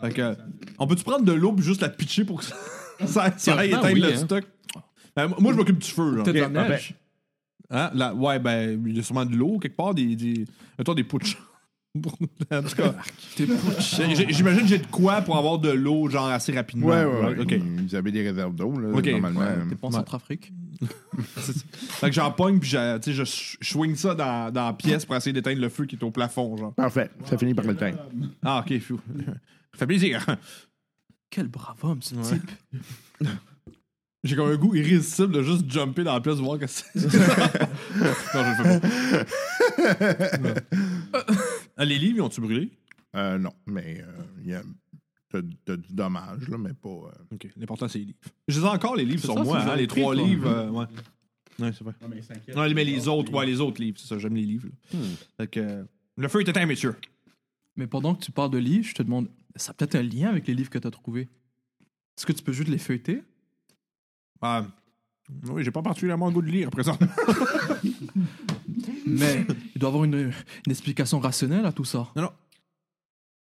Speaker 3: Fait que, on peut-tu prendre de l'eau pis juste la pitcher pour que ça, ça, ça aille
Speaker 5: Théoriquement,
Speaker 3: éteindre
Speaker 5: oui,
Speaker 3: le
Speaker 5: hein.
Speaker 3: stock? Ben, moi, je m'occupe du feu, là.
Speaker 4: Peut-être
Speaker 2: Ok,
Speaker 4: la
Speaker 2: parfait.
Speaker 4: neige.
Speaker 3: Hein? Là, ouais, ben, il y a sûrement de l'eau quelque part, des. des mettons des putsch. en tout cas, j'ai- j'ai- j'imagine que j'ai de quoi pour avoir de l'eau, genre assez rapidement.
Speaker 2: Ouais, ouais, ouais.
Speaker 3: Ok.
Speaker 2: Vous avez des réserves d'eau, là,
Speaker 3: Ok.
Speaker 2: normalement.
Speaker 4: T'es pas en Centrafrique?
Speaker 3: Fait que j'en pogne, puis je, tu sais, je sh- swing ça dans, dans la pièce pour essayer d'éteindre le feu qui est au plafond, genre.
Speaker 2: Parfait. Ben, Ça finit par le temps.
Speaker 3: Ah, ok, fou. Ça fait plaisir.
Speaker 4: Quel brave homme, ce type.
Speaker 3: J'ai comme un goût irrésistible de juste jumper dans la pièce, voir que c'est. non, je le fais pas. Euh, Les livres, ils ont-tu brûlé?
Speaker 2: Euh, non, mais euh, il y a- t'as t'as du dommage, là, mais pas. euh,
Speaker 3: Ok, l'important, c'est les livres. Je les ai encore, les livres sur
Speaker 4: ça,
Speaker 3: moi,
Speaker 4: c'est
Speaker 3: hein,
Speaker 4: vous
Speaker 3: les
Speaker 4: avez pris,
Speaker 3: trois
Speaker 4: toi.
Speaker 3: livres. euh, ouais. Ouais, c'est vrai. Non, mais les autres, ouais, les autres livres, c'est ça, j'aime les livres. là.
Speaker 4: Hmm.
Speaker 3: Fait que, euh, le feu est éteint, messieurs.
Speaker 4: Mais pendant que tu parles de livres, je te demande, ça a peut-être un lien avec les livres que t'as trouvés. Est-ce que tu peux juste les feuilleter?
Speaker 3: Ah, oui, j'ai pas particulièrement le goût de lire, à présent.
Speaker 4: Mais il doit avoir une, une explication rationnelle à tout ça.
Speaker 3: Là,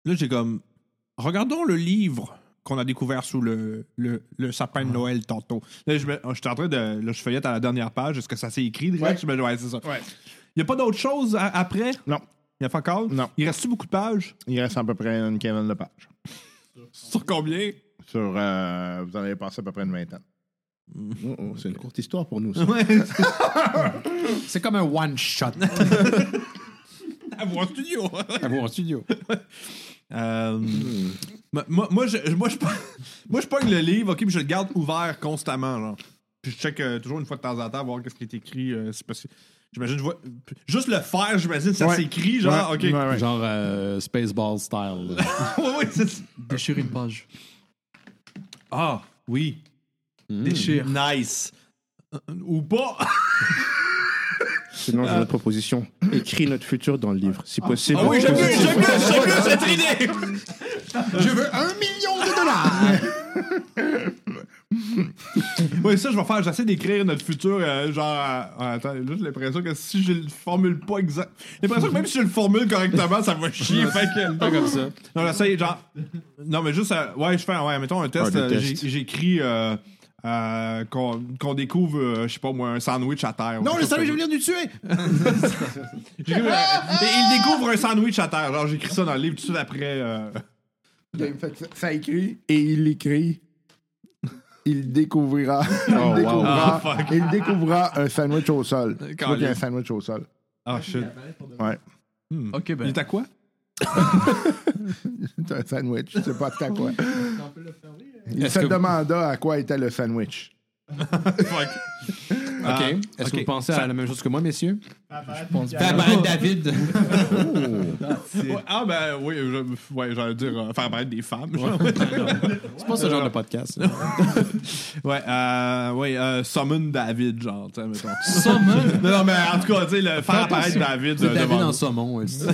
Speaker 3: j'ai comme. Regardons le livre qu'on a découvert sous le, le, le sapin de Noël tantôt. Là, je me- j'étais en train de. Là, je feuillette à la dernière page. Est-ce que ça s'est écrit déjà? Je me- ouais, c'est ça. Il n'y a pas d'autre chose à- après?
Speaker 2: Non.
Speaker 3: Il y a pas encore?
Speaker 2: Non.
Speaker 3: Il reste-tu beaucoup de pages?
Speaker 2: Il reste à peu près une quinzaine de pages.
Speaker 3: Sur combien?
Speaker 2: Sur, euh, vous en avez passé à peu près une vingtaine.
Speaker 7: Oh, oh, c'est une courte histoire pour nous. ça.
Speaker 10: C'est comme un one-shot.
Speaker 3: À voir studio!
Speaker 5: À vous en studio.
Speaker 3: Euh, moi, moi, moi, je, moi, je, moi, je pogne le livre, ok, puis je le garde ouvert constamment, genre. Puis je check euh, toujours une fois de temps en temps, voir qu'est-ce qui est écrit, euh, si possible. J'imagine, je vois. Juste le faire, j'imagine, ça
Speaker 2: Ouais.
Speaker 3: s'écrit, genre,
Speaker 2: Ouais,
Speaker 3: ok.
Speaker 2: ouais, ouais.
Speaker 5: Genre euh, Spaceball style. là.
Speaker 3: Ouais, ouais, c'est-
Speaker 4: Déchirer une page.
Speaker 3: Ah, oui.
Speaker 4: Déchire.
Speaker 3: Nice. Ou pas.
Speaker 7: Sinon, j'ai une autre proposition. Écris notre futur dans le livre, si possible.
Speaker 3: Ah oui, j'aime mieux, j'aime mieux, j'aime mieux cette idée.
Speaker 10: Je veux un million de dollars!
Speaker 3: Oui, ça, je vais faire. J'essaie d'écrire notre futur, euh, genre. euh, attends, là, j'ai l'impression que si je le formule pas exact. J'ai l'impression que même si je le formule correctement, ça va chier. fait que.
Speaker 5: Pas comme ça.
Speaker 3: Non, j'essaie, genre. Non, mais juste. euh, ouais, je fais. Ouais, mettons un test.
Speaker 7: Ouais, des
Speaker 3: euh,
Speaker 7: tests.
Speaker 3: j'ai- J'écris. euh, euh, qu'on qu'on découvre, euh, je sais pas moi, un sandwich à terre.
Speaker 10: Non, le salut, je
Speaker 3: J'écris,
Speaker 10: vais venir nous tuer!
Speaker 3: euh, et il découvre un sandwich à terre. Genre, j'écris ça dans le livre tout de suite après. euh.
Speaker 2: ça écrit et il écrit. Il découvrira, il, découvrira
Speaker 3: Oh, Ah, fuck.
Speaker 2: il découvrira un sandwich au sol. Tu vois qu'il y a un sandwich au sol.
Speaker 3: Ah, shit.
Speaker 4: Ok,
Speaker 3: Il
Speaker 4: ben.
Speaker 3: est à quoi?
Speaker 2: C'est un sandwich, je sais pas à quoi. Il se demanda à quoi était le sandwich.
Speaker 3: Fuck.
Speaker 5: OK.
Speaker 3: Ah,
Speaker 5: Est-ce que
Speaker 3: ok.
Speaker 5: vous pensez à la même chose que moi, messieurs?
Speaker 10: Fais apparaître David!
Speaker 3: Ouais, ah, ben oui, je- ouais, j'allais dire euh, faire apparaître des femmes. genre.
Speaker 5: C'est pas ce genre de podcast.
Speaker 3: Ouais, euh, ouais euh, summon David, genre, tu sais, mettons.
Speaker 4: Summon.
Speaker 3: non, non, mais en tout cas, tu sais, le faire apparaître
Speaker 4: attention.
Speaker 3: David euh,
Speaker 10: C'est David
Speaker 3: devant
Speaker 10: en
Speaker 3: nous.
Speaker 10: saumon, aussi.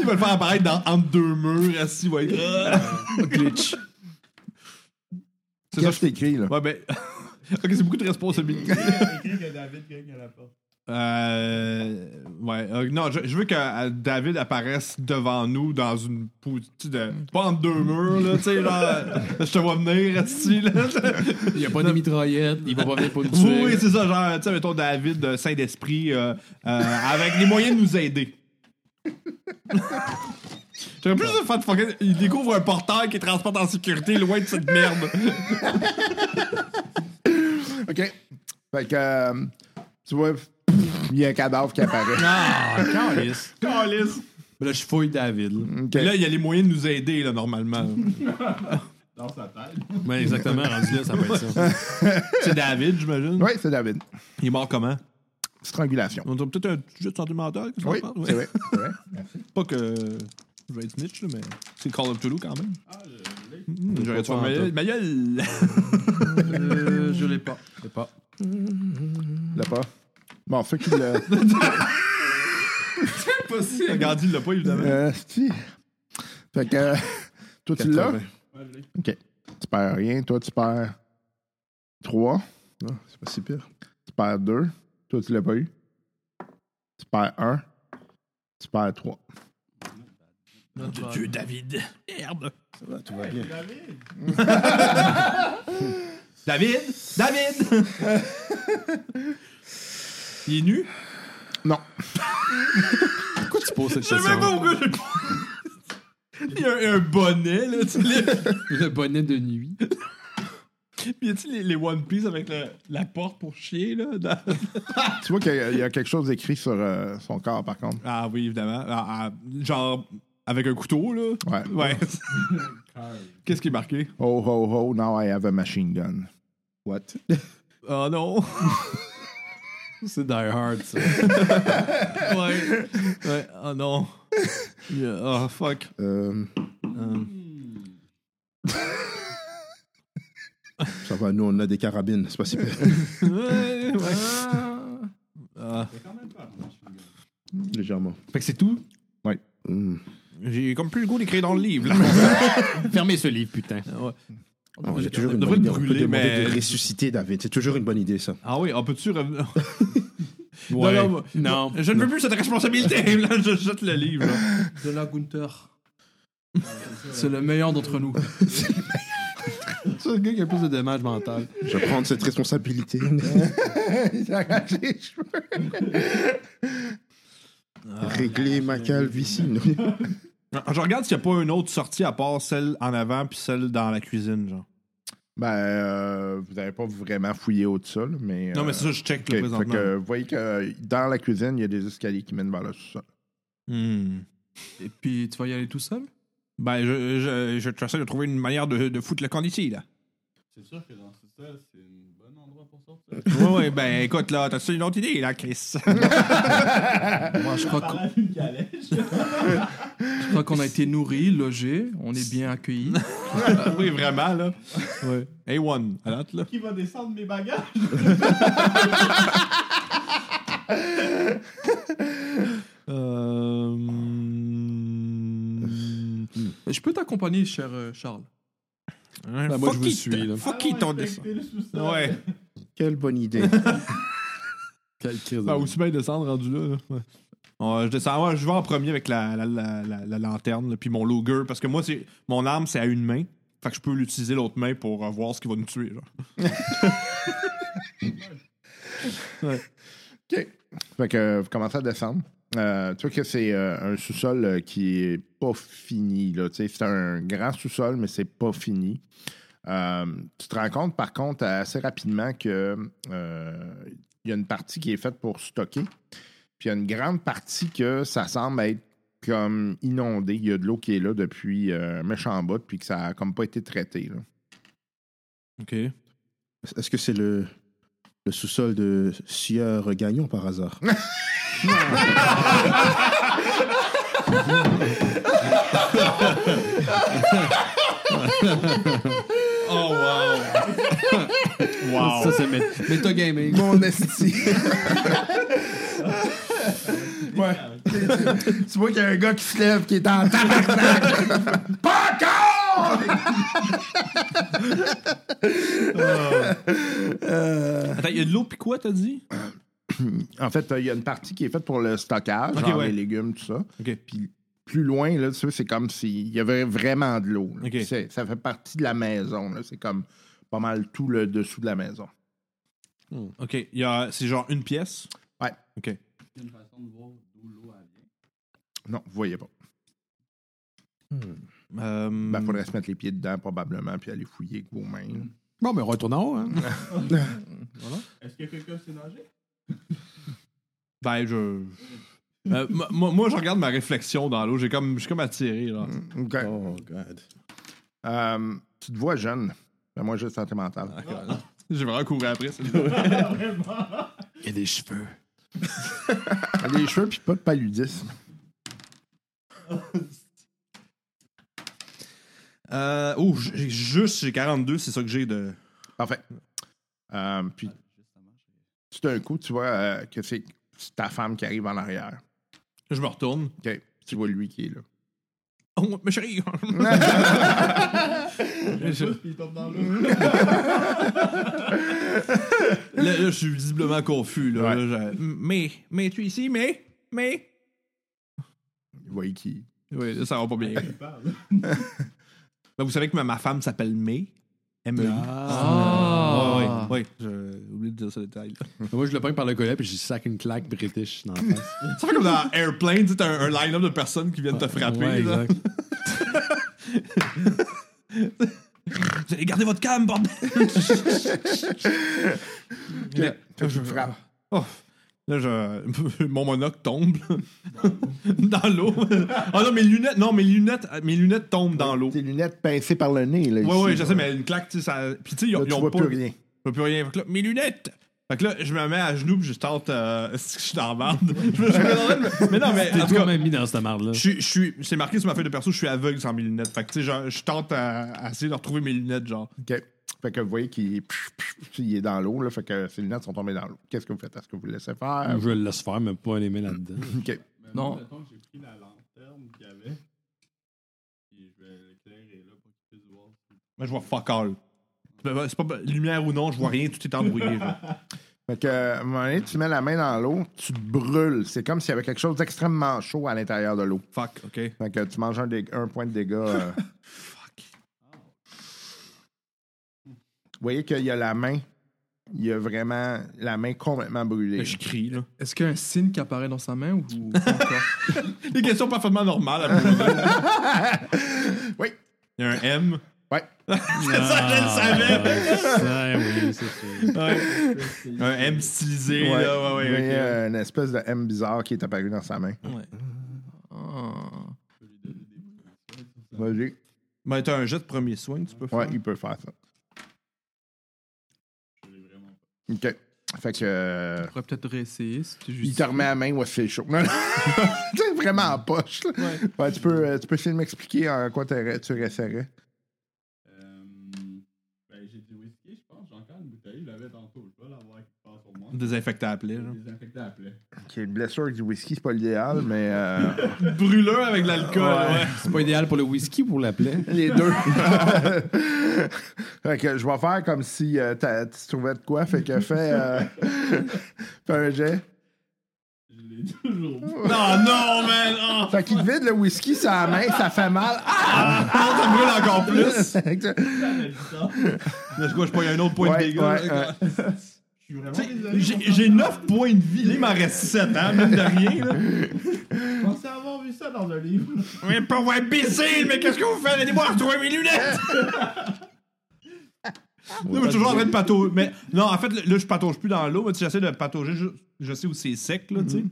Speaker 3: Il va le faire apparaître dans, entre deux murs, assis, ouais. Glitch. C'est ça,
Speaker 2: Qu'est-ce que t'écris, là?
Speaker 3: je- Ouais, ben. ok, c'est beaucoup de responsabilité. Euh, ouais, euh, non, je, je veux que euh, David apparaisse devant nous dans une poutre de. Pas entre deux murs, là, tu sais, là. je te vois venir, assis, là.
Speaker 5: Il n'y a pas de mitraillette, il va pas venir pour nous
Speaker 3: Oui, oui,
Speaker 5: tuer.
Speaker 3: c'est ça, genre, tu sais, mettons David de Saint-Esprit, euh, euh, avec les moyens de nous aider. J'aurais plus de faire de fucking- Il découvre un portail qui transporte en sécurité loin de cette merde.
Speaker 2: OK. Fait que, euh, tu vois, il y a un cadavre qui apparaît.
Speaker 5: Ah, calice.
Speaker 3: Câlisse.
Speaker 5: Là, je fouille David. là.
Speaker 2: OK.
Speaker 3: Là, il y a les moyens de nous aider, là, normalement.
Speaker 5: Ben, exactement, rendu là, ça peut être ça.
Speaker 3: C'est David, j'imagine.
Speaker 2: Oui, c'est David.
Speaker 3: Il est mort comment
Speaker 2: Strangulation.
Speaker 3: On a peut-être un jeu de sentimental. qu'est-ce qu'on
Speaker 2: Oui,
Speaker 3: parle? Ouais.
Speaker 2: c'est vrai. c'est vrai.
Speaker 3: Pas que. Je vais être Mitch, là, mais c'est Call of Toulouse quand même. Ah, J'aurais dû
Speaker 5: pas
Speaker 3: faire ma
Speaker 5: en
Speaker 3: gueule- ma gueule.
Speaker 4: Euh, je l'ai pas.
Speaker 2: Là pas. Bon, fait qu'il l'a.
Speaker 7: hein.
Speaker 3: Regarde, il l'a pas, évidemment.
Speaker 2: Euh, si. Fait que, euh, toi, tu l'as? OK. Tu perds rien. Toi, tu perds 3.
Speaker 7: Non, Ah, c'est pas si pire.
Speaker 2: Tu perds 2. Toi, tu l'as pas eu. Tu perds 1. Tu perds 3.
Speaker 4: Euh,
Speaker 3: Dieu, David. Merde.
Speaker 7: tout va bien.
Speaker 3: David! David! Il est nu?
Speaker 2: Non.
Speaker 5: Pourquoi tu poses cette
Speaker 3: Je sais même pas
Speaker 5: question?
Speaker 3: pourquoi je... Il y a un, un bonnet, là. Tu sais, les-
Speaker 5: Le bonnet de nuit.
Speaker 3: Puis y a-tu les, les One Piece avec le- la porte pour chier, là? dans-
Speaker 2: Tu vois qu'il y a- il y a quelque chose écrit sur euh, son corps, par contre.
Speaker 3: Ah oui, évidemment. Ah, ah, genre, avec un couteau, là?
Speaker 2: Ouais.
Speaker 3: Ouais. Qu'est-ce qui est marqué?
Speaker 2: Oh, ho, ho, now I have a machine gun.
Speaker 7: What?
Speaker 3: Oh non!
Speaker 5: C'est Die Hard, ça.
Speaker 3: ouais. Ouais, oh non. Yeah, Oh, fuck.
Speaker 7: Euh, Ça va, nous, on a des carabines, c'est pas si pire.
Speaker 3: Ouais, ouais. Ah.
Speaker 7: Ah. Légèrement.
Speaker 3: Fait que c'est tout?
Speaker 7: Hmm.
Speaker 3: J'ai comme plus le goût d'écrire dans le livre, là.
Speaker 5: Fermez ce livre, putain.
Speaker 7: Non, j'ai toujours
Speaker 3: on
Speaker 7: une
Speaker 3: devrait
Speaker 7: bonne idée.
Speaker 3: le
Speaker 7: On peut
Speaker 3: brûler,
Speaker 7: demander
Speaker 3: mais-
Speaker 7: de ressusciter David. C'est toujours une bonne idée, ça.
Speaker 3: Ah oui, on peut-tu revenir?
Speaker 5: Ouais.
Speaker 3: Non, non, moi-
Speaker 5: Non.
Speaker 3: Je ne veux plus cette responsabilité. Là, je jette le livre. là.
Speaker 4: De la Gunther. C'est le meilleur d'entre nous.
Speaker 5: C'est le gars qui a plus de dommages mentaux.
Speaker 7: Je vais prendre cette responsabilité.
Speaker 3: Ah.
Speaker 7: Régler ma calvitie.
Speaker 3: Je regarde s'il n'y a pas une autre sortie à part celle en avant puis celle dans la cuisine, genre.
Speaker 2: Ben, euh, vous n'avez pas vraiment fouillé au-dessus, là, mais.
Speaker 3: Non,
Speaker 2: euh,
Speaker 3: mais ça, je check
Speaker 2: OK,
Speaker 3: le
Speaker 2: fait
Speaker 3: présentement.
Speaker 2: que vous voyez que dans la cuisine, il y a des escaliers qui mènent vers le sous-sol.
Speaker 3: Hmm.
Speaker 4: Et puis, tu vas y aller tout seul
Speaker 3: Ben, je, je, je, j'essaie de trouver une manière de, de foutre le camp d'ici, là.
Speaker 9: C'est sûr que dans tout ça, c'est un bon endroit pour sortir.
Speaker 3: Ouais, ouais, ben écoute, là, t'as-tu une autre idée, là, Chris?
Speaker 4: Moi, je crois qu'on
Speaker 9: Parle à une calèche.
Speaker 4: je crois qu'on a été nourris, logés, on est bien accueillis.
Speaker 3: oui, vraiment, là. Ouais. A1, à date, là.
Speaker 9: Qui va descendre mes bagages?
Speaker 3: Euh, hmm.
Speaker 4: Je peux t'accompagner, cher euh, Charles.
Speaker 3: Bah,
Speaker 5: moi, je vous suis, là.
Speaker 3: Fuck it, ton dessin. Ouais.
Speaker 7: Quelle bonne idée. Ah
Speaker 5: Quelle crise de-
Speaker 3: Bah, aussi bien descendre rendu là. là. Ouais. Euh, je descends, ouais, je vais en premier avec la, la, la- la- la lanterne, là, puis mon Luger, parce que moi, c'est mon arme, c'est à une main. Fait que je peux l'utiliser l'autre main pour euh, voir ce qui va nous tuer. Genre.
Speaker 2: Fait que euh, vous commencez à descendre. Euh, tu vois que c'est euh, un sous-sol euh, qui est pas fini. là. Tu sais, C'est un grand sous-sol, mais c'est pas fini. Euh, tu te rends compte, par contre, assez rapidement que euh, il y a une partie qui est faite pour stocker. Puis il y a une grande partie que ça semble être comme inondée. Il y a de l'eau qui est là depuis euh, un méchant bout, puis que ça a comme pas été traité. là.
Speaker 3: OK.
Speaker 7: Est-ce que c'est le, le sous-sol de Sieur Gagnon par hasard
Speaker 5: Ça,
Speaker 3: Oh.
Speaker 5: c'est mét- metagaming.
Speaker 2: Mon esti. ouais. tu vois qu'il y a un gars qui se lève qui est en tabarnak. Pas encore!
Speaker 3: Attends, il y a de l'eau, puis quoi, t'as dit?
Speaker 2: En fait, euh, il y a une partie qui est faite pour le stockage,
Speaker 3: Ok,
Speaker 2: genre
Speaker 3: ouais.
Speaker 2: les légumes, tout ça.
Speaker 3: OK.
Speaker 2: Puis plus loin, là, tu sais, c'est comme s'il y avait vraiment de l'eau. là.
Speaker 3: Ok.
Speaker 2: Puis c'est- Ça fait partie de la maison. là. C'est comme pas mal tout le dessous de la maison.
Speaker 3: Hmm. OK. il y a- C'est genre une pièce.
Speaker 9: C'est une façon de voir d'où l'eau elle vient.
Speaker 2: Non, vous voyez pas.
Speaker 3: Euh,
Speaker 2: Il faudrait se mettre les pieds dedans, probablement, puis aller fouiller avec vos mains. là.
Speaker 10: Bon, mais retourne en haut. Hein.
Speaker 9: Est-ce que quelqu'un sait nager?
Speaker 3: ben, je. Euh, moi- moi, moi, je regarde ma réflexion dans l'eau. J'ai comme, je suis comme attiré. Là.
Speaker 2: OK.
Speaker 7: Oh, God.
Speaker 2: Euh, tu te vois jeune. Fais-moi juste santé mentale.
Speaker 3: Ah, J'ai vraiment couru après. c'est-
Speaker 10: Il y a des cheveux.
Speaker 2: T'as des cheveux puis pas de paludisme.
Speaker 3: Euh, oh, j'ai juste j'ai 42, c'est ça que j'ai de.
Speaker 2: Parfait. Euh, puis, tout d'un coup, tu vois euh, que c'est c'est ta femme qui arrive en arrière.
Speaker 3: Je me retourne.
Speaker 2: OK. Tu vois lui qui est là.
Speaker 3: Oh, ma chérie! Je-
Speaker 9: Puis il tombe dans l'eau.
Speaker 3: Là, là, je suis visiblement confus. Là,
Speaker 2: Ouais.
Speaker 3: Là, je- Mais, mais tu es ici, mais, mais.
Speaker 2: Vous voyez qui.
Speaker 3: Oui, là, ça va pas bien. Ben, vous savez que ma, ma femme s'appelle May. m e
Speaker 4: Ah.
Speaker 3: Oui, j'ai oublié de dire ce détail. là.
Speaker 5: Moi, je le prends par le collet puis je sac une claque british dans la face.
Speaker 3: Ça fait comme dans Airplane, tu sais, t'as un, un line-up de personnes qui viennent te frapper.
Speaker 5: Ouais,
Speaker 3: là.
Speaker 5: exact.
Speaker 3: Vous allez garder votre calme, bordel! Là, je frappe. Oh, là, je... mon monocle tombe dans l'eau. Ah non, mes lunettes, non, mes lunettes, mes lunettes tombent dans l'eau.
Speaker 2: Tes lunettes pincées par le nez. Là,
Speaker 3: Ouais,
Speaker 2: ici,
Speaker 3: ouais,
Speaker 2: là.
Speaker 3: je sais, mais une claque, tu sais, ça. Puis, tu sais, ils
Speaker 2: Là,
Speaker 3: ont, ils
Speaker 2: tu
Speaker 3: ont
Speaker 2: vois
Speaker 3: pas.
Speaker 2: plus rien.
Speaker 3: Je vois plus rien. Fait que là, mes lunettes! Fait que là, je me mets à genoux puis je tente. euh, Est-ce que je suis dans la merde? Je me- je me demande, mais- mais non, mais. En tout cas,
Speaker 5: Toi-même mis dans cette merde-là.
Speaker 3: je suis- je suis. C'est marqué sur ma feuille de perso, je suis aveugle sans mes lunettes. Fait que, tu sais, genre, je tente à, à essayer de retrouver mes lunettes, genre.
Speaker 2: OK. Fait que vous voyez qu'il pff, pff, pff, il est dans l'eau. là. Fait que ses lunettes sont tombées dans l'eau. Qu'est-ce que vous faites? Est-ce que vous le laissez faire?
Speaker 5: Je le laisse faire, mais pas les mains là-dedans.
Speaker 2: OK.
Speaker 9: Mais
Speaker 4: Non.
Speaker 9: moi, mettons que j'ai pris la lanterne qu'il y avait. Puis je vais l'éclairer là pour qu'il puisse voir.
Speaker 3: Moi, je vois fuck all. C'est pas lumière ou non, je vois rien, tout est embrouillé. genre.
Speaker 2: Fait que, à un moment donné, tu mets la main dans l'eau, tu te brûles. C'est comme s'il y avait quelque chose d'extrêmement chaud à l'intérieur de l'eau.
Speaker 3: Fuck, ok.
Speaker 2: Fait que tu manges un, dég- un point de dégâts. euh. Vous voyez qu'il y a la main. Il y a vraiment la main complètement brûlée.
Speaker 3: Je crie, là.
Speaker 4: Est-ce qu'il y a un signe qui apparaît dans sa main ou ou pas encore?
Speaker 3: Des questions parfaitement normales à vous poser.
Speaker 2: Oui.
Speaker 3: Il y a un M.
Speaker 2: Ouais.
Speaker 3: C'est ça, je le savais.
Speaker 5: Ah, oui, c'est sûr.
Speaker 3: Un M stylisé,
Speaker 2: Ah. Ouais.
Speaker 3: là. Ouais,
Speaker 2: Vous voyez,
Speaker 3: ouais, ok.
Speaker 2: euh, une espèce de M bizarre qui est apparu dans sa main.
Speaker 4: Ah.
Speaker 2: Vas-y.
Speaker 3: Ben, t'as un jet de premier soin, que tu peux faire.
Speaker 2: Ouais, il peut faire ça. OK. Fait que. euh,
Speaker 4: On pourrait peut-être réessayer. si tu
Speaker 2: il
Speaker 4: juste-
Speaker 2: te remet la main, ouais, fais chaud. Non, non. c'est vraiment en poche. là.
Speaker 4: Ouais.
Speaker 2: Ouais, tu, peux, euh, tu peux essayer de m'expliquer en quoi t'aurais- tu référais.
Speaker 9: Euh, ben, j'ai du whisky, je pense. J'ai encore une bouteille. Je l'avais tantôt. Je vais l'avoir qui passe pour moi.
Speaker 3: Désinfecté à plaie, genre.
Speaker 9: Désinfecté après.
Speaker 2: OK, une blessure avec du whisky, c'est pas l'idéal, mais. euh,
Speaker 3: Brûleux avec l'alcool, ouais.
Speaker 6: C'est pas idéal pour le whisky pour la plaie.
Speaker 2: Les deux. fait que je vais faire comme si euh, t'as- tu trouvais de quoi. Fait que fais, euh, fais un jet.
Speaker 3: Non, non, man! Oh.
Speaker 2: Fait qu'il te vide le whisky sur la main, ça fait mal. Ah!
Speaker 3: Ça brûle encore plus!
Speaker 2: ouais,
Speaker 3: Là, je crois que je paye un autre point de dégâts.
Speaker 2: ouais, euh,
Speaker 3: là.
Speaker 2: ouais.
Speaker 3: T'sais, J'ai j'ai 9 points de vie. Là, il m'en reste 7, hein, même de rien. Là.
Speaker 9: Je pensais avoir vu ça dans un livre.
Speaker 3: Oui, pas ouais, imbécile, mais qu'est-ce que vous faites? Venez-moi retrouver mes lunettes! Non, mais je suis toujours en train de patauger. Mais non, en fait, là, je patauge plus dans l'eau, mais tu sais, j'essaie de patauger. Je, je sais où c'est sec, là, tu
Speaker 2: Mm-hmm.
Speaker 3: sais.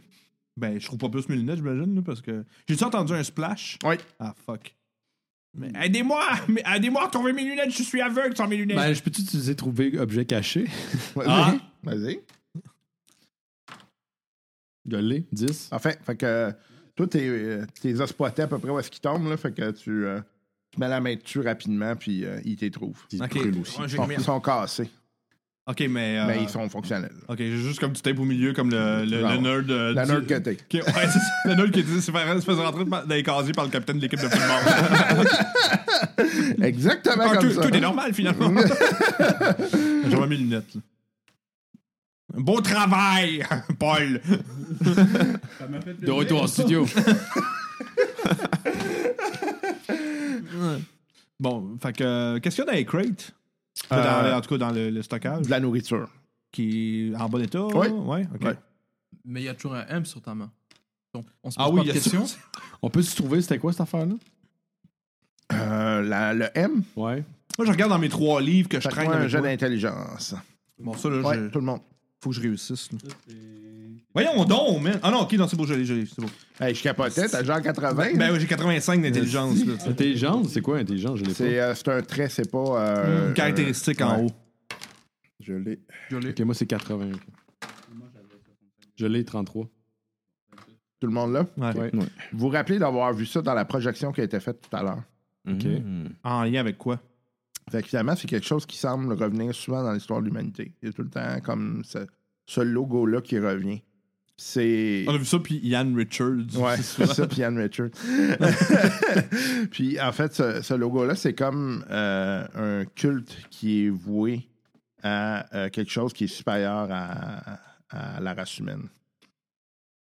Speaker 3: Ben, je trouve pas plus mes lunettes, j'imagine, là, parce que. J'ai-tu entendu un splash?
Speaker 2: Oui.
Speaker 3: Ah, fuck. Mais aidez-moi! mais Aidez-moi à retrouver mes lunettes, je suis aveugle sans mes lunettes!
Speaker 6: Ben, je peux-tu utiliser trouver objet caché?
Speaker 2: Vas-y.
Speaker 3: Ah.
Speaker 2: Vas-y.
Speaker 6: Gueuler, 10.
Speaker 2: Enfin, fait que euh, toi, t'es euh, t'es as spoté à peu près où est-ce qu'il tombe, là. Fait que tu, euh, tu mets la main dessus rapidement, puis euh, il t'y trouve. Ils
Speaker 3: Ok. Ouais, j'ai
Speaker 2: sont,
Speaker 3: combien?
Speaker 2: ils sont cassés,
Speaker 3: Ok, mais. euh,
Speaker 2: mais Ah. Ben, ils sont fonctionnels.
Speaker 3: Ok, j'ai juste comme du tape au milieu, comme le, le,
Speaker 2: Genre,
Speaker 3: le nerd. euh,
Speaker 2: Ah La
Speaker 3: du-
Speaker 2: nerd que t'es.
Speaker 3: Ok, ouais, c'est ça. Le nerd qui dit se faire, se faisait rentrer par- dans les casiers par le capitaine de l'équipe de football.
Speaker 2: Exactement
Speaker 3: Ah,
Speaker 2: comme
Speaker 3: tout,
Speaker 2: ça.
Speaker 3: tout est normal finalement. J'ai remis les lunettes. là. Beau travail, Paul.
Speaker 9: Ça m'a fait
Speaker 10: De retour en studio.
Speaker 3: Bon, fait que euh, qu'est-ce qu'il y a dans les crates Dans
Speaker 2: Euh,
Speaker 3: le- En tout cas, dans le, le stockage
Speaker 2: De la nourriture.
Speaker 3: qui est en bon état.
Speaker 2: Ouais.
Speaker 3: ouais ok.
Speaker 2: Ouais.
Speaker 4: Mais il y a toujours un M sur ta main. Donc, on se pose
Speaker 3: Ah oui,
Speaker 4: pas
Speaker 3: il y
Speaker 4: de
Speaker 3: a
Speaker 4: questions.
Speaker 6: On peut-tu trouver c'était quoi cette affaire-là?
Speaker 2: Euh, la- le M,
Speaker 6: Ouais.
Speaker 3: Moi, je regarde dans mes trois livres que je
Speaker 2: faites
Speaker 3: traîne.
Speaker 2: un
Speaker 3: avec
Speaker 2: jeu
Speaker 3: moi.
Speaker 2: d'intelligence.
Speaker 3: Bon, ça, là,
Speaker 2: Ouais,
Speaker 3: je-
Speaker 2: tout le monde.
Speaker 3: faut que je réussisse. là. Voyons donc, man. Ah non, ok, non, c'est beau, je l'ai, je l'ai, c'est beau.
Speaker 2: Hey, je capotais, t'as genre 80.
Speaker 3: Ben oui, j'ai 85 d'intelligence. là, tu sais.
Speaker 6: Intelligence, c'est quoi intelligence? Je l'ai pas.
Speaker 2: c'est euh, c'est un trait, c'est pas. euh,
Speaker 3: Une ben, Hmm, caractéristique
Speaker 2: euh,
Speaker 3: en
Speaker 2: ouais.
Speaker 3: haut.
Speaker 7: Je l'ai.
Speaker 6: Ok, moi c'est 80. ok. Je l'ai 33.
Speaker 2: Tout le monde là.
Speaker 3: Ouais.
Speaker 6: Ouais.
Speaker 2: Vous vous rappelez d'avoir vu ça dans la projection qui a été faite tout à l'heure.
Speaker 6: Ok.
Speaker 3: En lien avec quoi
Speaker 2: Fait que finalement, c'est quelque chose qui semble revenir souvent dans l'histoire de l'humanité. Il y a tout le temps comme ce, ce logo-là qui revient. C'est.
Speaker 3: On a vu ça, puis Ian Richards.
Speaker 2: Ouais, c'est ça, puis Anne Richards. puis en fait, ce, ce logo-là, c'est comme euh, un culte qui est voué à euh, quelque chose qui est supérieur à, à la race humaine.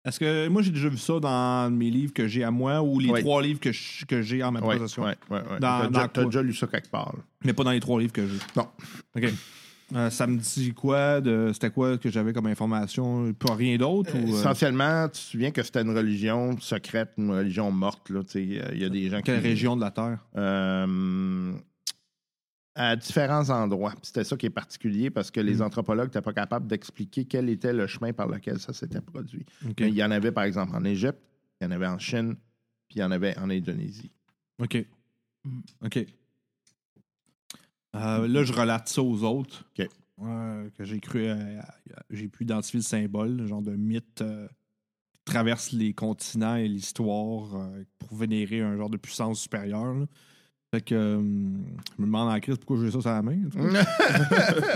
Speaker 3: Est-ce que moi j'ai déjà vu ça dans mes livres que j'ai à moi ou les
Speaker 2: Ouais.
Speaker 3: trois livres que je- que j'ai en ma
Speaker 2: Oui,
Speaker 3: possession,
Speaker 2: ouais, ouais, ouais.
Speaker 3: Dans-
Speaker 2: T'as
Speaker 3: dans
Speaker 2: déjà-
Speaker 3: quoi?
Speaker 2: T'as déjà lu ça quelque part. là.
Speaker 3: mais pas dans les trois livres que j'ai.
Speaker 2: Non.
Speaker 3: Ok. Euh, ça me dit quoi de c'était quoi que j'avais comme information Pas rien d'autre ou euh,
Speaker 2: Essentiellement, tu te souviens que c'était une religion secrète, une religion morte. là, tu sais, euh, Il y a des gens
Speaker 3: quelle
Speaker 2: qui.
Speaker 3: région de la Terre
Speaker 2: Euh, à différents endroits. Puis C'était ça qui est particulier parce que les anthropologues n'étaient pas capables d'expliquer quel était le chemin par lequel ça s'était produit.
Speaker 3: Ok.
Speaker 2: Mais il y en avait, par exemple, en Égypte, il y en avait en Chine, puis il y en avait en Indonésie.
Speaker 3: Ok. Ok. Euh, là, je relate ça aux autres.
Speaker 2: Ok.
Speaker 3: Euh, que j'ai cru. euh, j'ai pu identifier le symbole, le genre de mythe euh, qui traverse les continents et l'histoire euh, pour vénérer un genre de puissance supérieure. là. Fait que euh, je me demande en crise pourquoi j'ai ça sur la main. en tout cas.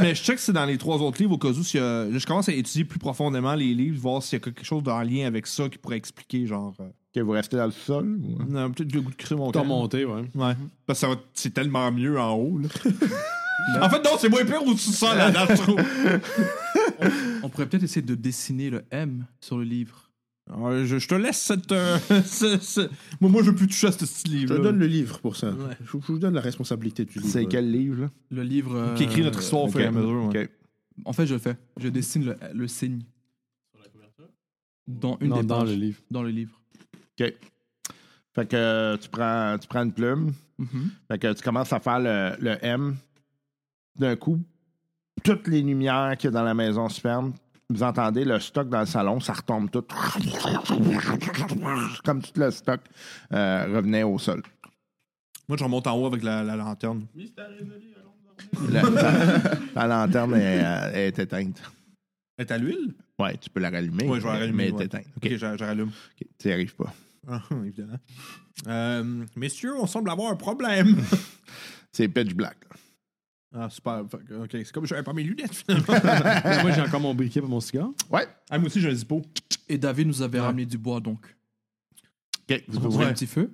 Speaker 3: Mais je check si c'est dans les trois autres livres au cas où. s'il y a- là, je commence à étudier plus profondément les livres, voir s'il y a quelque chose en lien avec ça qui pourrait expliquer, genre. euh,
Speaker 2: Que vous hein? restez dans le sol? ou-
Speaker 3: non, Mmh. Peut-être le goût de crisser mon
Speaker 6: T'as
Speaker 3: camp.
Speaker 6: monté, ouais.
Speaker 3: Ouais. Parce que ça va- c'est tellement mieux en haut. là. en fait, non, c'est moins pire au sous-sol, là, dans le trou.
Speaker 4: On pourrait peut-être essayer de dessiner le M sur le livre.
Speaker 3: Euh, je, je te laisse cette. euh, ce- ce- Moi, moi, je veux plus toucher à ce style
Speaker 7: Je
Speaker 5: Mhm.
Speaker 7: te
Speaker 3: livre.
Speaker 7: donne le livre pour ça. Je, vous- je vous donne la responsabilité du livre.
Speaker 2: C'est quel livre? Là?
Speaker 4: Le livre. euh,
Speaker 3: Qui écrit notre histoire au fur et à
Speaker 2: ok,
Speaker 3: mesure. ouais.
Speaker 2: ok.
Speaker 4: En fait, je le fais. Je dessine le, le signe. Dans une
Speaker 6: Non,
Speaker 4: des
Speaker 6: dans
Speaker 4: pages.
Speaker 6: le livre.
Speaker 4: Dans le livre.
Speaker 2: Fait que euh, tu prends, tu prends une plume,
Speaker 4: Mhm.
Speaker 2: Fait que tu commences à faire le, le M. D'un coup, toutes les lumières qu'il y a dans la maison se ferment. Vous entendez le stock dans le salon, ça retombe tout. Comme tout le stock euh, revenait au sol.
Speaker 3: Moi, je remonte en haut avec la, la lanterne.
Speaker 9: Mystère résolu, allons-y.
Speaker 13: La, la- la lanterne est, euh, est éteinte.
Speaker 3: Elle est à l'huile?
Speaker 13: Ouais, tu peux la rallumer.
Speaker 3: Ouais, je vais la rallumer,
Speaker 13: Mais elle
Speaker 3: ouais.
Speaker 13: est éteinte.
Speaker 3: Ok, je, je rallume.
Speaker 13: Ok, Tu n'y arrives pas.
Speaker 3: Ah, évidemment. Euh, messieurs, on semble avoir un problème.
Speaker 13: C'est pitch black.
Speaker 3: Ah, super. Fait que, Ok, c'est comme si j'avais pas mes lunettes, finalement. Ben,
Speaker 9: Mais moi, j'ai encore mon briquet pour mon cigare.
Speaker 3: ah, moi aussi, j'ai un zippo.
Speaker 4: Et David nous avait ramené du bois, donc.
Speaker 13: Ok, vous
Speaker 4: On
Speaker 13: pouvez-
Speaker 4: un petit feu.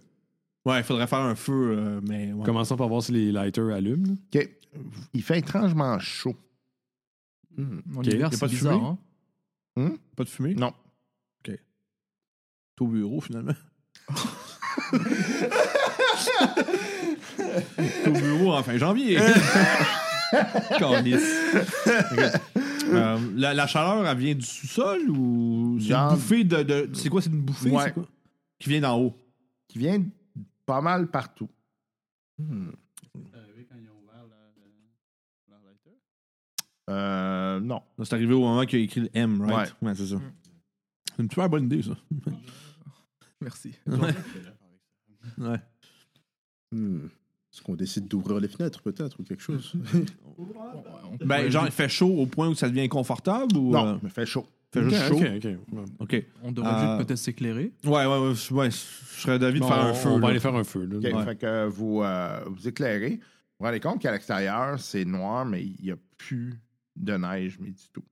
Speaker 3: Ouais, il faudrait faire un feu, euh, mais... ouais.
Speaker 9: Commençons par voir si les lighters allument. là.
Speaker 13: ok. Il fait étrangement chaud.
Speaker 4: En
Speaker 9: Ok,
Speaker 4: hiver,
Speaker 3: y a
Speaker 4: c'est
Speaker 3: pas de
Speaker 4: bizarre,
Speaker 3: fumée?
Speaker 4: hein?
Speaker 3: Pas de fumée?
Speaker 13: Non.
Speaker 3: OK. T'es au bureau, finalement. T'es au bureau en fin janvier. Câlisse. OK. Euh, la, la chaleur, elle vient du sous-sol ou c'est une
Speaker 13: Genre-
Speaker 3: bouffée de, de- C'est quoi, c'est une bouffée?
Speaker 13: Ouais.
Speaker 3: c'est quoi? Qui vient d'en haut.
Speaker 13: Qui vient pas mal partout.
Speaker 14: C'est
Speaker 9: Euh,
Speaker 14: arrivé quand ils ont ouvert leur, euh, leur lighter.
Speaker 13: Euh, non.
Speaker 3: Là, C'est arrivé au moment qu'il a écrit le M, right?
Speaker 13: Ouais. Mm.
Speaker 3: c'est ça. C'est une super bonne idée, ça.
Speaker 4: Merci.
Speaker 3: Ouais.
Speaker 7: Hmm. Est-ce qu'on décide d'ouvrir les fenêtres, peut-être, ou quelque chose
Speaker 3: Ben, genre, il fait chaud au point où ça devient inconfortable ou.
Speaker 13: Non,
Speaker 3: euh,
Speaker 13: il fait chaud.
Speaker 3: fait juste chaud.
Speaker 9: Ok, ok. Bon.
Speaker 3: OK. Ouais,
Speaker 4: On devrait
Speaker 3: Euh,
Speaker 4: juste peut-être s'éclairer.
Speaker 3: ouais, ouais. Je ouais, je serais d'avis de
Speaker 9: Bon,
Speaker 3: faire un
Speaker 9: on-
Speaker 3: feu.
Speaker 9: On va
Speaker 3: là.
Speaker 9: aller faire un feu. là.
Speaker 13: Ok, fait que vous, euh, vous éclairez. Vous vous rendez compte qu'à l'extérieur, c'est noir, mais il n'y a plus de neige, mais du tout.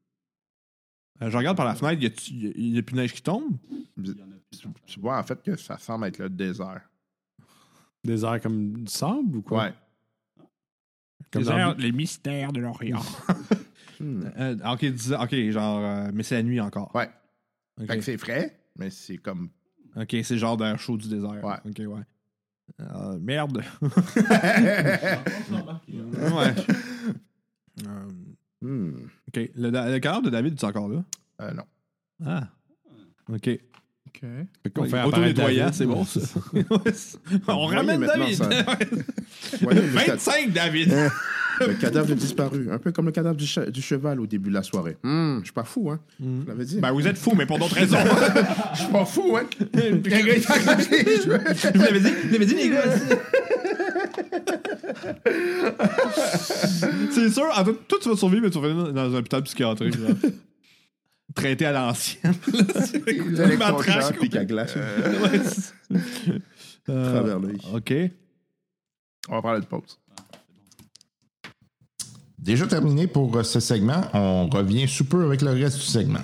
Speaker 3: Euh, je regarde par la fenêtre, il n'y a plus de neige qui tombe.
Speaker 13: Tu, tu vois en fait que ça semble être le désert.
Speaker 9: Des airs comme du sable ou quoi?
Speaker 13: Ouais.
Speaker 9: Comme dans-
Speaker 3: les mystères de l'Orient. Euh, ok, dis- ok, genre, euh, mais c'est la nuit encore.
Speaker 13: Ouais.
Speaker 3: Ok,
Speaker 13: Fait que c'est frais, mais c'est comme.
Speaker 3: Ok, c'est genre d'air chaud du désert.
Speaker 13: Ouais.
Speaker 3: Ok, ouais. Euh, merde. ouais. Euh,
Speaker 7: Hmm.
Speaker 3: ok, le, da- le cadavre de David, est encore là?
Speaker 13: Euh, non.
Speaker 3: Ah. Ok.
Speaker 4: Ok.
Speaker 9: Fait qu'on fait apparaître
Speaker 3: Auto-nettoyant,
Speaker 9: David.
Speaker 3: c'est bon, ça. On
Speaker 7: Voyez
Speaker 3: ramène
Speaker 7: maintenant
Speaker 3: David.
Speaker 7: ça. Voyez, le, ca-
Speaker 3: 25, David.
Speaker 7: le cadavre est disparu, un peu comme le cadavre du, che- du cheval au début de la soirée. Hmm, Je suis pas fou, hein Je l'avais dit.
Speaker 3: ben, vous êtes fous, mais pour d'autres raisons.
Speaker 13: Je suis pas fou, hein?
Speaker 3: Je vous l'avais dit, je l'avais dit, les gars. C'est sûr, en fait, toi, tu vas survivre, mais tu vas finir dans un hôpital psychiatrique. là. Traité à l'ancienne.
Speaker 13: Avec
Speaker 3: Ma
Speaker 13: ton
Speaker 3: trash,
Speaker 7: hein,
Speaker 13: chat,
Speaker 3: quoi.
Speaker 13: puis qu'à glace.
Speaker 3: Ouais, c'est-
Speaker 7: À travers l'œil.
Speaker 3: Euh, OK.
Speaker 13: On va parler de pause.
Speaker 2: Déjà terminé pour euh, ce segment, on revient sous peu avec le reste du segment.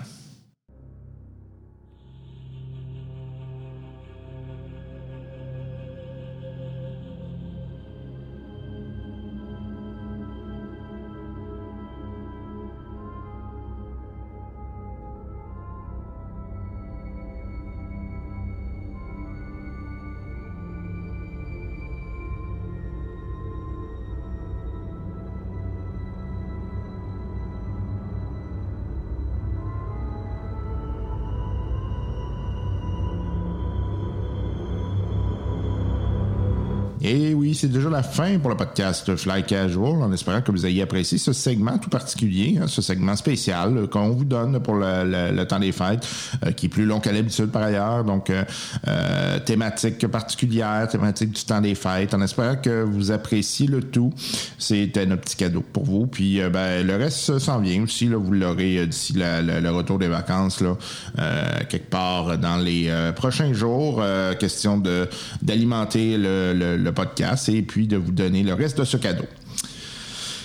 Speaker 2: Et Eh oui, c'est déjà la fin pour le podcast Fly Casual, en espérant que vous ayez apprécié ce segment tout particulier, hein, ce segment spécial euh, qu'on vous donne pour le, le- le temps des fêtes, euh, qui est plus long qu'à l'habitude par ailleurs. Donc, euh, euh, thématique particulière, thématique du temps des fêtes, en espérant que vous appréciez le tout. C'était notre petit cadeau pour vous. Puis, euh, ben, le reste euh, s'en vient aussi. Là, vous l'aurez euh, d'ici la- la- le retour des vacances, là, euh, quelque part dans les euh, prochains jours. euh, question de d'alimenter le, le- le podcast et puis de vous donner le reste de ce cadeau.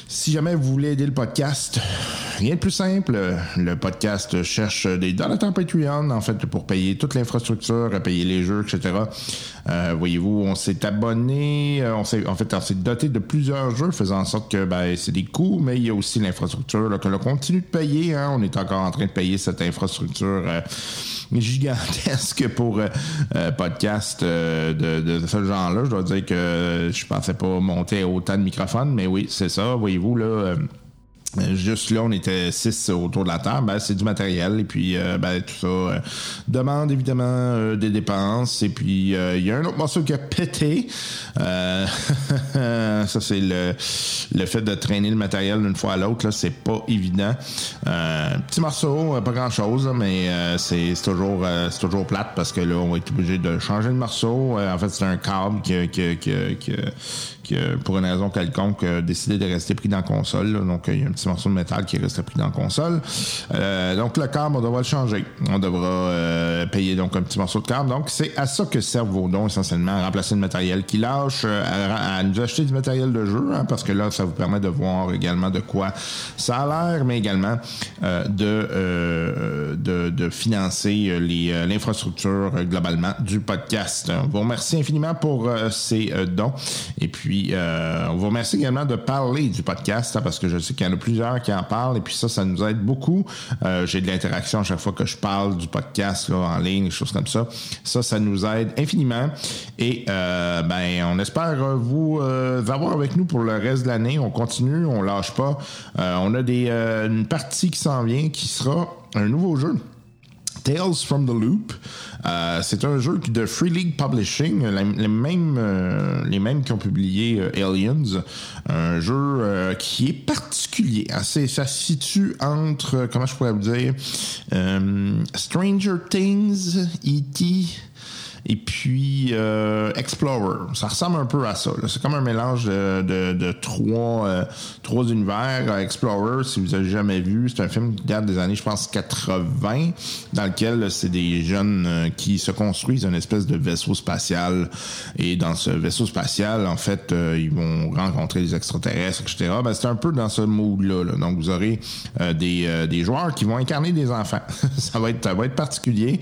Speaker 2: Si jamais vous voulez aider le podcast, rien de plus simple. Le podcast cherche des donateurs Patreon, en fait, pour payer toute l'infrastructure, payer les jeux, etc. Euh, Voyez-vous, on s'est abonné, euh, on s'est, en fait, on s'est doté de plusieurs jeux, faisant en sorte que ben, c'est des coûts, mais il y a aussi l'infrastructure là, que l'on continue de payer. hein. On est encore en train de payer cette infrastructure euh, gigantesque pour euh, euh, podcast euh, de, de ce genre-là. Je dois dire que euh, je pensais pas monter autant de microphones, mais oui, c'est ça. Voyez-vous, là. euh, euh, Juste là, on était six autour de la table. Ben, c'est du matériel. Et puis, euh, ben, tout ça euh, demande évidemment euh, des dépenses. Et puis, euh, il y a un autre morceau qui a pété. Euh, ça, c'est le, le fait de traîner le matériel d'une fois à l'autre. là, C'est pas évident. Euh, petit morceau, euh, pas grand-chose, là, mais euh, c'est c'est toujours, euh, c'est toujours plate parce que là, on va être obligé de changer de morceau. Euh, en fait, c'est un câble qui, a- qui a- qui a- qui a- qui a, pour une raison quelconque, a décidé de rester pris dans la console. là. Donc, euh, il y a un petit morceau de métal qui reste pris dans la console. Euh, donc, le câble, on devra le changer. On devra euh, payer donc un petit morceau de câble. Donc, c'est à ça que servent vos dons essentiellement, à remplacer le matériel qui lâche, euh, à, à nous acheter du matériel de jeu, hein, parce que là, ça vous permet de voir également de quoi ça a l'air, mais également euh, de, euh, de, de financer euh, les, euh, l'infrastructure euh, globalement du podcast. On vous remercie infiniment pour euh, ces euh, dons. Et puis, euh, on vous remercie également de parler du podcast, hein, parce que je sais qu'il y en a plusieurs qui en parlent, et puis ça, ça nous aide beaucoup. Euh, J'ai de l'interaction à chaque fois que je parle du podcast là, en ligne, des choses comme ça. Ça, ça nous aide infiniment. Et euh, ben, on espère euh, vous euh, avoir avec nous pour le reste de l'année. On continue, on lâche pas. Euh, on a des, euh, une partie qui s'en vient qui sera un nouveau jeu. Tales from the Loop. Euh, c'est un jeu de Free League Publishing, la- les mêmes, euh, les mêmes qui ont publié euh, Aliens. Un jeu euh, qui est particulier. hein. C'est- ça se situe entre, euh, comment je pourrais vous dire, euh, Stranger Things, E E.T. Et puis euh, Explorer, ça ressemble un peu à ça. là. C'est comme un mélange de, de- de trois, euh, trois univers. Euh, Explorer, si vous avez jamais vu, c'est un film qui date des années, je pense, 80, dans lequel euh, c'est des jeunes euh, qui se construisent une espèce de vaisseau spatial. Et dans ce vaisseau spatial, en fait, euh, ils vont rencontrer des extraterrestres, etc. Ben, c'est un peu dans ce mood-là. là. Donc, vous aurez euh, des, euh, des joueurs qui vont incarner des enfants. ça, va être, ça va être particulier.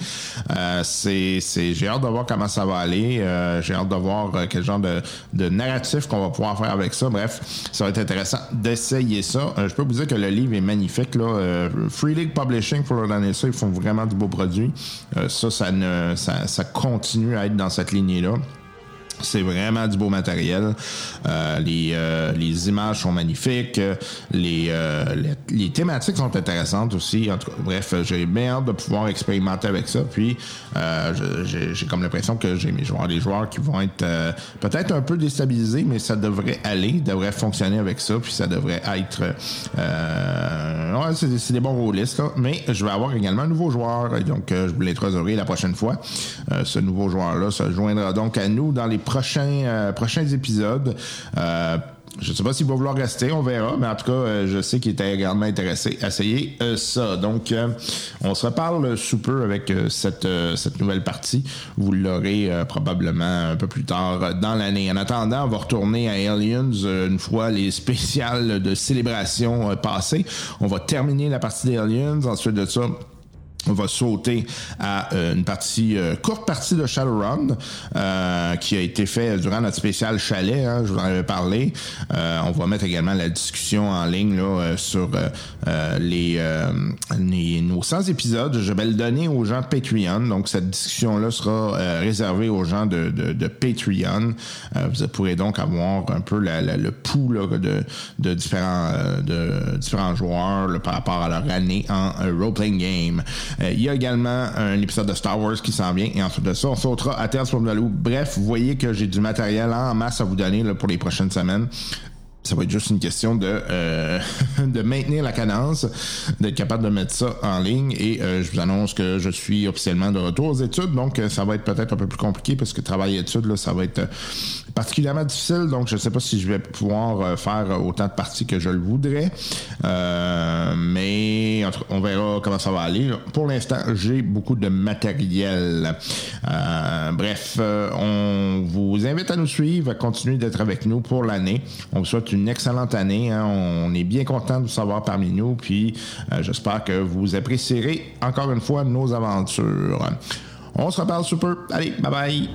Speaker 2: Euh, c'est, c'est- j'ai hâte de voir comment ça va aller. Euh, j'ai hâte de voir euh, quel genre de, de narratif qu'on va pouvoir faire avec ça. Bref, ça va être intéressant d'essayer ça. Euh, je peux vous dire que le livre est magnifique. Là. Euh, Free League Publishing, pour leur donner ça, ils font vraiment du beau produit. Euh, ça, ça, ne, ça, ça continue à être dans cette lignée-là. C'est vraiment du beau matériel. Euh, les, euh, les images sont magnifiques. Euh, Les, euh, les, les thématiques sont intéressantes aussi. En tout cas, bref, euh, j'ai bien hâte de pouvoir expérimenter avec ça. Puis, euh, je- j'ai- j'ai comme l'impression que j'ai mes joueurs, des joueurs qui vont être euh, peut-être un peu déstabilisés, mais ça devrait aller, devrait fonctionner avec ça. Puis, ça devrait être. euh, ouais, c'est c'est des bons rôlistes, là. Mais je vais avoir également un nouveau joueur. Et Donc, euh, je vous l'introduirai la prochaine fois. Euh, ce nouveau joueur-là se joindra donc à nous dans les prochains, euh, prochains épisodes. Euh, je ne sais pas s'il va vouloir rester, on verra, mais en tout cas, euh, je sais qu'il était également intéressé à essayer euh, ça. Donc, euh, on se reparle sous peu avec euh, cette, euh, cette nouvelle partie. Vous l'aurez euh, probablement un peu plus tard euh, dans l'année. En attendant, on va retourner à Aliens euh, une fois les spéciales de célébration euh, passées. On va terminer la partie des Aliens. Ensuite de ça, on va sauter à euh, une partie euh, courte partie de Shadowrun euh, qui a été fait durant notre spécial chalet. hein, je vous en avais parlé. Euh, on va mettre également la discussion en ligne là, euh, sur euh, euh, les, euh, les- nos 100 épisodes. Je vais le donner aux gens de Patreon. Donc cette discussion là sera euh, réservée aux gens de, de- de Patreon. Euh, vous pourrez donc avoir un peu la- la- le pouls là, de, de différents euh, de différents joueurs là, par rapport à leur année en euh, role-playing game. Euh, il y a également un épisode de Star Wars qui s'en vient et ensuite de ça, on sautera à Tales from the Loop. Bref, vous voyez que j'ai du matériel en masse à vous donner là, pour les prochaines semaines. Ça va être juste une question de, euh, de maintenir la cadence, d'être capable de mettre ça en ligne. Et euh, je vous annonce que je suis officiellement de retour aux études, donc euh, ça va être peut-être un peu plus compliqué parce que travail et études, là, ça va être euh, particulièrement difficile. Donc je ne sais pas si je vais pouvoir euh, faire autant de parties que je le voudrais. Euh, mais en tout cas, on verra comment ça va aller. là. Pour l'instant, j'ai beaucoup de matériel. Euh, bref, euh, on vous invite à nous suivre, à continuer d'être avec nous pour l'année. On vous souhaite une excellente année. hein. On est bien content de vous savoir parmi nous. Puis euh, j'espère que vous apprécierez encore une fois nos aventures. On se reparle super. Allez, bye bye.